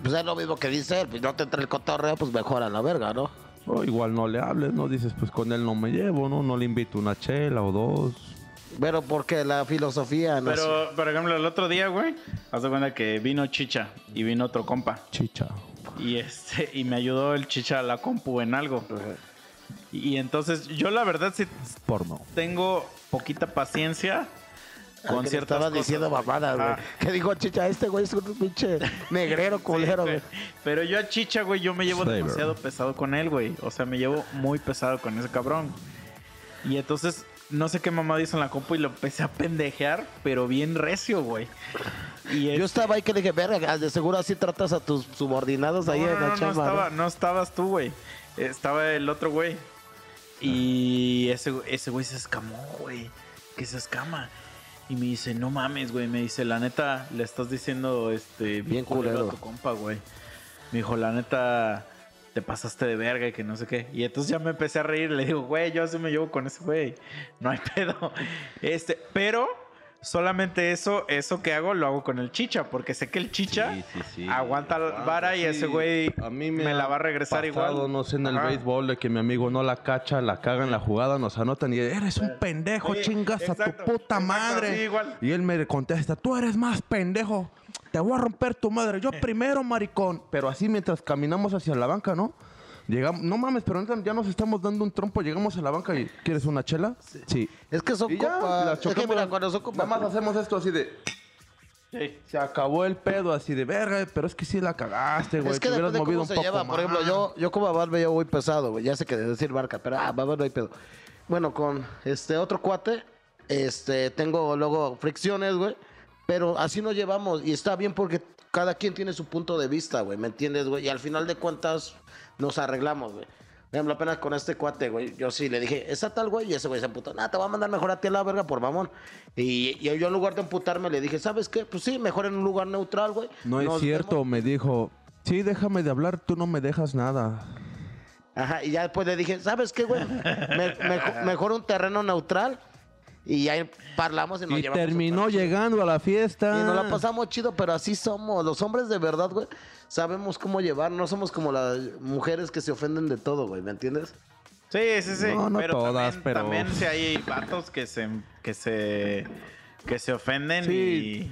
Pues es lo mismo que dice él, pues no te entra el cotorreo, pues mejor a la verga, ¿no? O igual no le hables, ¿no? Dices, pues con él no me llevo, ¿no? No le invito una chela o dos. Pero porque la filosofía no es... Pero, por ejemplo, el otro día, güey, haz de cuenta que vino Chicha y vino otro compa. Chicha. Y este, y me ayudó el Chicha a la compu en algo. Y, y entonces, yo la verdad sí Porno. tengo poquita paciencia al Con que le ciertas estaba cosas. diciendo mamadas, güey. Ah. Que dijo, chicha, este güey es un pinche negrero culero, Sí, güey. sí. Pero yo a Chicha, güey, yo me llevo Flavor. demasiado pesado con él, güey. O sea, me llevo muy pesado con ese cabrón. Y entonces, no sé qué mamá hizo en la compu y lo empecé a pendejear, pero bien recio, güey. Y Yo este- estaba ahí que dije, verga, de seguro así tratas a tus subordinados ahí no, en no, la no, chamba. estaba, ¿no?". no estabas tú, güey. Estaba el otro güey. Y ese, ese güey se escamó, güey. Que se escama. Y me dice, no mames, güey. Me dice, la neta, le estás diciendo este, Bien culero. a tu compa, güey. Me dijo, la neta, te pasaste de verga y que no sé qué. Y entonces ya me empecé a reír. Le digo, güey, yo así me llevo con ese güey. No hay pedo. Este, pero solamente eso, eso que hago, lo hago con el chicha. Porque sé que el chicha Sí, sí, sí. aguanta la vara y sí. ese güey A mí me, la ha va a regresar pasado, igual. No sé, en el Ajá. béisbol de que mi amigo no la cacha, la cagan la jugada, nos anotan y eres un pendejo, Oye, chingas a tu exacto, puta exacto, madre. sí, igual. Y él me contesta, tú eres más pendejo, te voy a romper tu madre, yo primero, maricón. Pero así mientras caminamos hacia la banca, ¿no? Llegamos, no mames, pero neta, ya nos estamos dando un trompo, llegamos a la banca y ¿quieres una chela? Sí. Es que son Y ya, la copas. Es que chocamos. mira, cuando son Nada copas. más hacemos esto así de Sí. se acabó el pedo así de verga, pero es que sí la cagaste, güey. Es que te hubieras depende de movido cómo un se poco lleva. Por ejemplo, más". yo, yo como Babán me llevo muy pesado, güey. Ya sé que de decir barca, pero ah, Babán no hay pedo. Bueno, con este otro cuate, este, tengo luego fricciones, güey. Pero así nos llevamos y está bien porque cada quien tiene su punto de vista, güey. ¿Me entiendes, güey? Y al final de cuentas nos arreglamos, güey. Por ejemplo, apenas con este cuate, güey, yo sí le dije, esa tal, güey, y ese güey se emputó, nada, te voy a mandar mejor a ti a la verga por mamón. Y, y yo en lugar de emputarme le dije, ¿sabes qué? Pues sí, mejor en un lugar neutral, güey. No es Nos cierto, me dijo. Sí, déjame de hablar, tú no me dejas nada. Ajá, y ya después le dije, ¿sabes qué, güey? Me- mejo- mejor un terreno neutral. Y ahí parlamos y nos Y llevamos terminó súper chido. llegando a la fiesta. Y nos la pasamos chido, pero así somos. Los hombres de verdad, güey, sabemos cómo llevar. No somos como las mujeres que se ofenden de todo, güey, ¿me entiendes? Sí, sí, sí. No, no pero todas, también, pero- También si hay vatos que se, que se, que se ofenden Sí,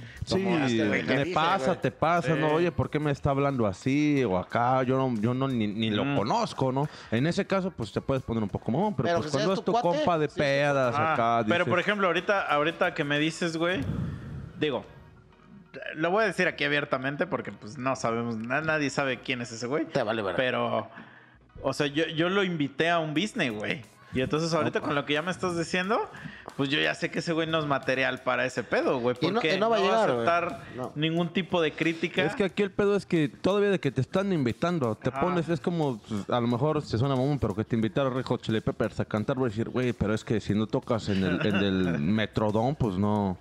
y... sí, como este güey que me dice, pasa, güey. te pasa, Sí. ¿no? Oye, ¿por qué me está hablando así o acá? Yo no, yo no ni, ni lo Mm. conozco, ¿no? En ese caso, pues te puedes poner un poco mamón, pero, Pero pues que seas cuando es tu tu cuate, compa de sí, sí. pedas Ah, acá, pero dices, por ejemplo, ahorita, ahorita que me dices, güey, digo, lo voy a decir aquí abiertamente porque pues no sabemos, na- nadie sabe quién es ese güey. Te vale, verga. Pero, o sea, yo, yo lo invité a un business, güey. Y entonces ahorita con lo que ya me estás diciendo, pues yo ya sé que ese güey no es material para ese pedo, güey. Y no- Porque y no, no va a va a llegar, güey. aceptar No. ningún tipo de crítica. Es que aquí el pedo es que todavía de que te están invitando, te Ajá. pones, es como, pues, a lo mejor se suena mamón, pero que te invitaron a Red Hot Chili Peppers a cantar, voy a decir, güey, pero es que si no tocas en el, en el Metrodón, pues no,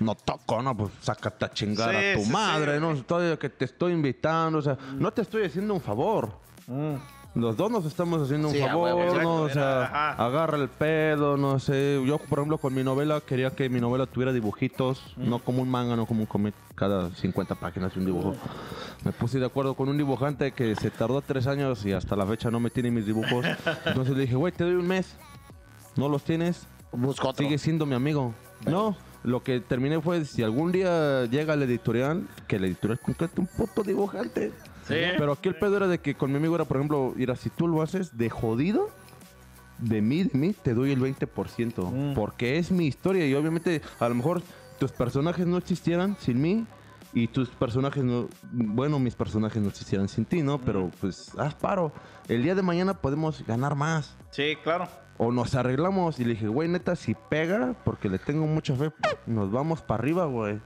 no toco, no, pues sácate a chingar Sí, a tu sí, sí, madre, güey. no, todavía que te estoy invitando, o sea, no te estoy haciendo un favor. Mm. Los dos nos estamos haciendo un Sí, a favor, huevo, exacto, ¿no? O era- sea, ajá. agarra el pedo, no sé. Yo, por ejemplo, con mi novela quería que mi novela tuviera dibujitos, no como un manga, no como un cómic, cada 50 páginas y un dibujo. Me puse de acuerdo con un dibujante que se tardó tres años y hasta la fecha no me tiene mis dibujos. Entonces le dije, güey, te doy un mes. No los tienes, Busco otro. sigue siendo mi amigo. No, lo que terminé fue si algún día llega la editorial, que la editorial contrate un puto dibujante. Sí. Pero aquí el pedo era de que con mi amigo era, por ejemplo, ir si tú lo haces de jodido, de mí, de mí, te doy el 20%. Mm. Porque es mi historia y obviamente a lo mejor tus personajes no existieran sin mí. Y tus personajes no. Bueno, mis personajes no existieran sin ti, ¿no? Mm. Pero pues, haz paro. El día de mañana podemos ganar más. Sí, claro. O nos arreglamos. Y le dije, güey, neta, si pega, porque le tengo mucha fe, nos vamos para arriba, güey.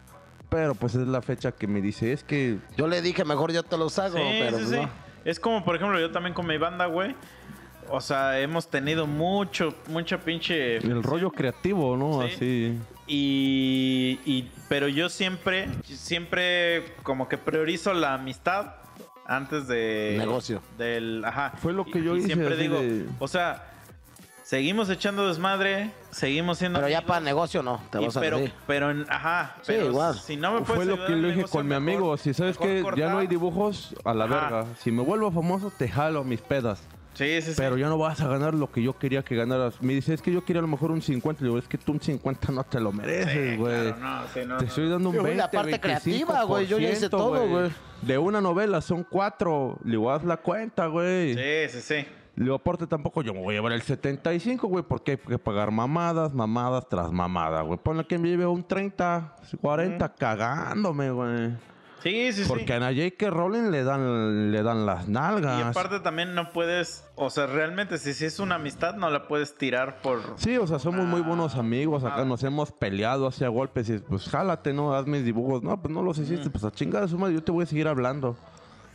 Pero pues es la fecha que me dice, es que. Yo le dije, mejor yo te los hago, Sí, pero sí, pues, sí. no. Es como, por ejemplo, yo también con mi banda, güey. O sea, hemos tenido mucho, mucha pinche... El rollo creativo, ¿no? Sí. Así. Y, y- pero yo siempre, siempre como que priorizo la amistad antes de Negocio. Del, ajá. Fue lo que Y- yo y hice, Siempre así digo, de- o sea, seguimos echando desmadre, seguimos siendo. Pero ya amigos, para negocio no, te y vas a pero, reír. pero, en- ajá. Sí, pero igual. Si no me Fue puedes lo ayudar que en le el dije negocio, con mi mejor- amigo. Si sabes mejor que ya no hay cortar. dibujos, a la Ajá. verga. Si me vuelvo famoso, te jalo mis pedas. Sí, sí, sí. Pero ya no vas a ganar lo que yo quería que ganaras. Me dice, es que yo quería a lo mejor un 50. Le digo, es que tú un 50 no te lo mereces, Sí, güey. claro, no, sí, no, eh, Te no, estoy dando un Yo fui 20, la parte creativa, güey. Yo ya hice 25%, todo, güey. De una novela son cuatro. Le digo, haz la cuenta, güey. Sí, sí, sí. Le digo, aparte tampoco yo me voy a llevar el 75, güey, porque hay que pagar mamadas, mamadas tras mamadas, güey. Ponle que me lleve un 30, 40 cagándome, güey. Sí, sí, sí. Porque ah, a J.K. Rowling le dan, le dan las nalgas. Y aparte también no puedes, o sea, realmente si, si es una amistad no la puedes tirar por... Sí, o sea, somos muy buenos Ah, amigos. Acá nos hemos peleado hacia golpes y pues jálate, ¿no? Haz mis dibujos. No, pues no los hiciste. Mm. Pues a chingada su madre, yo te voy a seguir hablando.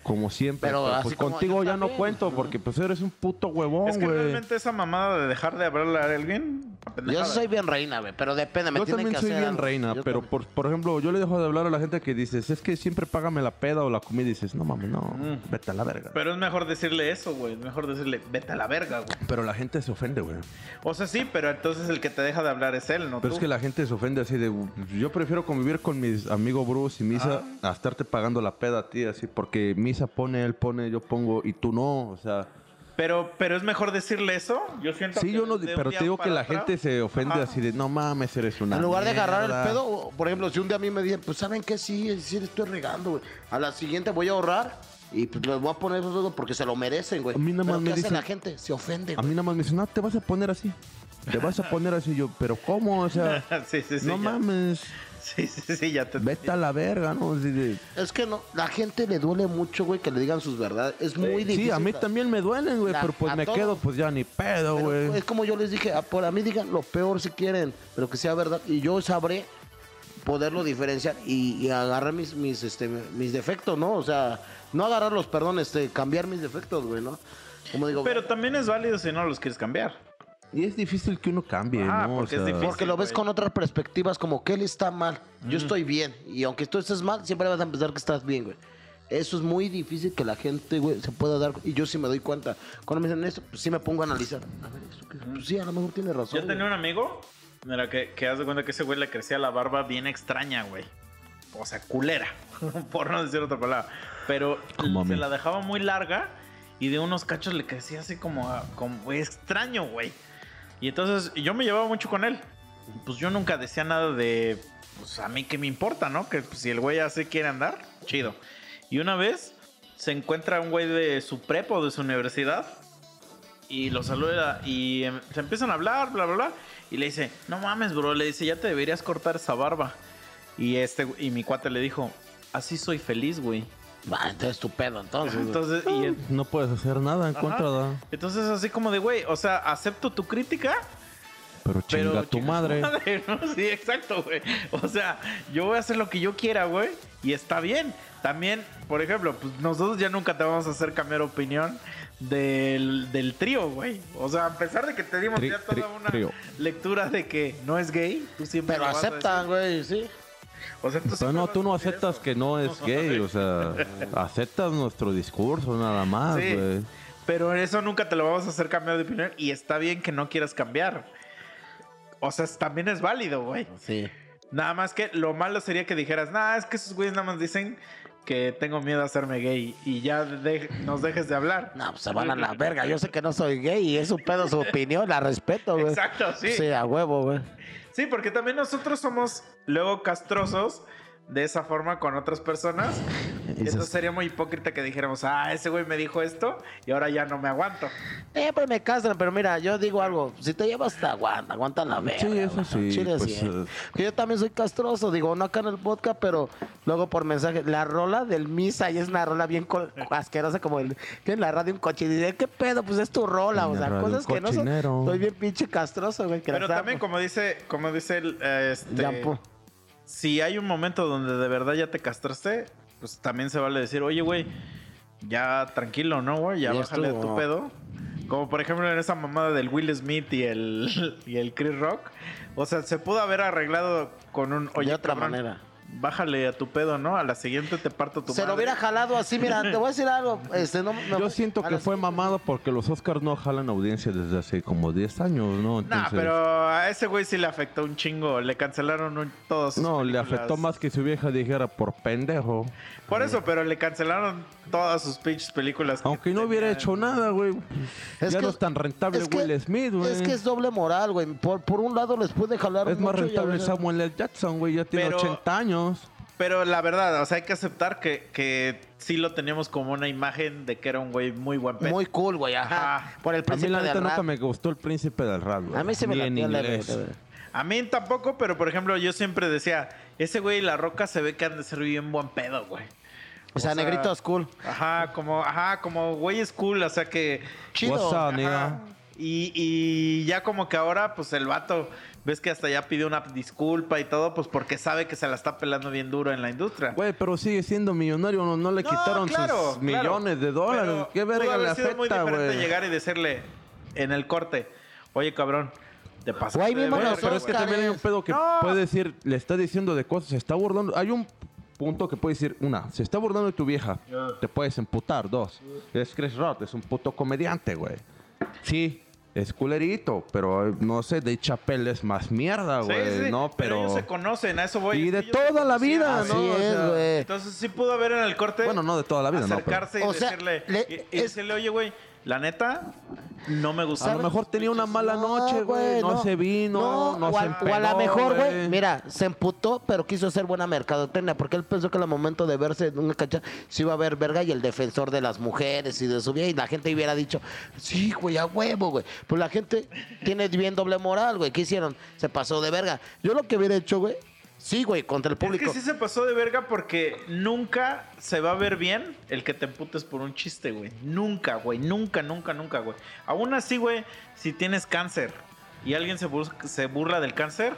Como siempre. Pero así pues como yo contigo ya no también. cuento porque pues eres un puto huevón, es que güey. realmente esa mamada de dejar de hablarle a alguien... una Yo pendejada. soy bien reina, güey, pero depende, me Yo tienen también que soy hacer bien algo. reina, Yo pero también. por, por ejemplo, yo le dejo de hablar a la gente que dices, es que siempre págame la peda o la comida y dices, no mames, no, Mm. vete a la verga. Pero, Pero es mejor decirle eso, güey. Es mejor decirle, vete a la verga, güey. la gente se ofende, güey. O sea, sí, pero entonces el que te deja de hablar es él, ¿no? Pero tú. es que la gente se ofende así de, "Pues yo prefiero convivir con mis amigos Bruce y Misa Ah. a estarte pagando la peda a ti, así, porque Misa pone, él pone, yo pongo y tú no, o sea. Pero, pero es mejor decirle eso. Yo siento Sí, que yo no, de un pero día te digo que para la atrás- gente se ofende Ajá. así de, no mames, eres una En lugar de agarrar el mierda". pedo, o, por ejemplo, si un día a mí me dicen, pues saben que sí, sí le estoy regando, güey. A la siguiente voy a ahorrar y pues les voy a poner todo porque se lo merecen, güey. A mí nada Pero más me ¿qué hace dicen- la gente? Se ofende, A güey. mí nada más me dicen, no, te vas a poner así. Te vas a poner así yo, pero ¿cómo? O sea, Ah, sí, sí, sí. no ya. mames. Sí, sí, sí, ya te. Vete a la verga, ¿no? Así de- Es que no, la gente le duele mucho, güey, que le digan sus verdades. Es muy difícil. Sí, a mí la- también me duelen, güey, La- pero pues a me todos. quedo, pues ya ni pedo, Pero güey. es como yo les dije, ah, por a mí digan lo peor si quieren, pero que sea verdad. Y yo sabré poderlo diferenciar y, y agarrar mis, mis, este, mis defectos, ¿no? O sea, no agarrar los perdón, este, cambiar mis defectos, güey, ¿no? Como digo, Pero también es válido si no los quieres cambiar. Y es difícil que uno cambie, Ah, ¿no? porque es difícil. porque lo ves güey. con otras perspectivas, como que él está mal, yo estoy bien. Y aunque tú estés mal, siempre vas a pensar que estás bien, güey. Eso es muy difícil que la gente, güey, se pueda dar. Y yo sí me doy cuenta. Cuando me dicen esto, pues sí me pongo a analizar. A ver, ¿esto qué? Pues sí, a lo mejor tiene razón. Yo tenía güey. un amigo, mira, que, que haz de cuenta que ese güey le crecía la barba bien extraña, güey. O sea, culera, por no decir otra palabra. Pero Como a se mí. la dejaba muy larga y de unos cachos le crecía así como, a- como extraño, güey. Y entonces yo me llevaba mucho con él. Y, Pues yo nunca decía nada de, pues a mí que me importa, ¿no? Que pues, si el güey así quiere andar, chido. Y una vez se encuentra un güey de su prep o de su universidad y lo saluda y em, se empiezan a hablar, bla, bla, bla. Y le dice, no mames, bro, le dice, ya te deberías cortar esa barba. Y este, y mi cuate le dijo, así soy feliz, güey. Va, entonces tu pedo, entonces. güey. Entonces, y en- No puedes hacer nada en Ajá. contra de... entonces así como de, güey, o sea, acepto tu crítica, Pero chinga pero... tu madre. ¿no? Sí, exacto, güey. O sea, yo voy a hacer lo que yo quiera, güey, y está bien. También, por ejemplo, pues nosotros ya nunca te vamos a hacer cambiar opinión del, del trío, güey. O sea, a pesar de que te dimos Tri- ya toda tri- una trío. lectura de que no es gay, tú siempre Pero lo vas a aceptan, decir. güey, sí. O sea, tú Pero siempre no, vas tú a no decir aceptas eso. que no es gay, o sea, aceptas nuestro discurso nada más, Sí, güey. Pero eso nunca te lo vamos a hacer cambiar de opinión y está bien que no quieras cambiar. O sea, es- también es válido, güey. Sí. Nada más que lo malo sería que dijeras, nah, es que esos güeyes nada más dicen que tengo miedo a hacerme gay y ya de- nos dejes de hablar. No, pues se van a la verga. Yo sé que no soy gay y es un pedo su opinión, la respeto, güey. Exacto, sí. Sí, a huevo, güey. Sí, porque también nosotros somos luego castrosos de esa forma con otras personas. Entonces sería muy hipócrita que dijéramos, ah, ese güey me dijo esto y ahora ya no me aguanto. Siempre me castran, pero mira, yo digo algo. Si te llevas, te aguanta, aguanta la verga. Sí, eso güey. sí, Chile, pues, sí. eh. Que Yo también soy castroso, digo, no acá en el podcast, pero luego por mensaje. La rola del misa y es una rola bien col- asquerosa, como el que en la radio un coche. Y dice, ¿qué pedo? Pues es tu rola, En o la sea, radio cosas un que no son. cochinero. Estoy bien pinche castroso, güey. que Pero las amo. también como dice, como dice el, eh, este, Yampo. si hay un momento donde de verdad ya te castraste, pues también se vale decir, oye, güey, ya tranquilo, ¿no, güey? Ya, Ya bájale estuvo. tu pedo. Como por ejemplo en esa mamada del Will Smith y el, y el Chris Rock. O sea, se pudo haber arreglado con un... Oye, De otra cabrón, manera. Bájale a tu pedo, ¿no? A la siguiente te parto tu Se lo madre". hubiera jalado así, mira, te voy a decir algo. Este, no, no- Yo siento a que las- fue mamado porque los Oscars no jalan audiencia desde hace como 10 años, ¿no? Nah, Entonces, pero a ese güey sí le afectó un chingo. Le cancelaron un, todos sus No, le películas. afectó más que su vieja dijera por pendejo. Por eso, pero le cancelaron todas sus pinches películas. que Aunque no hubiera tenía. hecho nada, güey. pues, Es ya que- no es tan rentable es que- Will Smith, güey. Es que es doble moral, güey. Por, por un lado les puede jalar Es más mucho y a rentable veces- Samuel L. Jackson, güey. Ya tiene Pero- 80 años. Pero la verdad, o sea, hay que aceptar que, que sí lo teníamos como una imagen de que era un güey muy buen pedo. Muy cool, güey. Ajá. Ajá. Por el A mí príncipe la del neta nunca rap. me gustó el príncipe del rap, güey. A mí se me Ni la en la de- inglés. A mí tampoco, pero por ejemplo, yo siempre decía, ese güey La Roca se ve que han de ser bien buen pedo, güey. O sea, O sea, negrito es cool. Ajá, como, ajá, como güey es cool, o sea que. What's Chido. up, Ajá. nigga? Y, y ya como que ahora, pues el vato, ves que hasta ya pidió una disculpa y todo, pues porque sabe que se la está pelando bien duro en la industria. Güey, pero sigue siendo millonario, no, no le No, quitaron claro, sus claro. millones de dólares. Pero ¿Qué pudo verga haber le sido muy afecta, diferente güey? llegar y decirle en el corte, oye cabrón, te pasaste Güey, de vimos Bueno, verga, los pero es que Óscares. también hay un pedo que No. puede decir, le está diciendo de cosas, se está burlando. Hay un punto que puede decir, una, se está burlando de tu vieja, te puedes emputar. Dos, es Chris Rock, es un puto comediante, güey. Sí, es culerito, pero eh, no sé, de Chapel es más mierda, Sí, güey. sí, sí, No, pero... ellos se conocen, a eso voy. y de Ellos se toda la conocían, vida, güey. Así ¿no? O sea, es, güey. Entonces sí pudo haber en el corte. Bueno, no de toda la vida, no, pero... acercarse y O sea, decirle, le- y, y es- decirle, oye, güey, la neta, no me gusta. A lo mejor tenía una mala No, noche, güey. No, se vino, no, o, a- se o a lo empedó, mejor, güey, mira, se emputó, pero quiso ser buena mercadotecnia, porque él pensó que al momento de verse en una cancha se iba a ver verga y el defensor de las mujeres y de su vida, y la gente hubiera dicho, sí, güey, a huevo, güey. Pues la gente tiene bien doble moral, güey. ¿Qué hicieron? Se pasó de verga. Yo lo que hubiera hecho, güey, sí, güey, contra el Es público. que sí se pasó de verga porque nunca se va a ver bien el que te emputes por un chiste, güey. Nunca, güey. Nunca, nunca, nunca, güey. Aún así, güey, si tienes cáncer y alguien se, bus- se burla del cáncer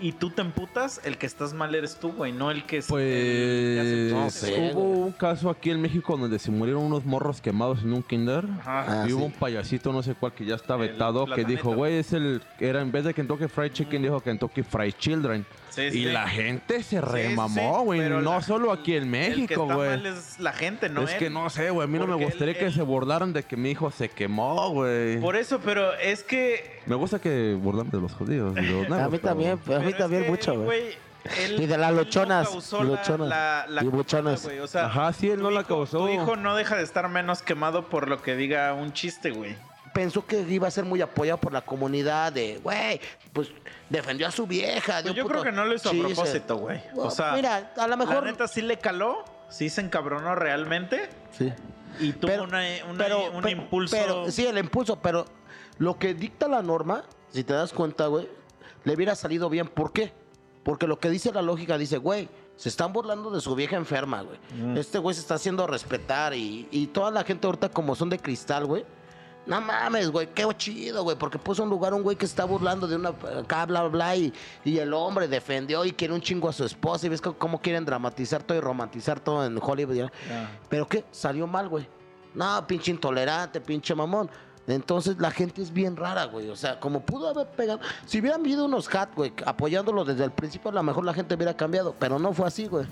y tú te emputas, el que estás mal eres tú, güey. No el que... se- el que hace el Pues chiste, no sé, Pues, güey. hubo güey. un caso aquí en México donde se murieron unos morros quemados en un kinder. Ajá. Ah, y hubo sí. un payasito, no sé cuál, que ya está El vetado, que platanito. dijo, güey, es el. Era en vez de Kentucky Fried Chicken, dijo Kentucky Fried Children. Sí, y sí. la gente se Sí, sí, remamó, sí, güey. pero no la- solo aquí en El que México, está mal güey. es la gente, no es él. que no sé, güey. A mí no me Porque él- gustaría que él- se burlaran de que mi hijo se quemó, güey. Por eso, pero es que... Me gusta que burlan de los judíos. y los a negros, mí pero- también, Pues a pero mí es también que, mucho, güey. él- Y de las él no luchonas, causó la- luchonas la- la y culpa, buchonas. güey, o sea, Ajá, sí, él tu no la hijo- causó. Tu hijo no deja de estar menos quemado por lo que diga un chiste, güey. Pensó que iba a ser muy apoyado por la comunidad de, güey, pues defendió a su vieja. dio Pues yo puto creo que no lo hizo a chiste. propósito, güey. O Bueno, sea, mira, a lo mejor- La neta sí le caló, sí se encabronó realmente Sí. y tuvo Pero- una, una- pero- un pe- impulso. pero- sí, el impulso, pero lo que dicta la norma, si te das cuenta, güey, le hubiera salido bien. ¿Por qué? Porque lo que dice la lógica dice, güey, se están burlando de su vieja enferma, güey. Mm. Este güey se está haciendo respetar y, y toda la gente ahorita como son de cristal, güey. No mames, güey, qué chido, güey, porque puso en lugar un güey que está burlando de una acá, bla, bla, bla, y, y el hombre defendió y quiere un chingo a su esposa, y ves co- cómo quieren dramatizar todo y romantizar todo en Hollywood. ¿ya? Ah. Pero qué, salió mal, güey. No, pinche intolerante, pinche mamón. Entonces la gente es bien rara, güey. O sea, como pudo haber pegado. Si hubieran habido unos hat, güey, apoyándolo desde el principio, a lo mejor la gente hubiera cambiado. Pero no fue así, güey.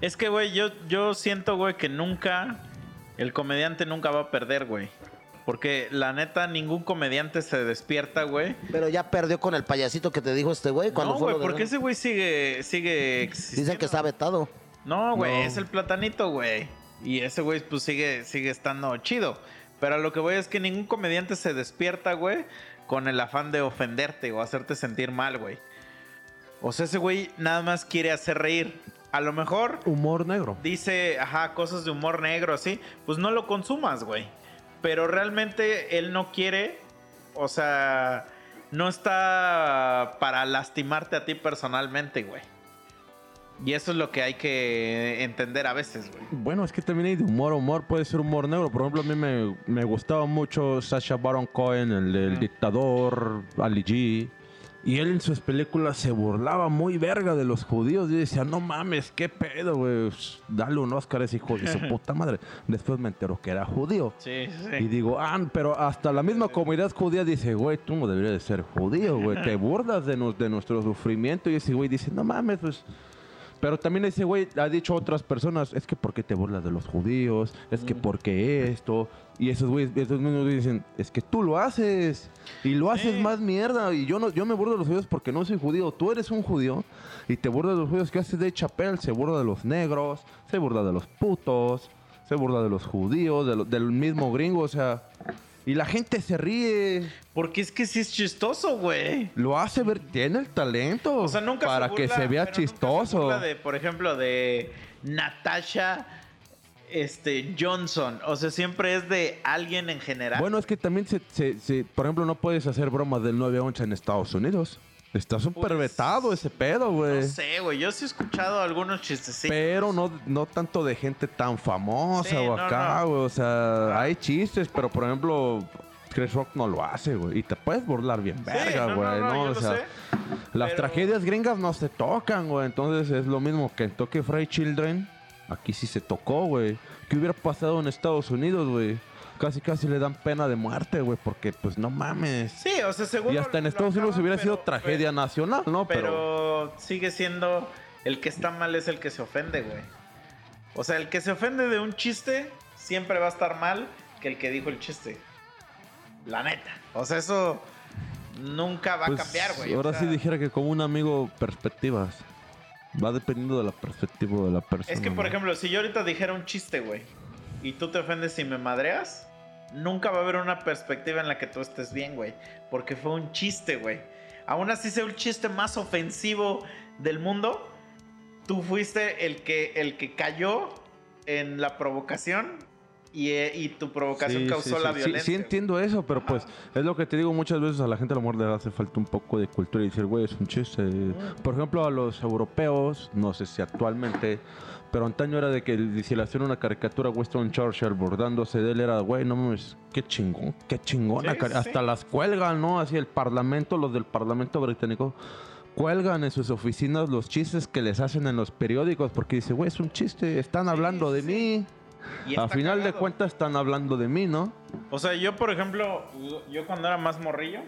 Es que, güey, yo, yo siento, güey, que nunca. El comediante nunca va a perder, güey. Porque la neta, ningún comediante se despierta, güey. Pero ya perdió con el payasito que te dijo este güey cuando No, fue. güey, lo de- porque ese güey sigue, sigue existiendo. Dicen que está vetado. No, No. güey, es el platanito, güey. Y ese güey, pues sigue, sigue estando chido. Pero a lo que voy es que ningún comediante se despierta, güey, con el afán de ofenderte o hacerte sentir mal, güey. O sea, ese güey nada más quiere hacer reír. A lo mejor Humor negro. dice, ajá, cosas de humor negro, así, pues no lo consumas, güey. Pero realmente él no quiere, o sea, no está para lastimarte a ti personalmente, güey. Y eso es lo que hay que entender a veces, güey. Bueno, es que también hay de humor, a humor puede ser humor negro. Por ejemplo, a mí me, me gustaba mucho Sasha Baron Cohen, el Mm. del dictador, Ali G. Y él en sus películas se burlaba muy verga de los judíos. Y decía, no mames, qué pedo, güey. Sh, Dale un Oscar a ese hijo de su puta madre. Después me entero que era judío. Sí, Y digo, ah, pero hasta la misma comunidad judía dice, güey, tú no deberías de ser judío, güey, te burlas de, nos- de nuestro sufrimiento. Y ese güey dice, no mames, pues. Pero también ese güey ha dicho a otras personas, es que ¿por qué te burlas de los judíos? Es Mm. que ¿por qué esto? Y esos güeyes, esos mismos güeyes dicen, es que tú lo haces y lo haces más mierda. Y yo no, yo me burlo de los judíos porque no soy judío. Tú eres un judío y te burlas de los judíos. ¿Qué haces de Chapel? Se burla de los negros, se burla de los putos se burla de los judíos, de lo- del mismo gringo, o sea, Y la gente se ríe. Porque es que sí es chistoso, güey. Lo hace ver, tiene el talento. O sea, nunca Para se burla, que se vea pero nunca chistoso. burla de, por ejemplo, de Natasha este, Johnson. O sea, siempre es de alguien en general. Bueno, es que también, se, se- se- por ejemplo, no puedes hacer bromas del 9-11 en Estados Unidos. Está súper Pues, vetado ese pedo, güey. no sé, güey. Yo sí he escuchado algunos chistecitos. Pero no, no tanto de gente tan famosa Sí, o no, acá, no. güey. O sea, hay chistes, pero por ejemplo, Chris Rock no lo hace, güey. Y te puedes burlar bien, verga, no, no, güey. no, yo o lo sea, sé, las pero- tragedias gringas no se tocan, güey. Entonces es lo mismo que en Tokyo Fried Children. Aquí sí se tocó, güey. ¿Qué hubiera pasado en Estados Unidos, güey? Casi, casi le dan pena de muerte, güey. Porque, pues, no mames. Sí, o sea, seguro. Y hasta en lo Estados Unidos acaban, hubiera pero- sido pues, tragedia nacional, ¿no? Pero, pero sigue siendo. El que está mal es el que se ofende, güey. O sea, el que se ofende de un chiste siempre va a estar mal que el que dijo el chiste. La neta. O sea, eso nunca va Pues, a cambiar, güey. O Ahora sea, sí dijera que como un amigo, perspectivas. Va dependiendo de la perspectiva de la persona. Es que, por ¿no? ejemplo, si yo ahorita dijera un chiste, güey, y tú te ofendes y me madreas, nunca va a haber una perspectiva en la que tú estés bien, güey. Porque fue un chiste, güey. Aún así sea el chiste más ofensivo del mundo, tú fuiste el que, el que cayó en la provocación y, eh, y tu provocación Sí, causó sí, la sí. Sí, violencia. Sí, entiendo eso, pero pues es lo que te digo muchas veces a la gente a lo mejor le hace falta un poco de cultura y decir, güey, es un chiste. Por ejemplo, a los europeos, no sé si actualmente, pero antaño era de que el- si le hacían una caricatura a Winston Churchill bordándose de él, era, güey, no mames, qué chingón, qué chingona. Sí, cari- sí. Hasta las cuelgan, ¿no? Así el parlamento, los del parlamento británico. Cuelgan en sus oficinas los chistes que les hacen en los periódicos porque dice, güey, es un chiste, están hablando de sí. mí. Y Al está final de cagado. cuentas están hablando de mí, ¿no? O sea, yo, por ejemplo, yo cuando era más morrillo,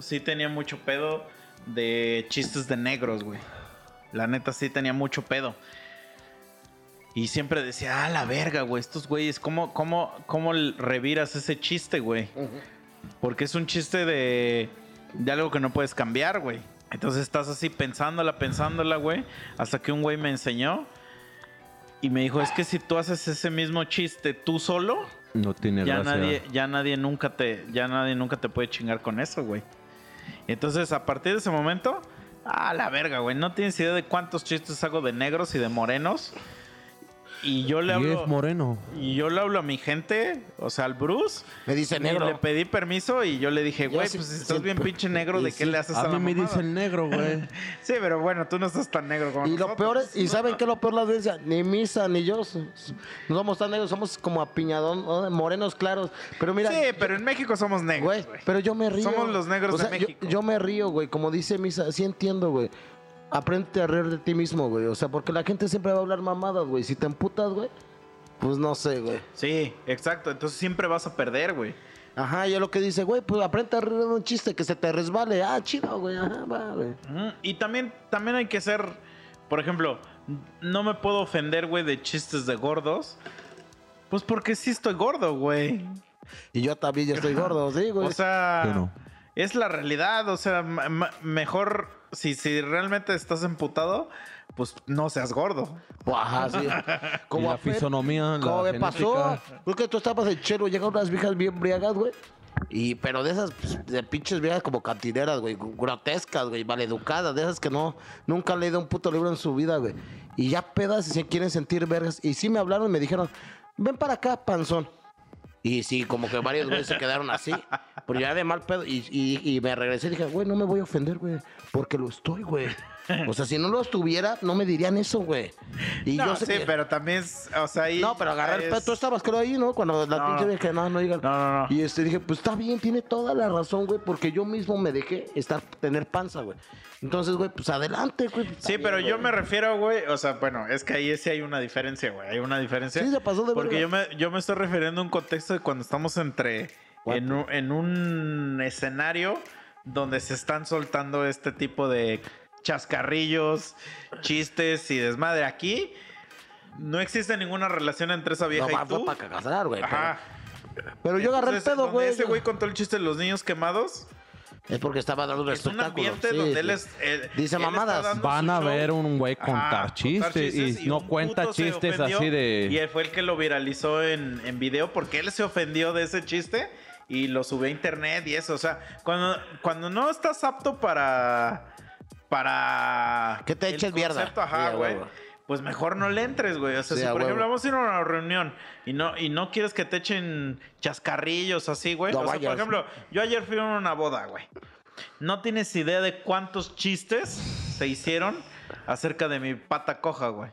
sí tenía mucho pedo de chistes de negros, güey. La neta, sí tenía mucho pedo. Y siempre decía, ah, la verga, güey, estos güeyes, ¿cómo, cómo, cómo l- reviras ese chiste, güey? Porque es un chiste de, de algo que no puedes cambiar, güey. Entonces estás así pensándola, pensándola, güey, hasta que un güey me enseñó y me dijo, es que si tú haces ese mismo chiste tú solo, No tiene ya gracia. nadie, ya nadie nunca te, ya nadie nunca te puede chingar con eso, güey. Entonces, a partir de ese momento, a la verga, güey. No tienes idea de cuántos chistes hago de negros y de morenos. Y yo le Y es hablo, moreno. y yo le hablo a mi gente, o sea, al Bruce. Me dice y Le negro. pedí permiso y yo le dije, güey, sí- pues si estás siempre- bien pinche negro, y ¿de sí, qué le haces A a, la mí me mamada? dicen negro, güey. Sí, pero bueno, tú no estás tan negro como Y lo nosotros. peor es, y saben qué es lo peor de la audiencia, ni misa ni yo s- s- no somos tan negros, somos como apiñadón, ¿no? morenos claros. Pero mira, sí, pero en México somos negros, güey, güey. pero yo me río. Somos los negros O sea, de yo- México. Yo, me río, güey, como dice misa, sí entiendo, güey. Aprende a reír de ti mismo, güey. O sea, porque la gente siempre va a hablar mamadas, güey. Si te emputas, güey, pues no sé, güey. Sí, exacto. Entonces siempre vas a perder, güey. Ajá, y es lo que dice, güey, pues aprende a reír de un chiste que se te resbale. Ah, chido, güey, ajá, vale. Ujú, Y también, también hay que ser, por ejemplo, no me puedo ofender, güey, de chistes de gordos. Pues porque sí estoy gordo, güey. Y yo también, yo estoy gordo, sí, güey. O sea, Yo no. es la realidad. O sea, ma- ma- mejor si, si realmente estás emputado, pues no seas gordo. Ajá, sí. Y la a Fer- fisonomía, la ¿Cómo me genética. pasó? Creo que tú estabas en chero, llegan unas viejas bien briagas, güey. Y, pero de esas, pues, de pinches viejas como cantineras, güey, gr- grotescas, güey, maleducadas, de esas que no, nunca han leído un puto libro en su vida, güey. Y ya pedas y se quieren sentir vergas. Y sí me hablaron y me dijeron, ven para acá, panzón. Y sí, como que varios güeyes se quedaron así. Pero ya de mal pedo. Y, y- y me regresé y dije, güey, no me voy a ofender, güey. Porque lo estoy, güey. O sea, si no lo estuviera, no me dirían eso, güey. Y no, yo sé sí, que- pero también, es- o sea, ahí. no, pero agarrar el es- pedo. Tú estabas, creo, ahí, ¿no? Cuando la No, pinche no. dije, no, no digan. No, no, no. Y este, dije, pues está bien, tiene toda la razón, güey, porque yo mismo me dejé estar, tener panza, güey. Entonces, güey, pues adelante, güey. pues, está Sí, bien, pero yo güey. me refiero, güey, o sea, bueno, es que ahí sí hay una diferencia, güey, hay una diferencia. Sí, se pasó de Porque verga. yo me, yo me estoy refiriendo a un contexto de cuando estamos entre, en un, en un escenario donde se están soltando este tipo de chascarrillos, chistes y desmadre. Aquí no existe ninguna relación entre esa vieja No, va, y tú. fue para cagar, güey. Ajá. Pero, pero yo agarré el Entonces, pedo, donde güey. Ese güey contó el chiste de los niños quemados. Es porque estaba dando un Es un espectáculo. ambiente sí, donde sí. él es. eh, él- Dice él está mamadas. dando Van su a show. ver un güey Ajá, contar chistes y, no un cuenta puto se chistes ofendió, así Y de... él fue el que lo viralizó en, en video porque él se ofendió de ese chiste y lo subí a internet y eso. O sea, cuando, cuando no estás apto para. Para. Que te el eches mierda. concepto, ajá, Sí, a güey. huevo. Pues mejor no le entres, güey. O sea, Sí, si a por huevo. ejemplo vamos a ir a una reunión y no, y no quieres que te echen chascarrillos así, güey. No o sea, vayas. por ejemplo, yo ayer fui a una boda, güey. No tienes idea de cuántos chistes se hicieron acerca de mi pata coja, güey.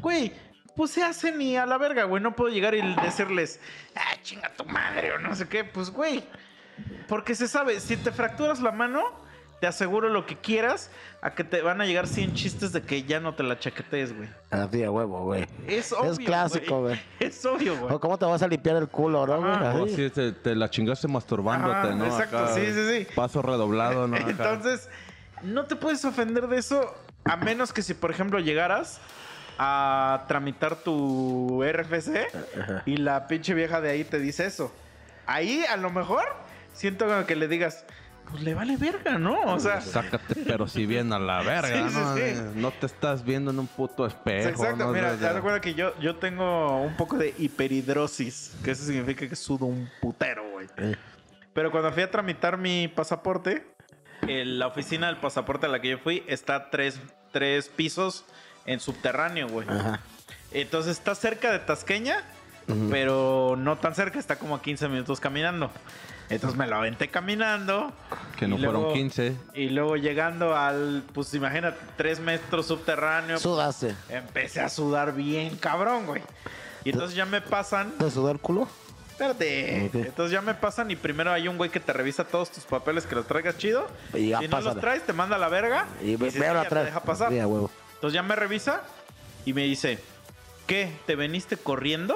Güey, pues se hacen y a la verga, güey. No puedo llegar y decirles, ah, chinga tu madre o no sé qué. Pues, güey. Porque se sabe, si te fracturas la mano, te aseguro lo que quieras a que te van a llegar 100 chistes de que ya no te la chaquetees, güey. Así a huevo, güey. Es obvio. clásico, güey. Es obvio, güey. O cómo te vas a limpiar el culo, ¿no, güey? Ajá. Así. O si "Oh, te, te la chingaste masturbándote, Ajá, ¿no? exacto, sí, sí, sí. Paso redoblado, ¿no? Acá. Entonces, no te puedes ofender de eso a menos que si, por ejemplo, llegaras a tramitar tu RFC y la pinche vieja de ahí te dice eso. Ahí, a lo mejor, siento como que le digas, pues le vale verga, ¿no? O sea, Sácate, pero si bien a la verga, Sí, ¿no? sí, sí. Eh, No te estás viendo en un puto espejo. exacto. ¿no? Mira, O te sea, das cuenta que yo, yo tengo un poco de hiperhidrosis, que eso significa que sudo un putero, güey. Eh. Pero cuando fui a tramitar mi pasaporte, eh, la oficina del pasaporte a la que yo fui está tres, tres pisos en subterráneo, güey. Ajá. Entonces está cerca de Tasqueña, pero no tan cerca, está como a 15 minutos caminando. Entonces me lo aventé caminando. Que no y luego- fueron 15. Y luego llegando al, pues imagínate, tres metros subterráneo, Sudaste. empecé a sudar bien, cabrón, güey. Y entonces ya me pasan ¿Te sudó el culo? Espérate. Ok. Entonces ya me pasan y primero hay un güey que te revisa todos tus papeles que los traigas chido. Y ya si no los pásala. traes, te manda a la verga. Y ve, si ve sí, ahora ya te atrás. deja pasar. Sí, a huevo. Entonces ya me revisa y me dice, ¿qué? ¿Te veniste corriendo?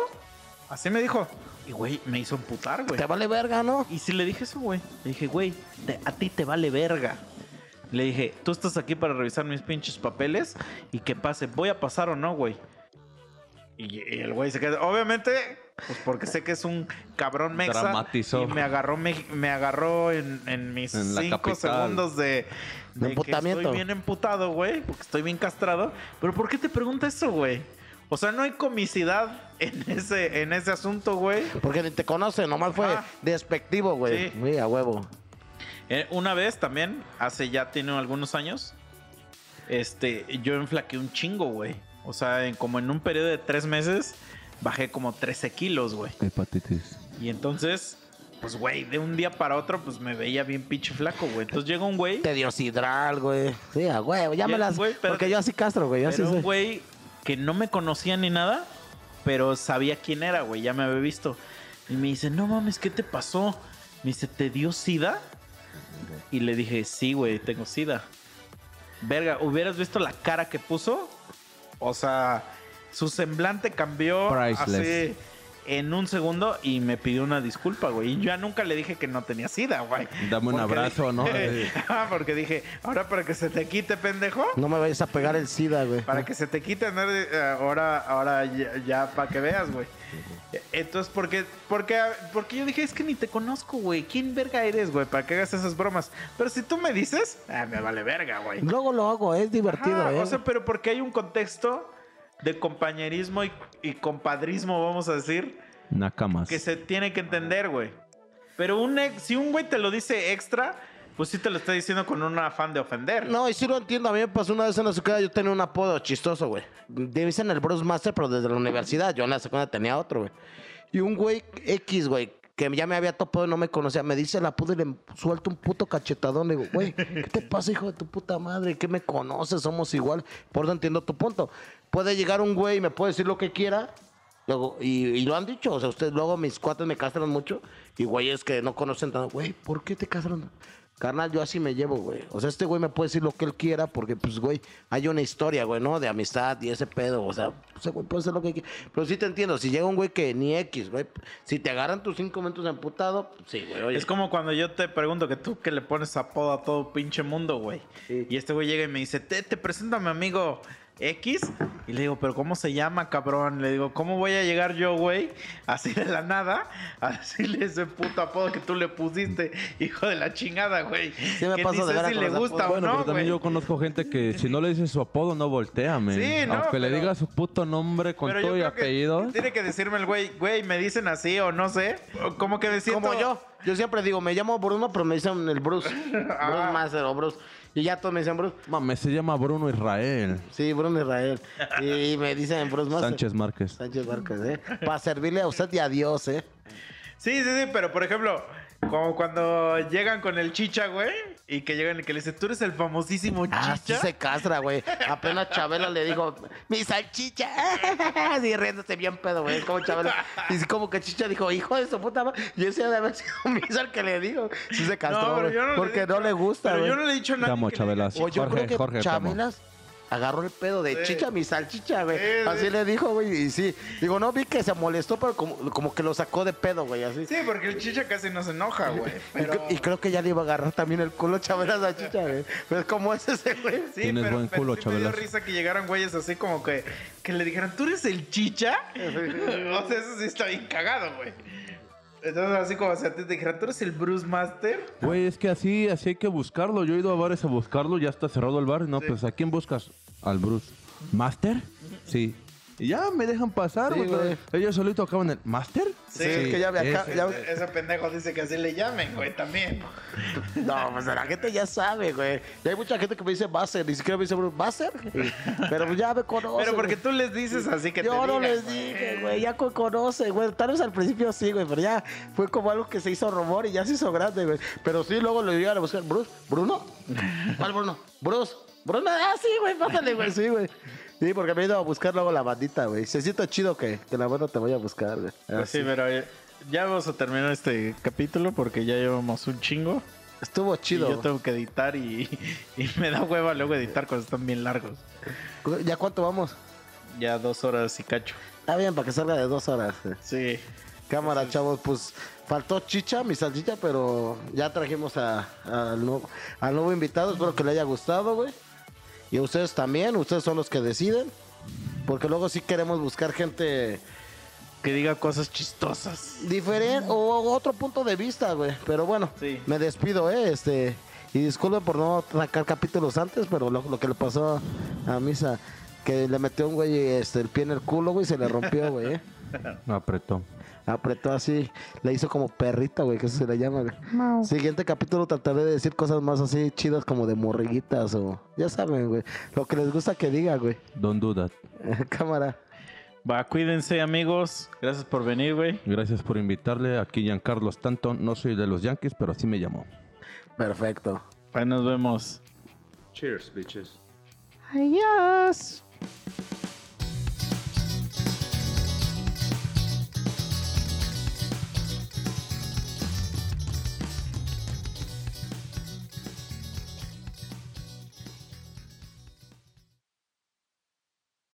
Así me dijo. Y güey, me hizo emputar, güey. Te vale verga, ¿no? Y si le dije eso, güey. Le dije, güey, te- a ti te vale verga. Le dije, tú estás aquí para revisar mis pinches papeles y que pase. ¿Voy a pasar o no, güey? Y, y el güey se queda. Obviamente, pues porque sé que es un cabrón mexa. Dramatizó. Y me agarró, me, me agarró en, en mis En la cinco capital. segundos de. De que emputamiento. estoy bien emputado, güey, porque estoy bien castrado. Pero ¿por qué te pregunta eso, güey? O sea, no hay comicidad en ese, en ese asunto, güey. Porque ni te conoce, nomás fue Ajá. despectivo, güey. Sí. Sí, a huevo. Eh, una vez también, hace ya tiene algunos años, este, yo enflaqué un chingo, güey. O sea, en- como en un periodo de tres meses, bajé como 13 kilos, güey. Hepatitis. Y entonces, pues, güey, de un día para otro, pues me veía bien pinche flaco, güey. Entonces llega un güey, Te dio sidral, güey. Sí, a huevo. Ya Y me el las. güey, espérate. Porque yo así castro, güey. Yo así pero un soy. güey que no me conocía ni nada, pero sabía quién era, güey, ya me había visto. Y me dice, no mames, ¿qué te pasó? Me dice, ¿te dio sida? Y le dije, sí, güey, tengo sida. Verga, hubieras visto la cara que puso. O sea, su semblante cambió Priceless. así en un segundo y me pidió una disculpa, güey. Y yo ya nunca le dije que no tenía sida, güey. Dame un Porque abrazo, dije- ¿no? Eh. Ah, Porque dije, ahora para que se te quite, pendejo. No me vayas a pegar el sida, güey. Para que se te quite andar de- eh, ahora, ahora ya, para que veas, güey. Eh, Entonces, ¿por qué, por qué- por qué yo dije, es que ni te conozco, güey? ¿Quién verga eres, güey? Para que hagas esas bromas. Pero si tú me dices, ah, me vale verga, güey. Luego lo hago, es divertido, Ajá, eh. O sea, pero porque hay un contexto de compañerismo y, y compadrismo, vamos a decir, Nakamas. que se tiene que entender, güey. Pero un ex- si un güey te lo dice extra, pues sí te lo está diciendo con un afán de ofender. No, y sí lo entiendo. A mí me pasó una vez en la secundaria, yo tenía un apodo chistoso, güey. Me Dicen el Bruce Master, pero desde la universidad. Yo en la secundaria tenía otro, güey. Y un güey X, güey, que ya me había topado y no me conocía, me dice el apodo y le suelto un puto cachetadón. Le digo, güey, ¿qué te pasa, hijo de tu puta madre? ¿Qué me conoces? Somos igual. Por eso entiendo tu punto. Puede llegar un güey y me puede decir lo que quiera. Luego, y, y lo han dicho, o sea, ustedes luego mis cuates me castran mucho y güeyes que no conocen tanto, güey, ¿por qué te castran? Carnal, yo así me llevo, güey. O sea, este güey me puede decir lo que él quiera porque, pues, güey, hay una historia, güey, ¿no? De amistad y ese pedo, o sea, ese güey puede hacer lo que quiera. Pero sí te entiendo, si llega un güey que ni X, güey, si te agarran tus cinco minutos de amputado, pues, sí, güey, oye. Es como cuando yo te pregunto que tú que le pones apodo a todo pinche mundo, güey. Sí. Y este güey llega y me dice, te, te presento a mi amigo X. Y le digo, pero ¿cómo se llama, cabrón? Le digo, ¿cómo voy a llegar yo, güey? Así de la nada, a decirle ese puto apodo que tú le pusiste, hijo de la chingada, güey. Sí me ¿Qué paso de dices verga si con le los gusta apodos. o Pues Bueno, no, pero también güey? yo conozco gente que si no le dices su apodo, no voltea, men. Sí, no, Aunque le pero- diga su puto nombre con Pero yo todo y creo que- apellido. que tiene que decirme el güey, güey, me dicen así o no sé. o Como que me siento... Como yo. Yo siempre digo, me llamo Bruno, pero me dicen el Bruce. Bruce Master o Bruce. Y ya todos me dicen Bruce. Mame, se llama Bruno Israel Sí, Bruno Israel. Y me dicen Bruce Master. Sánchez Márquez. Sánchez Vargas, ¿eh? Para servirle a usted y a Dios, ¿eh? Sí, sí, sí, pero por ejemplo, como cuando llegan con el chicha, güey, y que llegan y que le dicen, tú eres el famosísimo chicha. Ah, sí se castra, güey. Apenas Chabela le dijo, mi salchicha. Así riéndose bien pedo, güey. Como Chabela. Y sí, como que Chicha dijo, hijo de su puta madre. Y ese debe haber sido mi sal que le digo. Sí se castró, pero güey, yo no le he porque dicho- no le gusta, Pero güey. yo no le he dicho Te nada. amo, Chabelas. O yo Jorge, creo que Jorge, te amo. Chabelas agarró el pedo de Sí. chicha mi salchicha, güey. Sí, así sí. le dijo, güey. Y sí. Digo, no vi que se molestó, pero como, como que lo sacó de pedo, güey. Así. Sí, porque el chicha casi no se enoja, güey. Y Pero... cre- Y, creo que ya le iba a agarrar también el culo Chabelas a Chicha, güey. Pero es como es ese, güey. Sí, Tienes pero, buen pero culo, sí me dio Chabelas. risa que llegaran güeyes así como que, que le dijeran, ¿tú eres el chicha? o sea, eso sí está bien cagado, güey. Entonces, así como si a ti te dijeran, ¿tú eres el Bruce Master? Güey, es que así, así hay que buscarlo. Yo he ido a bares a buscarlo, ya está cerrado el bar. No, pues ¿a quién buscas? Al Bruce. ¿Master? Sí. Y ya me dejan pasar, Sí, güey. güey. Ellos solito acaban el. ¿Master? Sí, Eh, es que ya me acá- ese. ya- Ese, ese pendejo dice que así le llamen, güey, también. No, pues la gente ya sabe, güey. Y hay mucha gente que me dice Basser, ni siquiera me dice Bruce Basser. Pero pues ya me conoce. Pero porque güey. tú les dices así que te Yo no digan, les güey. dije, güey, ya co- conoce, güey. Tal vez al principio sí, güey, pero ya fue como algo que se hizo rumor y ya se hizo grande, güey. Pero sí, luego lo llegan a buscar. ¿Bruce? ¿Bruno? ¿Cuál Bruno? ¿Bruce? ¿Bruno? Ah, sí, güey, pásale, güey, sí, güey. Sí, porque me he ido a buscar luego la bandita, güey. Se siente chido que, que la banda te vaya a buscar, güey. Pues sí, Así. pero eh, ya vamos a terminar este capítulo porque ya llevamos un chingo. Estuvo Y chido. yo tengo que editar y, y me da hueva luego editar cuando están bien largos. güey. ¿Ya cuánto vamos? Ya dos horas y cacho. Está bien, para que salga de dos horas. güey. Sí. Cámara, chavos, pues faltó chicha, mi salchicha, pero ya trajimos a- al nuevo, al nuevo invitado. Espero que le haya gustado, güey. Y a ustedes también, ustedes son los que deciden. Porque luego sí queremos buscar gente Que diga cosas chistosas. diferente o otro punto de vista, güey. Pero bueno, Sí. me despido, eh, este. Y disculpen por no sacar capítulos antes, pero lo, lo que le pasó a Misa, que le metió un güey este, el pie en el culo, güey, y se le rompió, güey. eh. No, apretó. Apretó así, le hizo como perrito, güey, que eso se le llama, güey. Siguiente capítulo trataré de decir cosas más así chidas como de morriguitas o... Ya saben, güey, lo que les gusta que diga, güey. Don't do that. Cámara. Va, cuídense, amigos. Gracias por venir, güey. Gracias por invitarle. Aquí Giancarlo Stanton. No soy de los Yankees, pero así me llamó. Perfecto. Ahí nos vemos. Cheers, bitches. Adiós.